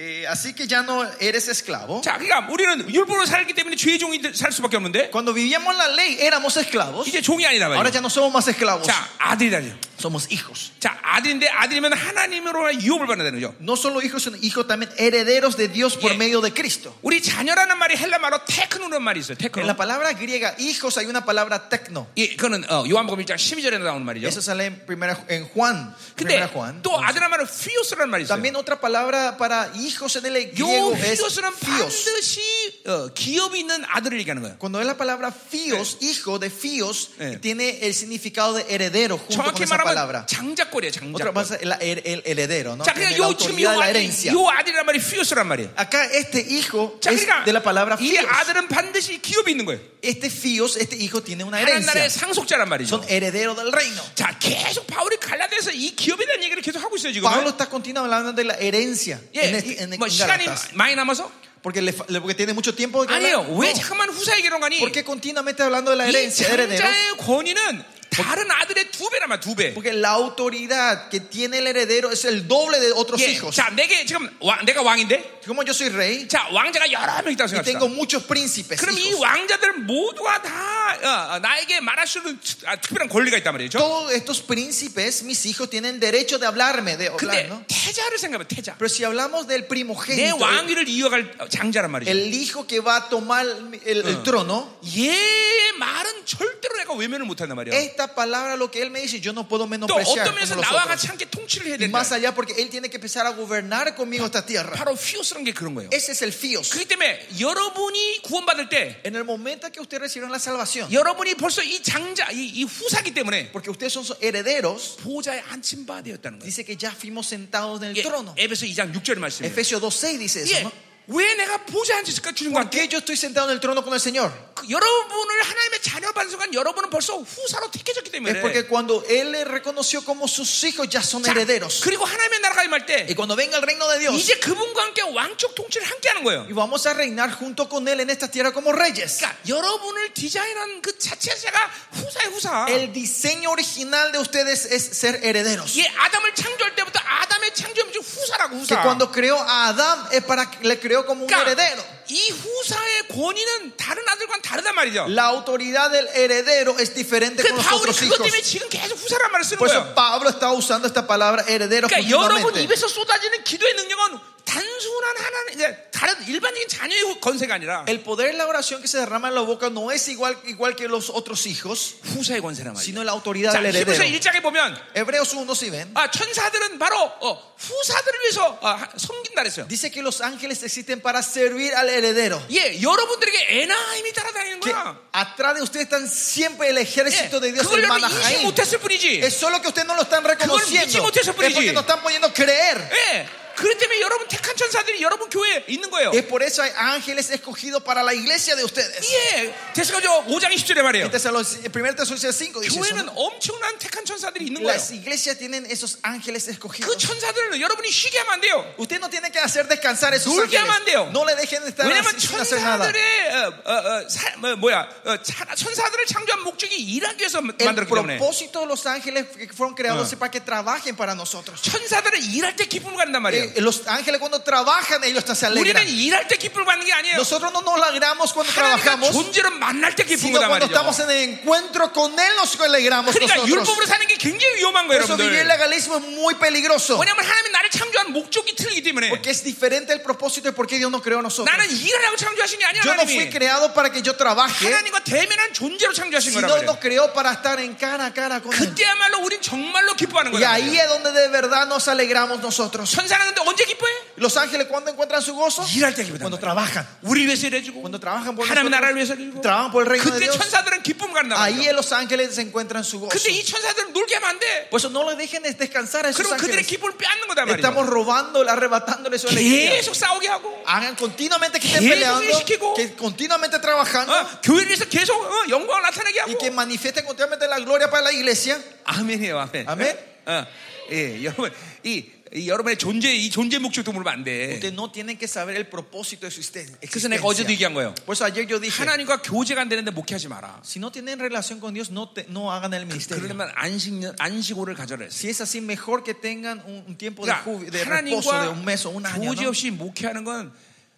A: Eh, así que ya no eres esclavo.
B: 자 그러니까 우리는 율법으로 살기 때문에 죄의 종이 될- 살 수밖에 없는데
A: Cuando vivíamos la ley éramos esclavos.
B: 이제 종이 아니다
A: Ahora
B: 말이야
A: ya no somos más esclavos.
B: 자 아들이다니
A: Somos hijos.
B: 자 아들인데 아들이면 하나님으로 유업을 받는다는 거죠
A: No solo hijos, sino hijos también herederos de Dios por
B: Yeah.
A: medio de Cristo.
B: 우리 자녀라는 말이 헬라 말로 테크노라는 말이 있어요
A: En
B: 테크노
A: la palabra griega hijos hay una palabra tecno.
B: 예, 그거는 어, 요한복음 1장 12절에 나오는 말이죠
A: Eso sale en, primera, en Juan.
B: 근데
A: Primera Juan.
B: 또 아들이라는 말은 퓨오스라는 말이 있어요
A: También otra palabra para hijos en el griego
B: 요
A: es
B: 휘어스는
A: fios.
B: 반드시 어, 기업이 있는 아들을 얘기하는 거예요.
A: Cuando es la palabra fios, hijo de fios,
B: Yeah.
A: tiene el significado de heredero junto con
B: 정확히
A: esa
B: 말하면
A: palabra.
B: 장작골이에요,
A: Otra
B: 장작골.
A: pasa el, el- el heredero, ¿no?
B: 자,
A: Tiene
B: 그러니까
A: la
B: 요 지금 요
A: autoridad de la
B: 아들,
A: herencia.
B: 요 아들이란 말이 퓨오스란 말이에요.
A: Acá este hijo
B: 자,
A: es de la palabra
B: 그러니까 이
A: fios.
B: 아들은 반드시 기업이 있는 거예요.
A: Este fios, este hijo tiene una
B: 하나님
A: herencia.
B: 나라의 상속자란 말이죠.
A: Son herederos del reino.
B: 자, 계속 바울이 갈라디아서 이 기업에 대한 얘기를 계속 하고 있어요 지금.
A: Pablo está continuamente hablando de la herencia
B: 예,
A: en,
B: 이-
A: este, en-
B: 뭐
A: en
B: 시간이
A: Gálatas.
B: 많이 남아서
A: Porque, le fa- le- porque tiene mucho tiempo. de hablar.
B: 아니에요. 왜
A: No.
B: 잠깐만 후사 얘기로 가니?
A: Porque continuamente hablando de la
B: 이
A: 어. herencia, herederos.
B: 장자의 권위는 다른 아들의 두 배란 말두 배.
A: Porque la autoridad que tiene el heredero es el doble de otros
B: 예,
A: hijos.
B: 자, 내게 지금 왕- 내가 왕인데.
A: Como yo soy rey,
B: 자 왕자가 여러 명 있다고 생각합시다
A: tengo 무chos príncipes.
B: 그럼 이
A: hijos.
B: 왕자들 모두가 다 어, 어, 나에게 말할 수 있는 특- 아, 특별한 권리가 있단 말이죠
A: Todos estos príncipes, mis hijos, tienen derecho de hablarme, de hablar,
B: 근데
A: ¿no?
B: 태자를 생각하면 태자
A: Pero si hablamos del
B: 내
A: primogénito,
B: 왕위를 이어갈 장자란 말이죠
A: el hijo que va a tomar el, el trono,
B: 얘의 말은 절대로 내가 외면을 못한단 말이야.
A: Esta palabra, lo que él me dice, yo no puedo
B: 또
A: menospreciar.
B: 어떤
A: como
B: 면에서
A: los
B: 나와
A: otros.
B: 같이 함께 통치를 해야
A: Y
B: 된다.
A: más allá, porque él tiene que empezar a gobernar conmigo esta tierra.
B: 바로 피오스란 게 그런 거예요.
A: Ese es el fios.
B: 그렇기 때문에 여러분이 구원받을 때
A: En el momento que ustedes reciben la salvación,
B: 여러분이 벌써 이 장자, 이, 이 후사기 때문에
A: porque ustedes son herederos,
B: 보좌에 앉힌 바 되었다는 거예요.
A: dice que ya fuimos sentados en
B: 이게
A: el trono.
B: 에베소 2장 6절 말씀이에요.
A: Efesios 2.6 dice eso.
B: 예,
A: ¿no?
B: 왜 내가 보좌에 앉았을까 주님
A: ¿Por
B: 관계?
A: qué yo estoy sentado en el trono con el Señor?
B: 그 여러분을 하나님의 자녀 받은 순간 여러분은 벌써 후사로 택해졌기 때문에.
A: Es porque cuando Él le reconoció como sus hijos ya son
B: 자,
A: herederos.
B: 그리고 하나님의 나라가 임할
A: Y
B: 때
A: cuando venga el reino de Dios,
B: 예, 이제 그분과 함께 왕족 통치를 함께 하는 거예요.
A: y vamos a reinar junto con Él en esta tierra como reyes.
B: 그러니까 여러분을 디자인한 그 자체 자체가 후사의 후사.
A: El diseño original de ustedes es ser herederos.
B: 예, 아담을 창조할 때부터 아담의 창조는 후사라고
A: Que
B: 후사.
A: cuando creó a Adán es para que le creó como un heredero.
B: 그러니까 이 후사의 권위는 다른 아들과는 다르단 말이죠.
A: La autoridad del heredero es diferente
B: 그
A: con los
B: 바울이
A: otros
B: 그것
A: hijos.
B: 때문에 지금 계속 후사란 말을 쓰는
A: Por eso
B: 거예요.
A: Pablo está usando esta palabra heredero
B: 그러니까 여러분
A: continuamente.
B: 입에서 쏟아지는 기도의 능력은 단순한 하나님, 그러니까 다른 일반적인 자녀의 권세가 아니라
A: El poder de la oración que se derrama en la boca no es igual, igual que los otros hijos,
B: 후사의 권세란 말이에요.
A: sino la autoridad
B: 자,
A: del
B: 히브리서
A: heredero.
B: 1장에 보면
A: Hebreos 1 si ven,
B: 아, 천사들은 바로 어, 후사들을 위해서 아, 하- 섬긴다 그랬어요.
A: dice que los ángeles existen para servir al heredero.
B: 예, 여러분들에게 에나임이 따라다니는
A: Que
B: 거야.
A: atrás de usted están siempre el
B: 예,
A: ejército de Dios,
B: 그걸
A: hermana
B: 여러분 인식
A: Jaén.
B: 못했을 뿐이지.
A: Es solo que ustedes no lo están
B: 믿지
A: reconociendo.
B: 못해서
A: Es
B: 뿐이지.
A: porque no están poniendo creer.
B: 예, 그렇기 때문에 여러분 택한 천사들이 여러분 교회에 있는 거예요.
A: Es por eso hay ángeles escogidos para la iglesia de ustedes.
B: 예, 데스가죠 5장 20절에 말해요.
A: Tesalonic- En 1 Tesalonicenses 5 dice eso,
B: 교회는
A: ¿no?
B: 엄청난 택한 천사들이 있는 거예요.
A: Las iglesias tienen esos ángeles escogidos.
B: 그 천사들을 여러분이 쉬게 하면 안 돼요.
A: Usted no tiene que hacer descansar esos
B: Nul게
A: ángeles.
B: 하면 안 돼요.
A: No le dejen estar
B: 왜냐면
A: así sin hacer nada.
B: 천사들의 어, 어, 어, 사- 뭐, 뭐야 어, 차- 천사들을 창조한 목적이 일하기 위해서
A: El
B: 만들었기 때문에
A: propósito de los ángeles que fueron creados es para que trabajen para nosotros.
B: 천사들은 일할 때 기쁨을 갖는단 말이에요.
A: Eh, Los ángeles cuando trabajan ellos se
B: 우리는
A: alegran.
B: 일할 때 기쁨을 받는 게 아니에요.
A: Nosotros no nos alegramos cuando
B: 하나님과
A: trabajamos,
B: 존재로 만날 때 기쁨을
A: sino cuando
B: 받단 말이죠.
A: estamos en el encuentro con Él nos alegramos
B: 그러니까
A: nosotros.
B: 율법으로 사는 게 굉장히 위험한
A: Por
B: 거예요,
A: eso vivir el
B: 여러분들.
A: legalismo es muy peligroso.
B: 왜냐면 하나님이 나를 창조한 목적이 틀리기 때문에
A: Porque es diferente el propósito de por qué Dios nos creó a nosotros.
B: 나는 일하라고 창조하신 게 아니야,
A: Yo no fui
B: 하나님이.
A: creado para que yo trabaje,
B: 하나님과 대면한 존재로 창조하신 거란
A: sino Él
B: 말이에요.
A: nos creó para estar en cara a cara con Él.
B: 그때야말로 우린 정말로 기뻐하는
A: Y
B: 거예요.
A: ahí es donde de verdad nos alegramos nosotros.
B: 천사는 근데 언제 기뻐해?
A: Los ángeles cuando encuentran su gozo,
B: 일할 때 기쁘다.
A: cuando trabajan,
B: 우리 위해서 일해주고
A: cuando trabajan por
B: 하나님
A: nosotros,
B: 나라를 위해서 일해주고
A: trabajan por el reino de
B: 그때
A: Dios.
B: 천사들은 기쁨을 갖는다
A: Ahí
B: 말이야.
A: en los ángeles se encuentran su gozo.
B: 근데 이 천사들은 놀게 하면 안 돼.
A: Por eso no le dejen descansar a esos
B: 그리고 그들의
A: ángeles.
B: 기쁨을 빼앗는 거다
A: Le
B: 말이야.
A: Estamos robando, arrebatándole su alegría.
B: 계속 싸우게 하고
A: Hagan continuamente que estén
B: Jesús
A: peleando,
B: siqui고.
A: que continuamente trabajando
B: 어, 교회를 위해서 계속 어, 영광을 나타내게
A: y
B: 하고
A: que manifiesten continuamente la gloria para la iglesia.
B: 아멘이에요 아멘
A: 아멘?
B: 어, 예, 여러분 이, 이 여러분의 존재 이 존재 목적도 모르면 안돼
A: Ustedes no tienen que saber el propósito de su existen-
B: 그래서 내가 어제도
A: existencia.
B: 얘기한 거예요
A: Por eso ayer yo dije,
B: 하나님과 교제가 안 되는데 목회하지 마라
A: si no tienen relación con Dios, no, te- no hagan el ministerio.
B: 그러려면 안식, 안식오를 가져라 했어요
A: Si es así, mejor que tengan un, un tiempo de,
B: 그러니까
A: jubi- de reposo de un mes o un
B: 하나님과
A: año.
B: 교제
A: ¿no?
B: 없이 목회하는 건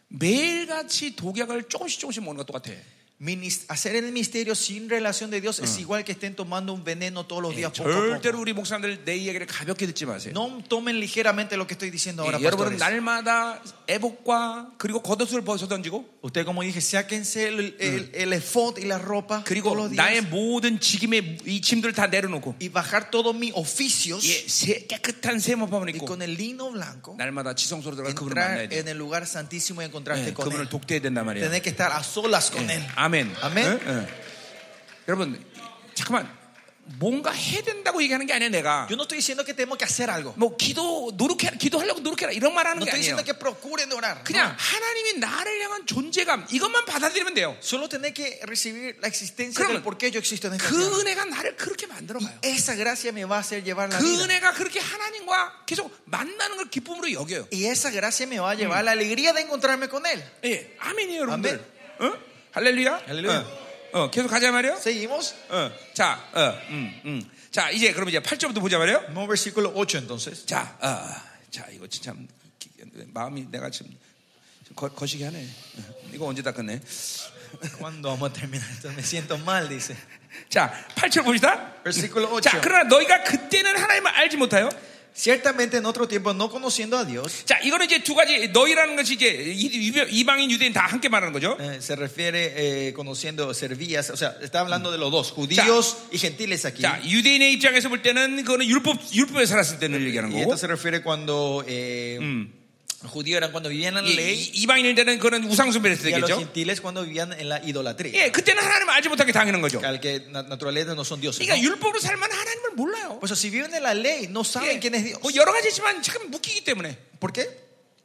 B: 매일같이 독약을 조금씩 조금씩 먹는 것과 똑같아
A: Minis- Hacer el misterio sin relación de Dios es igual que estén tomando un veneno todos los días. poco a poco.
B: 절대로 우리 목사님들 내 이야기를 가볍게 듣지 마세요
A: No tomen ligeramente lo que estoy diciendo ahora,
B: 예, 여러분은
A: pastores.
B: 날마다 애복과 그리고 겉옷을 벗어던지고
A: Usted, como dije, sáquense el, el, el efod y la ropa todos
B: 그리고
A: los días
B: 나의 모든 직임의 이 짐들을 다 내려놓고
A: y bajar todos mis oficios
B: 예, 새- 깨끗한 세모방을
A: y
B: 입고
A: con el lino blanco
B: 날마다 지성소로 들어가 그분을 만나야
A: entrar
B: 돼.
A: en el lugar santísimo y encontrarte
B: 예,
A: con
B: 그분을
A: él.
B: 독대해야 된단 말이에요.
A: Tener que estar a solas
B: Eh,
A: con él.
B: 아멘.
A: 아멘.
B: 예, 예. 여러분 잠깐만 뭔가 해야 된다고 얘기하는 게 아니야 내가.
A: Yo no estoy diciendo que tenemos que hacer algo.
B: 뭐 기도 노력해 기도하려고 노력해라 이런 말하는
A: No
B: 게
A: estoy
B: 아니에요. 어.
A: diciendo que procuren orar. no.
B: 그냥 하나님이 나를 향한 존재감 이것만 받아들이면 돼요.
A: Solo tener que recibir la existencia del
B: 그러면
A: por qué yo existo en esta tierra.
B: 그 은혜가 나를 그렇게 만들어 가요.
A: Esa gracia me va a hacer llevar la
B: 그
A: vida.
B: 은혜가 그렇게 하나님과 계속 만나는 걸 기쁨으로 여겨요.
A: Y esa gracia me va a llevar a la alegría de encontrarme con Él.
B: 예, 아멘이에요, 여러분들. 어? 할렐루야.
A: 할렐루야.
B: 어, 어, 계속 가자 말이요.
A: Seguimos.
B: 어, 자, 어, 음, 음. 자, 이제 그럼 이제 8절부터 보자 말이요.
A: Vamos al versículo 8 entonces.
B: 자, 아, 자, 이거 진짜 기- 마음이 내가 지금 지금 거, 거시기 하네. 이거 언제 다 끝내?
A: ¿Cuándo vamos a terminar esto? Me siento mal, dice.
B: 자, 8절 봅시다.
A: Versículo 8.
B: 자, 그러나 너희가 그때는 하나님을 알지 못하여
A: Ciertamente en otro tiempo no conociendo a Dios,
B: 자, 이거는 이제 두 가지 너희라는 것이 이제 이- 이- 이방인 유대인 다 함께 말하는 거죠.
A: eh, se refiere eh, conociendo servías, o sea, está hablando de los dos, judíos y gentiles aquí.
B: 자, 유대인의 입장에서 볼 때는 그거는 율법 율법에 살았을 때는 얘기하는
A: Y
B: 거고.
A: esto se refiere cuando eh, los judíos eran cuando vivían en la
B: 이,
A: ley
B: 방인일 때는 그거는 우상 숭배를 했을
A: y a los
B: 때겠죠.
A: gentiles cuando vivían en la idolatría.
B: 예, 그때는 하나님을 알지 못하게 당하는 거죠.
A: Al que na- naturaleza no son dioses.
B: 그러니까
A: ¿no?
B: 율법으로 살면 하나님을 몰라요.
A: Por eso, si viven en la ley, no saben quién es
B: 예,
A: Dios.
B: 뭐 여러 가지지만 지금 묶이기 때문에 음.
A: ¿Por qué?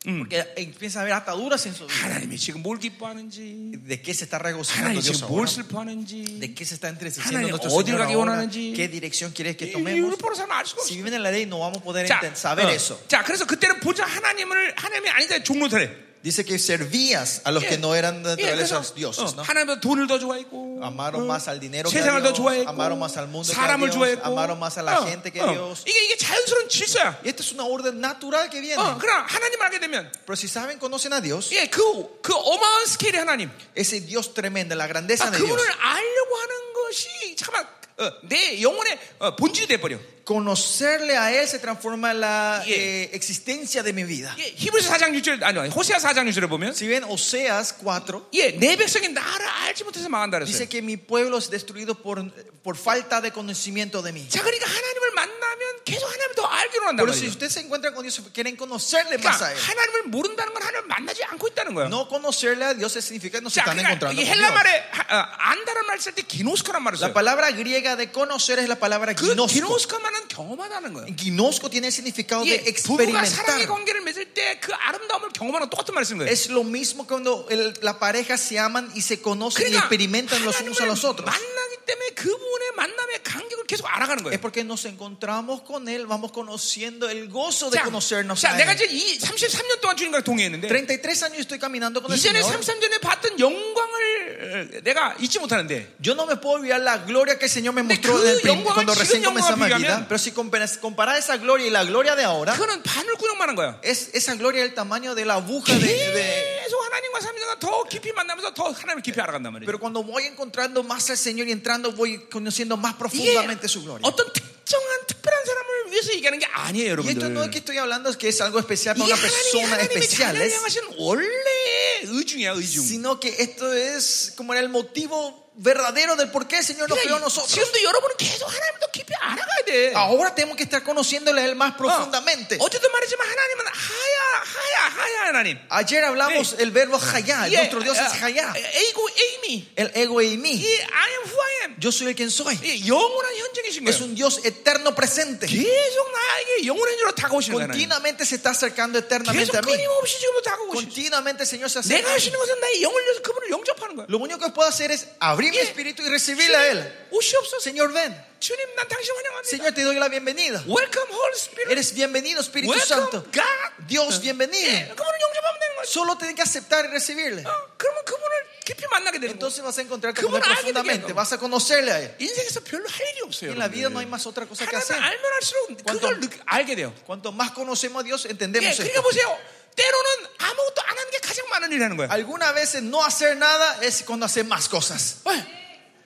B: 뭐
A: Porque empiezan a haber ataduras en su vida.
B: 하나님이 지금 뭘 기뻐하는지,
A: ¿De qué se está regocijando
B: 하나님이
A: Dios
B: 지금 뭘
A: ahora?
B: 슬퍼하는지,
A: ¿De qué se está
B: 하나님,
A: entristeciendo nuestro
B: 어디를
A: Señor
B: 가기
A: ahora?
B: 원하는지.
A: ¿Qué dirección quieres que
B: 이
A: tomemos?
B: 예, 율법으로 살면 알 수가
A: Si
B: 없어.
A: viven en la ley, no vamos a poder
B: 자,
A: enten- saber
B: 어,
A: eso.
B: 자, 그래서 그때는 보자 하나님을 하나님이 아니다 종로태래. 예.
A: Dice que servías a los que no eran de naturaleza dioses, ¿no?
B: 어,
A: Oh,
B: 하나님보다 돈을 더 좋아했고, 어,
A: Amaron más al dinero que a
B: 세상을 더
A: Dios,
B: 좋아했고,
A: amaron más al mundo que a
B: 사람을
A: Dios,
B: 좋아했고,
A: amaron más a la
B: 어,
A: gente que a
B: 어.
A: Dios.
B: 이게 이게 자연스러운 질서야.
A: Y esta es una orden natural que viene.
B: 어, 그러나 하나님을 알게 되면
A: Pero si saben, conocen a Dios,
B: 예, 그, 그 어마어마한 스케일의 하나님.
A: ese Dios tremendo, la grandeza
B: 아,
A: de Dios.
B: 그분을 알려고 하는 것이 잠깐 어, 내 영혼의 어, 본질이 돼버려.
A: Conocerle a Él se transforma en la
B: Yeah.
A: eh, existencia de mi vida.
B: 예, 히브리서 4장 6절 아니 아니, 호세아 4장 6절에 보면
A: Si ven Oseas 4,
B: 예, 내 백성이 나를 알지 못해서 망한다 그랬어요.
A: dice que mi pueblo es destruido por, por falta de conocimiento de mí.
B: 자, 그러니까 하나님을 만나면 계속 하나님을 더 알기로 한단
A: Pero si
B: 말이죠.
A: ustedes se encuentran con Dios, quieren conocerle más
B: 그러니까
A: a Él.
B: 하나님을 모른다는 건 하나님을 만나지 않고 있다는 거예요.
A: No conocerle a Dios significa que no se
B: 자,
A: están
B: 그러니까
A: encontrando
B: 이
A: con
B: 헬라
A: Dios.
B: 말에 하- 어, 안다는 말 쓸 때 기노스카란 말을 써요.
A: La palabra griega de conocer es la palabra
B: 그
A: gnosco.
B: 기노스카만은 경험하다는 거예요.
A: Gnosco tiene el significado de
B: 예, 부부가 사랑의
A: experimentar.
B: 관계를 맺을 때 그 아름다움을 경험하는 똑같은 말을 쓴 거예요.
A: Es lo mismo cuando el- la pareja se aman y se conocen y
B: 그러니까
A: experimentan los unos a
B: 하나님을
A: los otros.
B: 만나기 때문에 그분의 만남의 간격을 계속 알아가는
A: Es
B: 거예요.
A: porque nos encontramos con Él, vamos conociendo el gozo de
B: 자,
A: conocernos.
B: 자,
A: a
B: 내가
A: él.
B: 이제 이 33년 동안 주님과 동행했는데
A: 33 años estoy caminando con el
B: 이전에
A: Señor.
B: 33년에 봤던 영광을 어, 내가 잊지 못하는데
A: Yo no me puedo olvidar la gloria que el Señor me
B: 근데
A: mostró
B: 그
A: de prim-
B: 영광을
A: cuando
B: 지금
A: recién comenzaba mi
B: 영광과
A: vida.
B: 비교하면-
A: Pero si compara- comparar esa gloria y la gloria de ahora,
B: 그거는 바늘구멍만 한 거야.
A: es esa gloria del tamaño de la aguja
B: 네,
A: de- de,
B: 계속 하나님과 삼성과 더 깊이 만나면서 더 하나님을 깊이 알아간단 말이에요.
A: Pero cuando voy encontrando más al Señor y entrando, voy conociendo más
B: 이게
A: profundamente su gloria.
B: 어떤 특정한 특별한 사람을 위해서 얘기하는 게 아니에요,
A: Y esto no es que
B: 여러분들.
A: estoy hablando, es que es algo especial para
B: 이게
A: una
B: 하나님이
A: persona
B: 하나님이
A: especial,
B: 자녀를
A: es-
B: 향하신 원래의 의중이야, 의중.
A: sino que esto es como era el motivo verdadero del por qué el Señor nos creó a
B: 그러니까
A: nosotros.
B: 지금도 여러분은 계속 하나님을 더 깊이 알아가야 어, 돼. 어.
A: Ahora tenemos que estar conociéndole a Él más profundamente.
B: 어쨌든 말이지만 하나님은 하야 하야 하야 하나님.
A: Ayer hablamos el verbo Hayá,
B: 예,
A: nuestro Dios
B: 아,
A: es Hayá,
B: 에이고 에이미.
A: el ego y mí.
B: 이 I am who I am.
A: Yo soy el quien soy.
B: 예, 영원한 현장이신
A: Es
B: 거예요.
A: un Dios eterno presente.
B: 계속 나에게 영원한 주로 다가오시는 하나님.
A: Continuamente se está acercando eternamente
B: 계속
A: a mí.
B: 끊임없이 지금도 다가오시죠.
A: Continuamente el Señor se acerca.
B: 내가
A: a mí.
B: 하시는 것은 나의 영을 위해서 그분을 영접하는 거예요.
A: Lo único que puedo hacer es abrir mi
B: Yeah.
A: espíritu y recibirle a Él.
B: 옷이 없어.
A: Señor, ven.
B: 주님, 난 당신 환영합니다.
A: Señor, te doy la bienvenida.
B: Welcome Holy Spirit.
A: Eres bienvenido, Espíritu
B: Welcome
A: Santo.
B: God.
A: Dios,
B: 예,
A: bienvenido.
B: 그분을 영접하면 되는 거죠.
A: Solo tienes que aceptar y recibirle.
B: 어, 그러면 그분을 깊이 만나게 되는 거예요.
A: Entonces vas a encontrarte
B: ¿Cómo
A: con Él
B: no hay que
A: profundamente.
B: tenerlo?
A: Vas a conocerle a Él.
B: 인생에서 별로 할 일이 없어요.
A: En la vida no
B: 여러분들.
A: hay más otra cosa que hacer.
B: 하나님 알면 할수록 그걸
A: 완전-
B: 느- 알게 돼요.
A: Cuanto más conocemos a Dios,
B: 예,
A: entendemos
B: 그러니까
A: esto.
B: 보세요. 때로는 아무것도 안 하는 게 가장 많은 일이라는 거예요.
A: Algunas veces no hacer nada es cuando hacer más cosas.
B: 예,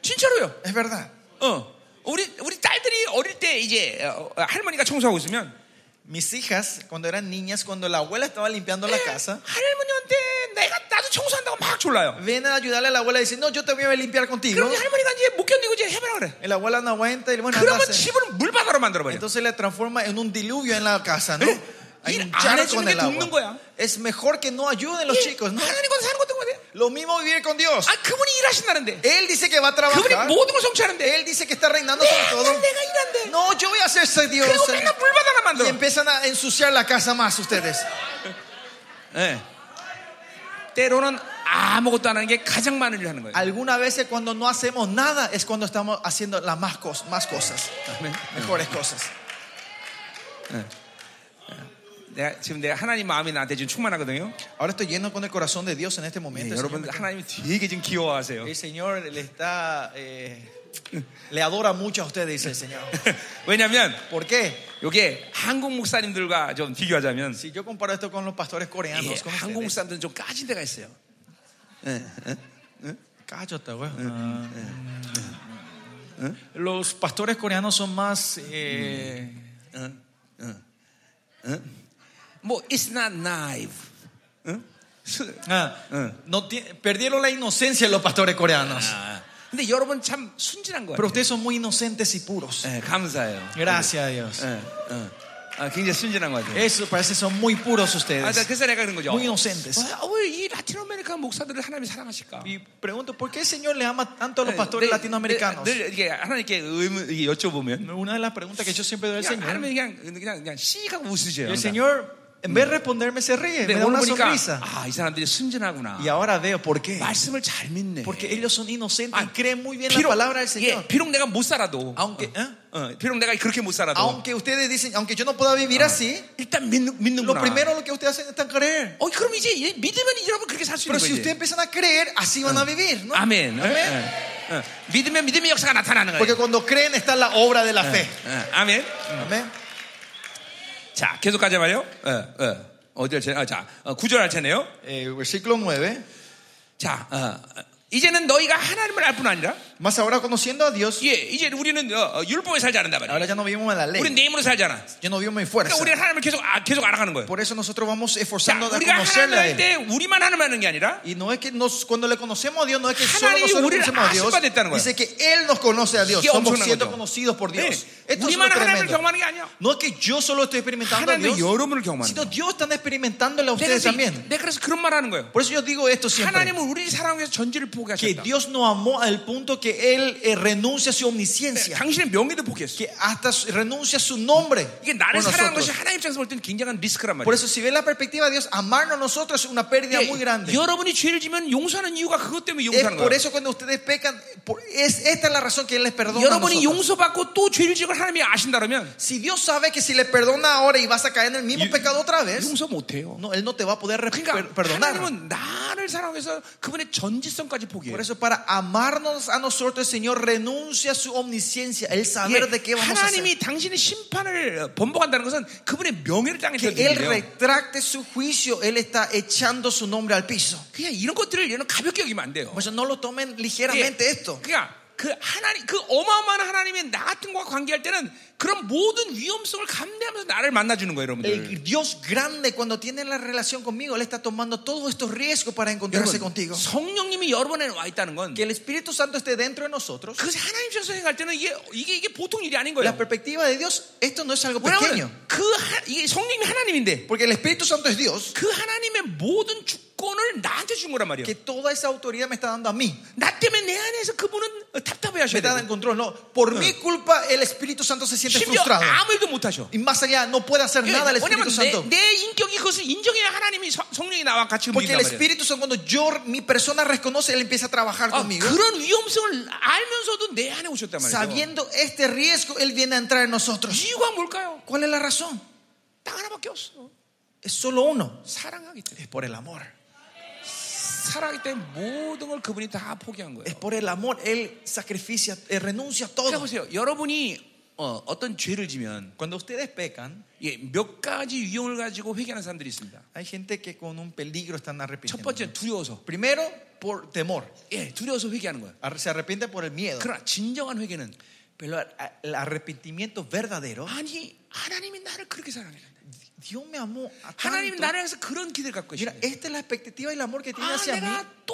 B: 진짜로요.
A: Es verdad.
B: 어, 우리 우리 딸들이 어릴 때 이제 어, 어, 할머니가 청소하고 있으면
A: Mis hijas, cuando eran niñas, cuando la abuela estaba limpiando
B: 예,
A: la casa,
B: 할머니한테 내가 나도 청소한다고 막 졸라요.
A: vienen a ayudarle a la abuela y dicen, no, yo te voy a limpiar contigo.
B: 그럼 이제 할머니가 이제 못 견디고 이제 해봐라 그래.
A: El abuela no aguanta y bueno, anda a
B: 그러면
A: hacer.
B: 집을 물바다로 만들어 버려.
A: Entonces la transforma en un diluvio en la casa, ¿no?
B: ¿Eh?
A: Hay
B: Ir
A: un
B: a
A: charco
B: decirle
A: en
B: que ¿ah?
A: el
B: tú nunca,
A: agua.
B: ya.
A: Es mejor que no ayuden
B: ¿Eh?
A: los chicos, ¿no?
B: 하나님과 예, 사는 것도 그래.
A: Lo mismo vivir con Dios.
B: 아 그분이 일하신다는데.
A: Él dice que va a
B: 그분이
A: trabajar.
B: 모든 걸 성취하는데.
A: Él dice que está reinando sobre
B: 네,
A: todo.
B: 난 내가 일한대.
A: No, yo voy a hacerse Dios. eh.
B: 그리고 맨날 물바다나
A: Y
B: 만들어.
A: empiezan a ensuciar la casa más ustedes.
B: 예. 때로는 아무것도 안 하는 게 가장 많은 일을 하는 거예요.
A: Algunas veces cuando no hacemos nada es cuando estamos haciendo las más, cos- más cosas,
B: 아멘.
A: mejores cosas.
B: 내가 지금 내가 하나님 마음이 나한테 지금 충만하거든요.
A: Ahora estoy lleno con el corazón de Dios en este
B: 네,
A: momento. Señor,
B: 여러분
A: me-
B: 하나님 되게 지금 귀여워하세요.
A: El Señor le está eh, le adora mucho a ustedes, dice el Señor.
B: [laughs] 왜냐하면
A: ¿Por qué?
B: 이게 한국 목사님들과 좀 비교하자면
A: Si yo comparo esto con los pastores
B: 예,
A: coreanos, con
B: 한국
A: ustedes.
B: 목사님들은 좀 까진 데가 있어요.
A: Cállate, güey. Ah. eh. eh, Los pastores coreanos son más eh,
B: 응? 뭐 it's not naive. 응? 스-
A: Ah, no ti- perdieron la inocencia los pastores coreanos.
B: 아, 근데 여러분 참 순진한 거
A: Pero
B: 같아요.
A: ustedes son muy inocentes y puros.
B: 예, 감사해요.
A: Gracias a Dios.
B: 예, 예. 아, 굉장히 순진한 거 같아요.
A: Eso parece que son muy puros
B: 아, 나
A: ustedes.
B: 그래서 내가 그런 거죠. 아,
A: Muy inocentes.
B: 왜이 라틴 아메리카 목사들을 하나님이 사랑하실까?
A: Y pregunto, ¿por qué el Señor le ama tanto a los pastores
B: 네,
A: latinoamericanos?
B: 네, 늘 이게 하나님께 의문 이게 여쭤보면
A: Una de las preguntas que yo siempre doy al
B: 그냥
A: Señor.
B: 하나님 그냥 그냥 그냥 씨하고
A: Y
B: 웃으세요.
A: el
B: 항상.
A: Señor, en vez de responderme, se ríe, me
B: 근데
A: da
B: 오늘
A: una Ah.
B: 보니까
A: sonrisa.
B: 아 이 사람들이 순진하구나.
A: Y ahora veo por qué.
B: 말씀을 잘 믿네.
A: Porque ellos son inocentes y
B: Ah,
A: creen muy bien la palabra del Señor.
B: 예, 비록 내가 못 살아도,
A: Aunque, ¿eh?
B: 어, 비록 내가 그렇게 못 살아도
A: aunque ustedes dicen, aunque yo no pueda vivir así,
B: 일단 믿는
A: lo
B: 믿는구나.
A: primero lo que ustedes hacen es creer.
B: 어, 그럼 이제 얘 믿으면 이제 여러분 그렇게 살 수 있는
A: Pero si
B: 거지.
A: ustedes empiezan a creer, así van a vivir, ¿no?
B: 아멘.
A: 아멘.
B: 어, 어. 믿으면 믿음의 역사가 나타나는 거예요.
A: Porque cuando creen está la obra de la fe.
B: 어, 아멘.
A: Amén.
B: 자, 계속 가자 말요. 어, 어. 어디 할 차례? 아, 자, 어, 구절 할 차네요.
A: Eh, versículo 9.
B: 자, 어, 어, 이제는 너희가 하나님을 알 뿐 아니라,
A: Más ahora conociendo a Dios,
B: 예, 이제 우리는 어, 어, 율법에 살지 않는다 말이야.
A: ahora ya no vivimos en la
B: 우리는
A: ley,
B: 내 힘으로 살지 않아.
A: ya no vivimos en
B: 그러니까
A: fuerza.
B: 우리는 하나님을 계속 아, 계속 알아가는 거예요.
A: Por eso nosotros vamos
B: 자,
A: esforzando a
B: 우리가 하나님을
A: conocerle a
B: 할
A: Él.
B: 때 우리만 하나님 하는 게 아니라
A: Y no es que nos, cuando le conocemos a Dios, no es que solo
B: 하나님이
A: nosotros
B: 우리를
A: conocemos a Dios.
B: 아실 바가 됐다는 거예요.
A: Dice que Él nos conoce a Dios.
B: 이게
A: Somos
B: 엄청난
A: siendo
B: 거죠.
A: conocidos por
B: 네,
A: Dios. Esto es lo
B: 우리만 하나님을
A: tremendo.
B: 경험하는 게 아니야.
A: No es que yo solo estoy experimentando a
B: 하나님도
A: Dios,
B: 여러분을 경험하는
A: sino
B: 거예요.
A: Dios está experimentándole a
B: 내가
A: ustedes
B: 그래서,
A: también.
B: 내가 그래서 그런 말 하는 거예요.
A: Por eso yo digo esto siempre.
B: 하나님은 우리를 사랑해서 전지를
A: Que
B: 포기하셨다.
A: Dios nos amó al punto que Él eh, renuncia a su omnisciencia.
B: 당신의 명예도 포기했어.
A: Que hasta su- renuncia a su nombre.
B: 이게
A: por
B: 나를 사랑하는
A: nosotros.
B: 것이 하나님 입장에서 볼 때는 굉장한 리스크란
A: Por
B: 말이야.
A: eso, si ve la perspectiva de Dios, amarnos a nosotros es una pérdida muy grande.
B: 여러분이 죄를 지면 용서하는 이유가 그것 때문에
A: Es
B: 용서하는
A: por
B: 거예요.
A: eso cuando ustedes pecan, por- es, esta es la razón que Él les perdona. a
B: 여러분이
A: nosotros.
B: 용서받고 또 죄를 지을 하나님이 아신다 그러면
A: Si Dios sabe que si le perdona ahora y vas a caer en el mismo pecado otra vez,
B: 용서 못 해요.
A: no, Él no te va a poder re- per-
B: 그러니까
A: perdonar.
B: 하나님은 나를 사랑해서 그분의 전지성까지 포기해요.
A: Por eso, para amarnos a nosotros, el Señor renuncia a su omnisciencia, el
B: 예,
A: saber de qué vamos a hacer.
B: 하나님이 당신의 심판을 번복한다는 것은 그분의 명예를
A: Que
B: 당해서
A: Él
B: 드리예요.
A: retracte su juicio, Él está echando su nombre al piso.
B: 그냥 이런 것들을 얘는 가볍게 여기면 안 돼요.
A: Por eso, no lo tomen
B: 예,
A: ligeramente esto.
B: 그러니까 그 하나님 그 어마어마한 하나님이 나 같은 것과 관계할 때는 그런 모든 위험성을 감내하면서 나를 만나주는 거예요, 여러분들.
A: El Dios grande, cuando tiene la relación conmigo, Él está tomando todos estos riesgos para encontrarse
B: 여러분,
A: contigo.
B: 성령님이 여러분에 와 있다는 건
A: Que el Espíritu Santo esté dentro de nosotros.
B: 그것이 하나님 입장에서 생각할 때는 이게 이게 이게 보통 일이 아닌
A: La
B: 거예요.
A: perspectiva de Dios, esto no es algo pequeño.
B: 왜냐하면 그 하, 이게 성령이 하나님인데
A: Porque el Espíritu Santo es Dios.
B: 그 하나님의 모든 주권을 나한테 준 거란 말이에요.
A: Que toda esa autoridad me está dando a mí.
B: 나 때문에 내 안에서 그분은 답답해
A: Me
B: 하셔야
A: está dando en
B: 돼요.
A: control. No, por mi culpa el Espíritu Santo se siente
B: 심지어
A: frustrado.
B: 아무 일도 못 하셔.
A: Y más allá, no puede hacer nada el Espíritu
B: 왜냐면 내,
A: Santo.
B: 내 인격이 그것을 인정해야 하나님이 성- 성령이 나와 같이
A: Porque el
B: 움직인단 말이에요.
A: Espíritu Santo, cuando yo, mi persona reconoce, Él empieza a trabajar
B: 아,
A: conmigo.
B: 그런 위험성을 알면서도 내 안에 오셨단 말이에요.
A: Sabiendo este riesgo, Él viene a entrar en nosotros.
B: 이유가 뭘까요?
A: ¿Cuál es la razón?
B: 딱 하나밖에 없어.
A: Es solo uno.
B: 사랑하기 때문에.
A: Es por el amor.
B: 사랑하기 때문에 모든 걸 그분이 다 포기한
A: Es
B: 거예요.
A: por el amor. Él sacrifica, él renuncia a
B: 그러니까
A: todo.
B: 보세요. 여러분이 어, 어떤 죄를 지면
A: Cuando ustedes pecan,
B: 예, 몇 가지 유형을 가지고 회개하는 사람들이 있습니다.
A: hay gente que con un peligro están
B: 첫
A: arrepintiendo.
B: 번째 두려워서.
A: Primero, por temor.
B: 예, 두려워서 회개하는 거예요.
A: Ar- Se arrepiente por el miedo.
B: 그러나 진정한 회개는
A: Pero a- el arrepentimiento verdadero,
B: 아니 하나님이 나를 그렇게 사랑해.
A: Dios me amó a
B: 하나님
A: tanto.
B: 나를 향해서 그런 기대를 갖고 계시네.
A: Mira, esta es la expectativa y el amor que tiene
B: 아,
A: hacia mí.
B: 내가 또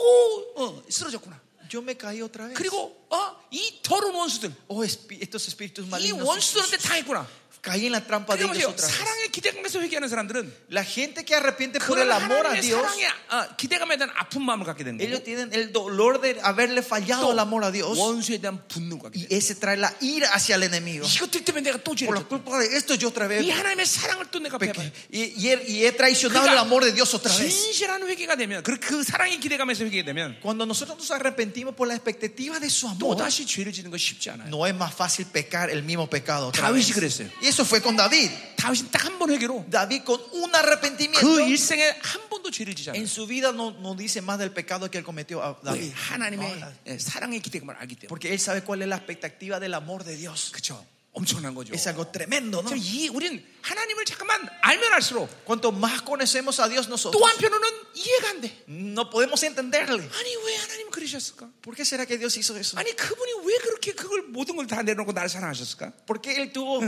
B: 어, 쓰러졌구나.
A: Yo me caí otra vez.
B: 그리고 어, 이 더러운 원수들,
A: Oh, espi- estos espíritus
B: 이
A: malignos.
B: 원수들한테 당했구나.
A: Caí en la trampa de
B: 그리고
A: ellos
B: 보세요,
A: otra vez.
B: 사랑의 기대감에서 회개하는 사람들은
A: La gente que arrepiente por
B: 그런
A: el amor a
B: 하나님의
A: Dios,
B: 사랑의 어, 기대감에 대한 아픈 마음을 갖게 되는
A: ellos
B: 거예요.
A: tienen el dolor de haberle fallado el amor a Dios.
B: 원수에 대한 분노가.
A: Y ese trae la ira hacia el enemigo.
B: 이것들 때문에 내가 또
A: Por
B: 죄를.
A: la culpa de esto yo otra
B: 이
A: vez
B: 하나님의 사랑을 또 내가
A: pequé.
B: 배반.
A: Y, y he, y he traicionado el amor de Dios otra vez.
B: 진실한 회개가 되면, 그, 그 사랑의 기대감에서 회개가 되면
A: Cuando nosotros nos arrepentimos por la expectativa de su
B: 또
A: amor,
B: 다시 죄를 지는 건 쉽지 않아요.
A: no es más fácil pecar el mismo pecado. otra vez.
B: 다윗이 그랬어요.
A: Y eso fue con David.
B: 다윗은 딱 한 번 회개로
A: David con un
B: 그
A: arrepentimiento
B: 일생에 한 번도 죄를 지지 않아요. 네.
A: en su vida no, no dice más del pecado que él cometió a
B: 왜?
A: David.
B: 하나님의
A: No,
B: 예, 사랑의 기대감을 알기 때문에.
A: porque él sabe cuál es la expectativa del amor de Dios.
B: 그렇죠. 엄청난 거죠.
A: Es algo tremendo, ¿no?
B: 그래서 이 우린 하나님을 잠깐만 알면 알수록
A: Cuanto más conocemos a Dios nosotros,
B: 또 한편으로는 이해가 안 돼.
A: no podemos entenderle.
B: 아니 왜 하나님 그러셨을까?
A: ¿Por qué será que Dios hizo eso?
B: 아니 그분이 왜 그렇게 그걸 모든 걸 다 내놓고 나를 사랑하셨을까?
A: ¿Por qué él tuvo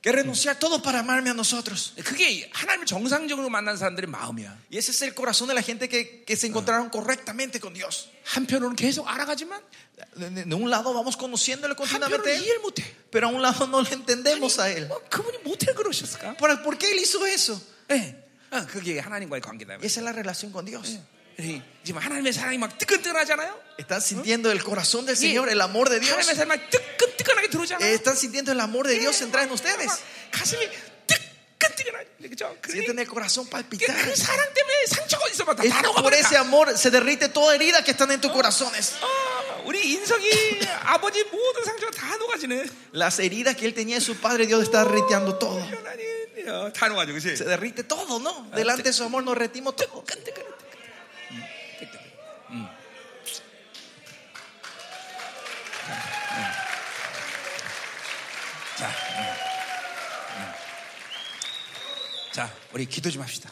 A: que renunciar todo para amarme a nosotros.
B: 그게 하나님을 정상적으로 만난 사람들의 마음이야.
A: Y ese es el corazón de la gente que, que se encontraron correctamente con Dios.
B: 한편으로는 계속 알아가지만
A: De, de- de un lado vamos conociéndole continuamente, a
B: 한편으로는
A: él,
B: 이해를 못해.
A: pero a un lado no le entendemos a
B: 아니,
A: él.
B: 뭐 그분이 못해 그러셨을까?
A: ¿Por, ¿Por qué él hizo eso?
B: 예, 어, 그게 하나님과의 관계다.
A: Y esa es la relación con
B: Mm.
A: Dios.
B: 예, 지금 하나님의 사랑이 막 뜨끈뜨끈하잖아요.
A: Están sintiendo el corazón del
B: Sí.
A: Señor, el amor de Dios.
B: 하나님의 사랑이 막 뜨끈뜨끈하게 들어오잖아요.
A: Están sintiendo el amor de Dios entrar en ustedes.
B: 막 가슴이 뜨끈뜨끈하게 그죠? 그게
A: Sienten el corazón
B: 그,
A: palpitar.
B: 그 사랑 때문에 상처가 어디서 막다
A: Es
B: 다로가
A: por ese
B: 버렸다.
A: amor se derrite toda herida que están en tus corazones.
B: 어, 우리 인성이 아버지 모든 상처가 다 녹아지네.
A: Las heridas que él tenía de su padre, Dios está derriteando todo.
B: 하나님, 어, 다 녹아져, 그렇지?
A: Se derrite todo, ¿no? Delante de su amor nos retimos todo.
B: 뜨끈뜨끈. 음, 뜨끈뜨끈. 음. 자, 음. 음. 자, 우리 기도 좀 합시다.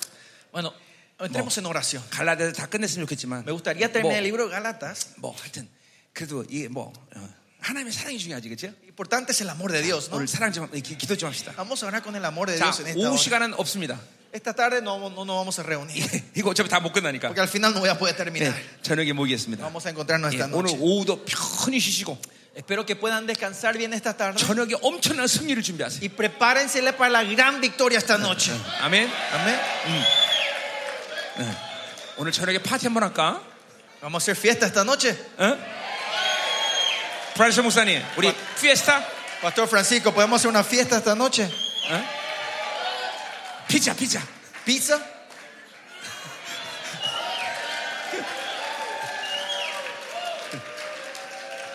A: Bueno, entremos en oración.
B: 갈라디아서 다 끝냈으면 좋겠지만.
A: Me gustaría terminar el libro de Galatas.
B: 뭐 하여튼 그래도 이게 뭐 어, 하나님의 사랑이 중요하지 그렇죠?
A: Lo importante es el amor de Dios, ¿no?
B: 오늘 사랑 좀 기, 기도 좀 합시다.
A: Vamos a orar con el amor de
B: 자,
A: Dios en esta
B: 오후
A: hora.
B: 시간은 없습니다.
A: Esta tarde no, no nos vamos a reunir,
B: [laughs] 이거 어차피 다 못 끝나니까.
A: porque al final no voy a poder
B: 네,
A: terminar.
B: 저녁에 모이겠습니다.
A: Vamos a encontrarnos
B: 예,
A: esta
B: 오늘
A: noche.
B: 오후도 편히 쉬시고
A: Espero que puedan descansar bien esta tarde
B: 저녁에 엄청난 승리를 준비하세요.
A: y prepárense para la gran victoria esta noche.
B: 아멘.
A: Amén.
B: 오늘 저녁에 파티 한번 할까?
A: Vamos a hacer fiesta esta noche.
B: 응? 프란스 목사님, 우리 피에스타,
A: Pastor Francisco, ¿podemos hacer una fiesta esta noche?
B: 응? 피자, 피자.
A: ¿Pizza?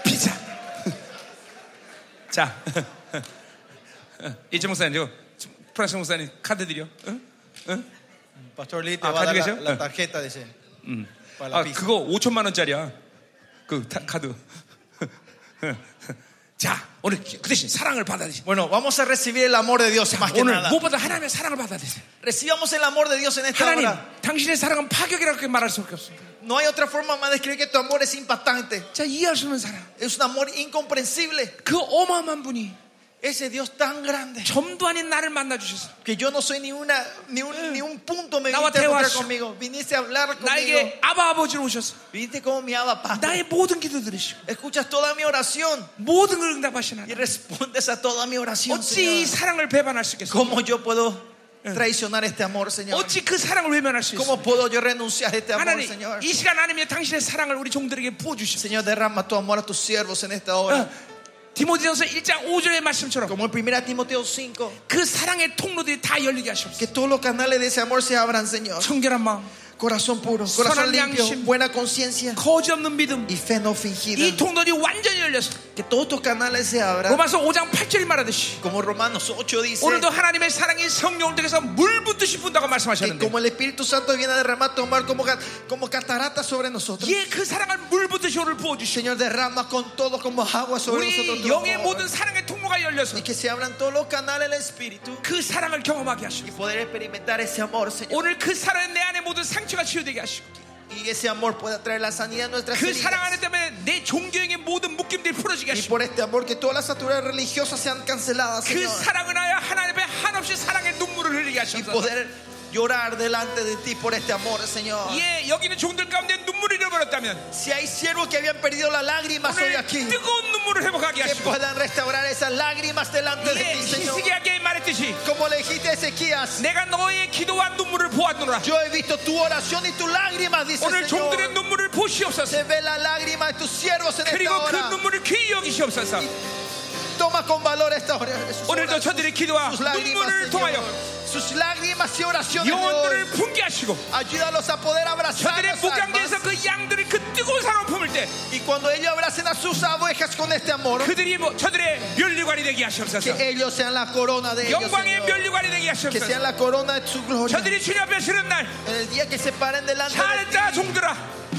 B: 피자. [laughs] 자, [laughs] 이재 목사님, 저 프란스 목사님 카드 드려. 응? 응?
A: Pastor Lee te
B: Ah,
A: va a dar la,
B: ¿calificación?
A: la
B: Ah.
A: tarjeta de ese. Mm. Para la
B: 아,
A: pizza.
B: 그거 5천만 원짜리야. 그 타- 카드. [laughs] 자, 오늘 그 대신 사랑을 받아들이세요.
A: Bueno, vamos a recibir el amor de Dios más que
B: 오늘
A: nada.
B: 무엇보다 아, 하나님의 사랑을 받아들이세요.
A: Recibamos el amor de Dios en esta
B: 하나님,
A: hora.
B: 당신의 사랑은 파격이라고 말할 수밖에 없습니다.
A: No hay otra forma más de describir que tu amor es impactante.
B: 자, 이해할 수 없는 사랑.
A: Es un amor incomprensible.
B: 그 어마어마한 분이
A: Ese Dios tan grande
B: 점도 아닌 나를 만나 주셔서
A: que yo no soy ni una ni un, ni un punto me
B: Nada
A: viniste a
B: te
A: encontrar
B: vas.
A: conmigo. Viniste a hablar conmigo.
B: 나에게 아바 아버지로 오셔서
A: Viniste como mi abba, Padre.
B: 나의 모든 기도 들으시고
A: Escuchas toda mi oración
B: 모든 걸 응답하시는
A: y
B: 하나님.
A: respondes a toda mi oración.
B: 어찌 이
A: Señor.
B: 사랑을 배반할 수 있겠어요?
A: ¿Cómo yo puedo traicionar este amor, Señor?
B: 어찌 그 사랑을 외면할 수 있어요?
A: ¿Cómo puedo yo renunciar a este amor,
B: 하나님,
A: Señor?
B: 이 시간 하나님의 당신의 사랑을 우리 종들에게 부어 주시오. 어,
A: Señor, derrama tu amor a tus siervos en esta
B: Ah.
A: hora.
B: 디모데전서 1장 5절의 말씀처럼
A: Como el 1 Timoteo 5.
B: 그 사랑의 통로들이 다 열리게 하시옵소서.
A: Que todos los canales de ese amor se abran, Señor.
B: 청결한 마음,
A: Corazón puro,
B: Sana
A: corazón limpio,
B: 양심.
A: buena conciencia
B: 거지 없는 믿음,
A: y fe no
B: 이
A: fingida.
B: 통로들이 완전히 열려서
A: Que todos estos canales se abran.
B: 로마서 5장 8절이 말하듯이
A: Como Romanos 8 dice.
B: 오늘도 하나님의 사랑이 성령을 통해서 물 붓듯이 분다고
A: Que
B: 말씀하셨는데
A: como el Espíritu Santo viene a derramar tu amor como, ca- como catarata sobre nosotros.
B: 예, 그 사랑을 물 붓듯이 오늘 부어주시오.
A: Señor, derrama con todo como agua sobre nosotros.
B: 우리
A: tu
B: 영의
A: amor.
B: 모든 사랑의 통로가 열려서
A: Y que se abran todos los canales del Espíritu.
B: 그 사랑을 경험하게 하시고
A: Y poder experimentar ese amor, Señor.
B: 오늘 그 사랑에 내 안에 모든 상처가 치유되게 하시고
A: Y ese amor pueda traer la sanidad a nuestras
B: 그 사랑 안에
A: heridas.
B: 때문에 내 종교행의 모든 묶임들이 풀어지게
A: Y
B: 하시고
A: por este amor que todas las saturas religiosas sean canceladas,
B: 그
A: Señor.
B: 사랑을 하여 하나님의 한없이 사랑의 눈물을 흘리게
A: Y
B: 하시옵소서
A: poder llorar delante de ti por este amor, Señor.
B: 예, 여기 는 종들 가운데 눈물을 잃어버렸다면
A: Si hay siervos que habían perdido las lágrimas hoy
B: 오늘
A: aquí,
B: 뜨거운 눈물을 회복하게
A: que
B: 하시고
A: puedan restaurar esas lágrimas delante de
B: 예,
A: ti, Señor.
B: 히스기야게 말했듯이
A: Como le dijiste a Ezequías,
B: 내가 너의 기도와 눈물을 보았노라
A: yo he visto tu oración y tus lágrimas, dice
B: 오늘 종들의
A: Señor.
B: 눈물을 보시옵소서
A: Se ve la lágrima de tus siervos en
B: 그리고
A: esta
B: 그
A: hora.
B: 눈물을 귀히 여기시옵소서
A: Toma con valor esta hora. sus
B: 오늘도
A: horas,
B: 저들의 기도와
A: sus lágrimas,
B: 눈물을
A: Señor.
B: 통하여
A: sus lágrimas y oraciones de hoy.
B: 영혼들을 분개하시고
A: Ayúdalos a poder abrazar
B: 저들의
A: las
B: 목장지에서
A: almas.
B: 그 양들이 그 뜨거운 사랑을 품을 때
A: Y cuando ellos abracen a sus abejas con este amor,
B: 그들이 뭐- 저들의 멸류관이 되게 하시옵소서
A: que ellos sean la corona de ellos.
B: 영광의
A: Señor.
B: 멸류관이 되게
A: Que sean
B: 하시옵소서
A: la corona de su gloria.
B: 저들이 주님 앞에 서는 날
A: En el día que se paren delante de
B: 잘했다 종들아
A: ti.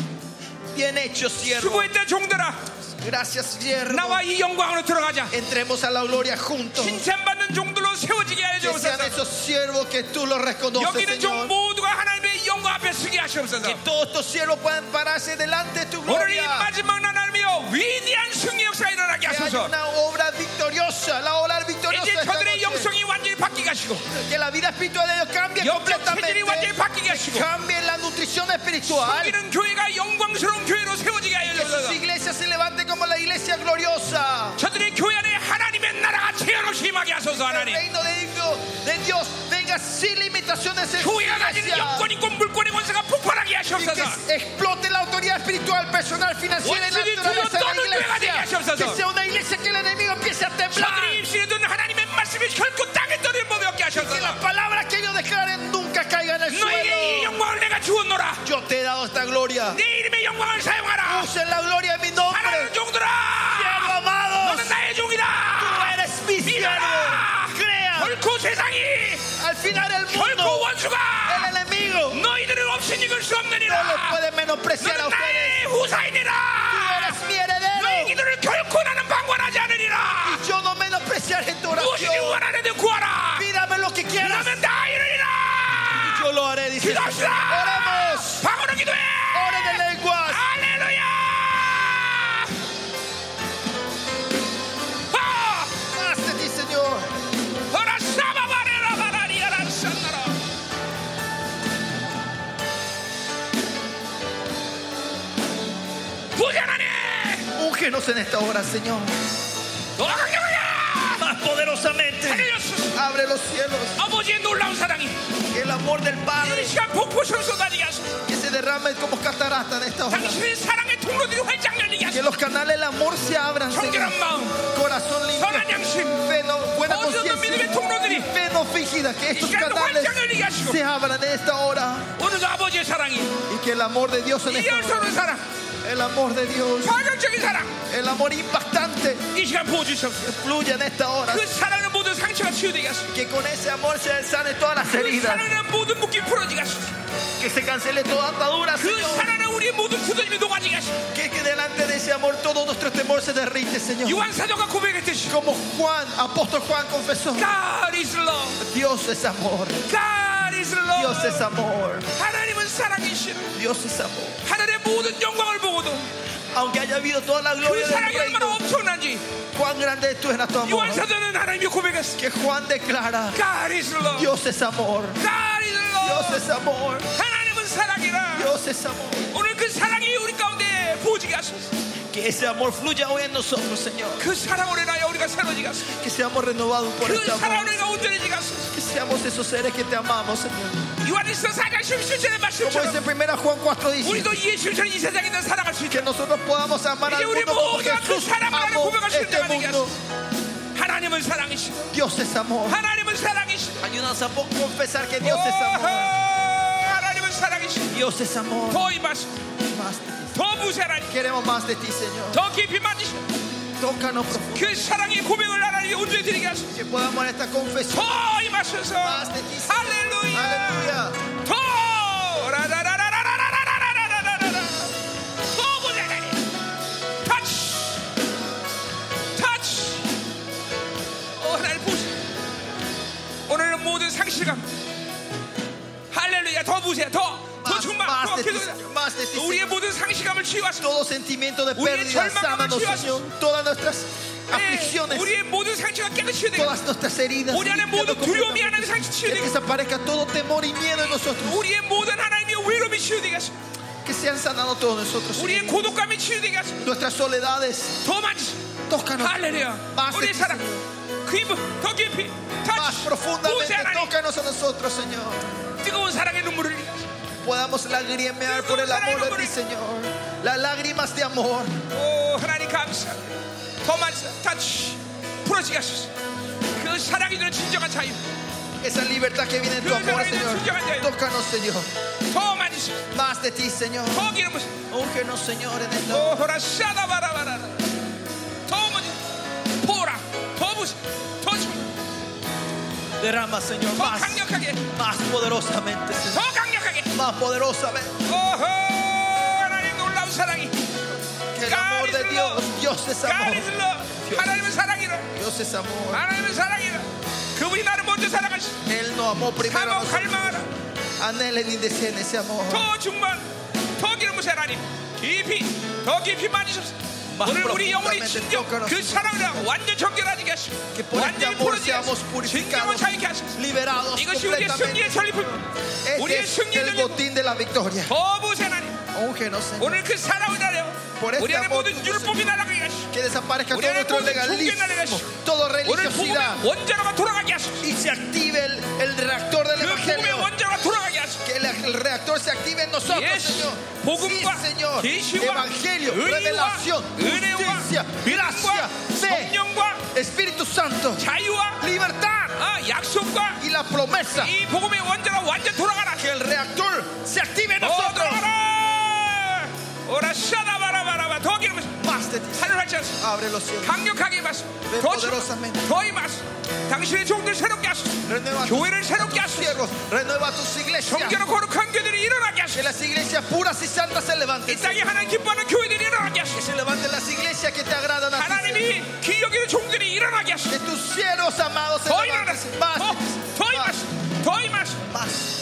A: Bien hecho, siervo.
B: 수고했다 종들아
A: Gracias, siervo.
B: 나와 이 영광으로 들어가자
A: Entremos a la gloria juntos.
B: 칭찬받는 종들로 세워지게 하여
A: Que sean
B: 주옵소서
A: esos siervos que tú los reconoces,
B: 여기는 종
A: Señor.
B: 모두가 하나님의 영광 앞에 서게 하시옵소서
A: Que todos estos siervos puedan pararse delante de tu
B: 오늘 이
A: gloria.
B: 마지막 날이며 위대한 승리 역사
A: Que
B: 일어나게
A: haya
B: 하소서
A: una obra victoriosa, la obra victoriosa
B: 이제
A: esta
B: 저들의
A: noche.
B: 영성이 완전히 바뀌게 하시고
A: Que la vida espiritual de ellos cambie
B: 영적 체질이
A: completamente.
B: 완전히 바뀌게 하시고
A: Cambie la nutrición espiritual.
B: 섬기는 교회가 영광스러운 교회로 세워지게
A: Que sus
B: 하여
A: iglesias se levanten como la iglesia gloriosa.
B: 저들의 교회 안에 하나님의 나라가 체현을 심하게 하소서
A: Que el
B: 하나님
A: reino de Dios, de Dios venga sin limitaciones en su
B: 교회 안에 가진
A: iglesia.
B: 영권 있고 물권의 권세가 폭발하게
A: Y
B: 하시옵소서
A: que explote la autoridad espiritual, personal, financiera y
B: Once
A: naturaleza de
B: todo el
A: la
B: que haga
A: iglesia.
B: diga,
A: Que sea una iglesia que el enemigo empiece a temblar.
B: 저들의 입술에 둔 하나님의 말씀이 결코 땅에 떨어질 법이 없게
A: Que las
B: 하소서
A: palabras que ellos declaren nunca caigan al
B: 너에게 이
A: suelo.
B: 영광을 내가 주었노라
A: Yo te he dado esta gloria.
B: 내 이름의 영광을 사용하라
A: Usen la gloria en mi nombre.
B: 하나님 종들아
A: Siervo amados,
B: 너는 나의 종이다
A: tú eres mi siervo. Crean.
B: 결코 세상이
A: ¡Ah! Al final el
B: 결코
A: mundo,
B: 원수가
A: el enemigo,
B: 네.
A: no
B: 너희들을 없이 이길 수
A: los
B: 없느니라
A: puede menospreciar a
B: 너는
A: ustedes.
B: 나의
A: Tú
B: 후사이니라
A: eres mi
B: 너의
A: heredero.
B: 기도를 결코 나는 방관하지 않으리라
A: Yo no menospreciaré tu
B: 무엇이든
A: oración.
B: 원하는데 구하라
A: Pídame lo que quieras.
B: 그러면 다 이르리라
A: Yo lo haré, dice.
B: 기도합시다
A: Oremos.
B: 방언으로 기도해
A: Oren en lenguas.
B: 할렐루야 아!
A: Más de ti, Señor.
B: 허라 사바바레라 바라리아라 산나라 부자라네
A: Úngenos en esta hora, Señor.
B: 너가 강력하냐
A: Más poderosamente.
B: 하늘여수
A: Abre los cielos.
B: 아버지의 놀라운 사랑이
A: Que el amor del
B: 이
A: Padre
B: 시간 폭포처럼 쏟아지게 하소서
A: que se derrame como catarata en esta hora.
B: 당신의 사랑의 통로들이 활짝 열리게
A: Que
B: 하소서
A: los canales del amor se abran, Señor.
B: 청결한 마음
A: Corazón
B: 선한
A: limpio.
B: 양심
A: Fe Oh, no, buena
B: 어디 어떤 믿음의
A: conciencia.
B: 통로들이
A: Fe no fingida. Que
B: 이
A: estos
B: 시간도
A: canales
B: 활짝 열리게 하시고
A: se abran en esta hora.
B: 오늘도 아버지의 사랑이
A: Y que el amor de Dios en esta
B: 이해할 수
A: hora.
B: 없는 사랑
A: El amor de Dios.
B: 파격적인 사랑
A: El amor impactante
B: 이 시간 보여주시옵소서
A: fluya en esta hora.
B: 그 사랑은 모든 상처가 치유되게 하소서
A: Que con ese amor se sane todas las
B: 그
A: heridas.
B: 사랑은 모든 묶임 풀어지게 하소서
A: Que se cancele toda atadura,
B: 그
A: Señor.
B: 사랑은 우리의 모든 굳어짐이 녹아지게 하소서
A: Que, que delante de ese amor todo nuestro temor se derrite, Señor.
B: 요한 사도가 고백했듯이
A: Como Juan, apóstol Juan confesó,
B: God is love
A: Dios es amor,
B: God is
A: Dios es
B: love
A: amor,
B: 하나님은 사랑이시라
A: Dios es amor.
B: 하늘의 모든 영광을 보고도
A: Aunque haya habido toda la
B: 그
A: gloria del
B: 사랑이 얼마나
A: reino,
B: 엄청난지
A: cuán grande tú eres tu amor.
B: 요한 사도는 하나님이 고백했어
A: Que Juan declara,
B: God is love
A: Dios es amor,
B: God is
A: Dios
B: love
A: es amor,
B: 하나님은 사랑이라
A: Dios es amor.
B: 오늘 그 사랑이 우리 가운데 부어지게 하소서
A: Que ese amor fluya hoy en nosotros, Señor.
B: 그 사랑으로 인하여 우리가 새로워지게 하소서
A: Que seamos renovados por
B: 그
A: este amor.
B: 사랑으로 인하여 온전해지게 하소서
A: Que seamos esos seres que te amamos, Señor.
B: 요한일서 4장 17절의
A: Como
B: 말씀처럼
A: dice 1 Juan 4, dice
B: 우리도 예수처럼 이 세상에 는 사랑할 수
A: que
B: 있다
A: nosotros podamos amar al mundo como Jesús amó este mundo.
B: 하나님은 사랑이시고
A: Dios es amor.
B: 하나님은 사랑이시고
A: Ayúdanos a po- confesar que
B: 오호,
A: Dios es amor.
B: 하나님은 사랑이시고
A: Dios es amor.
B: 더 임하시고
A: Más de ti.
B: 더 부세라니
A: Queremos más de ti, Señor.
B: 더 깊이 만지시고
A: Tócanos profundo.
B: 그 사랑의 고백을 하나님께 온전히 드리게 하소서
A: Que podamos en esta confesión.
B: 더 임하소서 할렐루야
A: Aleluya.
B: 더 라라라라라라라라라라라라라 더 보내라니 터치 터치 오늘 보시 오늘은 모든 상실감 할렐루야 더 보세요 더더
A: Más,
B: 충만
A: más
B: 더
A: de ti,
B: 계속
A: Señor. Más de ti.
B: 우리의
A: Señor.
B: 모든 상실감을 치유하시고
A: Todo sentimiento de
B: Huye,
A: pérdida,
B: hermano,
A: sánanos,
B: Dios.
A: Señor. Todas nuestras
B: Eh,
A: aflicciones,
B: 우리의 모든 상처가 깨끗이 치유되고
A: todas nuestras heridas.
B: 우리 안에
A: limpiando
B: 모든 두려움이
A: completamente.
B: 하나님 상처
A: Que
B: 치유되고
A: desaparezca todo temor y miedo en nosotros.
B: 우리의 모든 하나님의 외로움이 치유되게 하시고
A: Que sean sanados todos nosotros.
B: 우리의
A: Señor.
B: 고독감이 치유되게 하시고
A: Nuestras soledades,
B: 더 만지시고
A: tócanos.
B: 할렐루야
A: Más de
B: 우리의
A: ti,
B: 사랑
A: Señor.
B: 그 힘을 더 깊이
A: más
B: 터치 보세
A: profundamente
B: 하나님
A: tócanos a nosotros, Señor.
B: 뜨거운 사랑의 눈물을
A: Podamos lagrimear por el amor de ti, Señor. Las lágrimas de amor.
B: 오 하나님 감사 더 만지사 터치 풀어지게 하소서 그 사랑이 주는 진정한 자유
A: Esa libertad que viene de tu amor, Señor. Tócanos, Señor.
B: 더 만지사
A: Más de ti, Señor.
B: 더 기름 부사
A: Úngenos, Señor, en esta hora.
B: 오 호라 샤다바라바라 더 만지 보라 더 부사 더 충,
A: Derrama, Señor,
B: 더
A: más,
B: 강력하게
A: más poderosamente, Señor.
B: 더 강력하게
A: Más poderosamente.
B: 오호 하나님 놀라운 사랑이
A: Que el amor de Dios, Dios es amor.
B: 가리슬러 하나님은 사랑이라
A: Dios es amor.
B: 하나님은 사랑이라 그분이 나를 먼저 사랑하시
A: Él nos amó primero. a
B: 사모
A: nosotros.
B: 갈망하라
A: Anhelen y deseen ese amor.
B: 더 충만 더 기름 부세 하나님 깊이 더 깊이 만지소서
A: más
B: 오늘 우리 영혼이
A: profundamente
B: 진정 그
A: tócanos.
B: 사랑을 완전 정결하게 하시고
A: Que por este
B: 완전히
A: amor
B: 부러지게
A: seamos
B: 하시고 진정을
A: purificados,
B: 자유케 하시고
A: liberados
B: 이것이 우리의 승리의
A: completamente.
B: 전리품입니다
A: Este
B: 우리의
A: es
B: 승리의
A: el
B: 전리품
A: botín de la victoria.
B: 거부세 하나님
A: Óngenos, Señor.
B: 오늘 그 사랑을 달해요
A: Por este
B: 우리 안에
A: amor,
B: 모든 율법이 날아가게 하시고
A: Que desaparezca todo
B: Ore-
A: nuestro
B: Ore-
A: legalismo,
B: Ore-
A: toda
B: 오늘 복음의
A: religiosidad.
B: 원자로가 돌아가게 하시고
A: Y se active el, el reactor del
B: 그 복음의
A: Evangelio.
B: 원자로가 돌아가게 하시고
A: Que el, el reactor se active en nosotros,
B: 예수,
A: Señor. Sí,
B: 복음과
A: Señor.
B: 계시와
A: Evangelio,
B: 은혜와
A: revelación,
B: 은혜와
A: justicia, gracia,
B: 믿음과
A: fe,
B: 성령과
A: Espíritu Santo,
B: 자유와
A: libertad
B: 아, 약속과
A: y la promesa.
B: 이 복음의 원자가 완전 돌아가라
A: Que el reactor se active en
B: 더
A: nosotros.
B: 돌아가라 오라 샤다바라바라바 더 기름으시
A: Más de ti.
B: 하늘 활짝 하소서.
A: Abre los cielos.
B: 강력하게 마시고
A: 네,
B: 더
A: poderosamente.
B: 주시고, 더 임하시고 당신의 종들 새롭게 하소서
A: Renueva tus,
B: 교회를 새롭게
A: tus
B: 하소서
A: siervos. Renueva tus iglesias.
B: 정결한 거룩한 교회들이 일어나게
A: Que
B: 하소서
A: las iglesias puras y santas se
B: 이
A: levanten.
B: 땅에 하나님 기뻐하는 교회들이
A: Que
B: 일어나게 하소서
A: se levanten las iglesias que te agradan a ti. Señor.
B: 하나님이 기억의 종들이 일어나게 하소서
A: Que tus siervos amados se
B: 더
A: levanten.
B: 일어나서
A: Más,
B: 더더 임하시고 더 임하시고
A: más.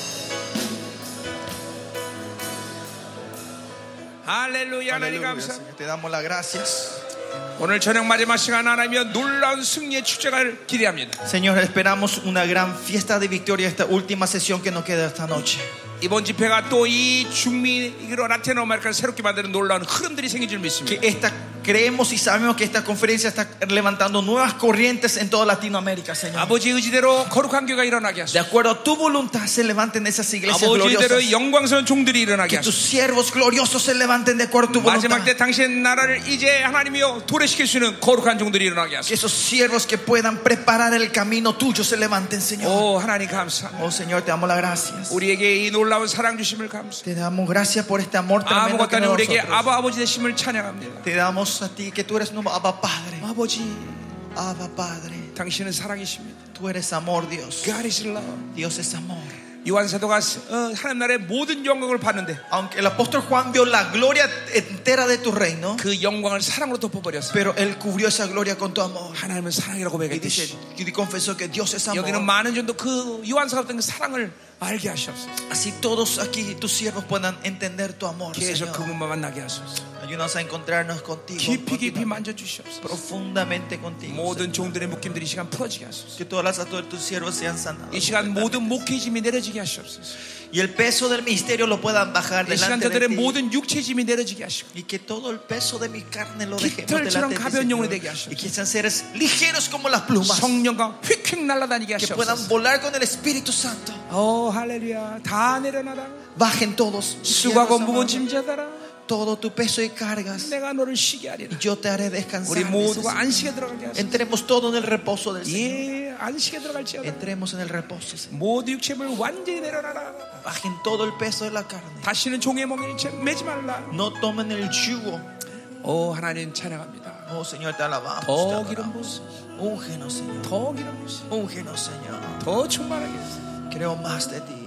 B: 할렐루야 하나님
A: Aleluya, Señor.
B: 감사합니다
A: Te damos las gracias.
B: 오늘 저녁 마지막 시간 하나님의 놀라운 승리의 축제를 기대합니다.
A: Señor, esperamos una gran fiesta de victoria esta última sesión que nos queda esta noche.
B: 이번 집회가 또 이 중미로 라틴 아메리카를 새롭게 만드는 놀라운 흐름들이 생길 줄 믿습니다.
A: Que esta creemos y sabemos que esta conferencia está levantando nuevas corrientes en toda Latinoamérica, Señor.
B: 아버지 의지대로 거룩한 교회가 일어나게
A: De
B: 하소서.
A: acuerdo a tu voluntad se levanten esas iglesias
B: 네, 아버지 의지대로
A: gloriosas.
B: 영광스러운 종들이 일어나게
A: Que tus
B: 하소서.
A: siervos gloriosos se levanten de acuerdo a tu voluntad.
B: 마지막 때 당신의 나라를 이제 하나님이여 도래시킬 수 있는 거룩한 종들이 일어나게
A: Que
B: 하소서.
A: esos siervos que puedan preparar el camino tuyo se levanten, Señor.
B: 오 하나님 감사합니다.
A: Oh, Señor, te damos las gracias.
B: 우리에게 이 놀라운 사랑 주심을 감사합니다.
A: Te damos gracias por este amor tremendo
B: 아무것도
A: que
B: 아닌
A: nos das
B: 우리에게
A: a nosotros.
B: 아바 아버지 되심을 찬양합니다.
A: Te damos a ti que tú eres nuevo Abba Padre.
B: 아버지
A: Abba Padre,
B: 당신은 사랑이십니다.
A: tú eres amor, Dios.
B: God is love.
A: Dios es amor.
B: 요한 사도가 어, 하나님 나라의 모든 영광을 받는데
A: Aunque el apóstol Juan vio la gloria entera de tu reino,
B: 그 영광을 사랑으로 덮어버렸어.
A: pero él cubrió esa gloria con tu amor.
B: 하나님은 사랑이라고
A: Y dice,
B: 고백했듯이
A: y confesó que Dios es
B: 여기는
A: amor.
B: 많은 전도 그 요한 사도 같은 그 사랑을 알게 하시옵소서.
A: Así todos aquí tus siervos puedan entender tu amor.
B: 계속
A: Señor.
B: 그분만 만나게 하소서.
A: Ayúdanos a encontrarnos contigo,
B: 깊이 깊이
A: continuamente,
B: 만져 주시옵소서.
A: profundamente contigo. Señor.
B: 모든 종들의 묶임들이 이 시간 풀어지게 하소서.
A: Que todas las aturas de tus siervos sean sanadas.
B: 이 시간 모든 목회짐이 내려지게 하시옵소서.
A: Y el peso del ministerio lo puedan bajar
B: 이 시간
A: delante de
B: 저들의
A: ti.
B: 모든 육체짐이 내려지게 하시고
A: Y que todo el peso de mi carne lo dejemos
B: 깃털처럼
A: delante de ti,
B: 가벼운 영혼이
A: Señor.
B: 되게 하시옵소서.
A: Y que sean seres ligeros como las
B: 그
A: plumas.
B: 성령과 휙휙 날아다니게
A: Que puedan
B: 하시옵소서.
A: volar con el Espíritu Santo.
B: 오 어, 할렐루야. 다 내려놔라.
A: Bajen todos.
B: 수고하고
A: Siervos
B: 무거운
A: amados,
B: 짐 자다라.
A: todo tu peso y cargas.
B: 내가 너를 쉬게 하리라.
A: Y yo te haré descansar.
B: 우리
A: dice
B: 모두가
A: Señor.
B: 안식에 들어가게 하소서.
A: Entremos todo en el reposo del Señor.
B: 예, 안식에 들어갈지어다.
A: Entremos en el reposo, Señor.
B: 모두 육체물 완전히 내려놔라.
A: Bajen todo el peso de la carne.
B: 다시는 종의 멍에를 채- 매지 말라.
A: No tomen el yugo.
B: 오, 하나님 찬양합니다.
A: Oh, Señor, te alabamos. te
B: 더
A: adoramos.
B: 기름 부으세요.
A: Úngenos, Señor.
B: 더 기름 부으세요.
A: Úngenos, Señor.
B: 더 충만하게 하세요.
A: Creo más de ti.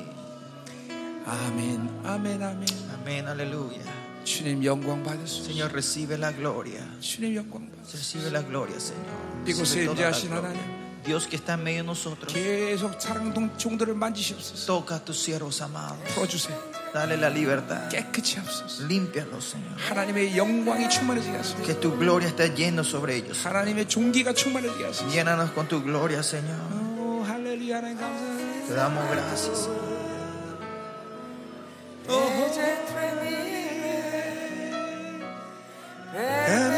B: 아멘, 아멘, 아멘.
A: Amén, aleluya.
B: 주님 영광 받으소서.
A: Señor, recibe la gloria.
B: 주님 영광 받으소서.
A: Recibe la gloria, Señor.
B: 이곳에
A: Recibe toda la
B: 임재하신
A: gloria.
B: 하나님.
A: Dios que está en medio de nosotros,
B: 계속 사랑 동 종들을 만지시옵소서.
A: toca a tus siervos amados.
B: 풀어주세요.
A: Dale la libertad.
B: 깨끗이 하소서.
A: Límpialos, Señor.
B: 하나님의 영광이 충만해지게 하소서.
A: Que tu gloria esté lleno sobre ellos.
B: 하나님의 종기가 충만해지게 하소서.
A: Llénanos con tu gloria, Señor.
B: 오, 할렐루야, 하나님 감사합니다.
A: Te damos gracias. Señor.
C: 이제 프리미에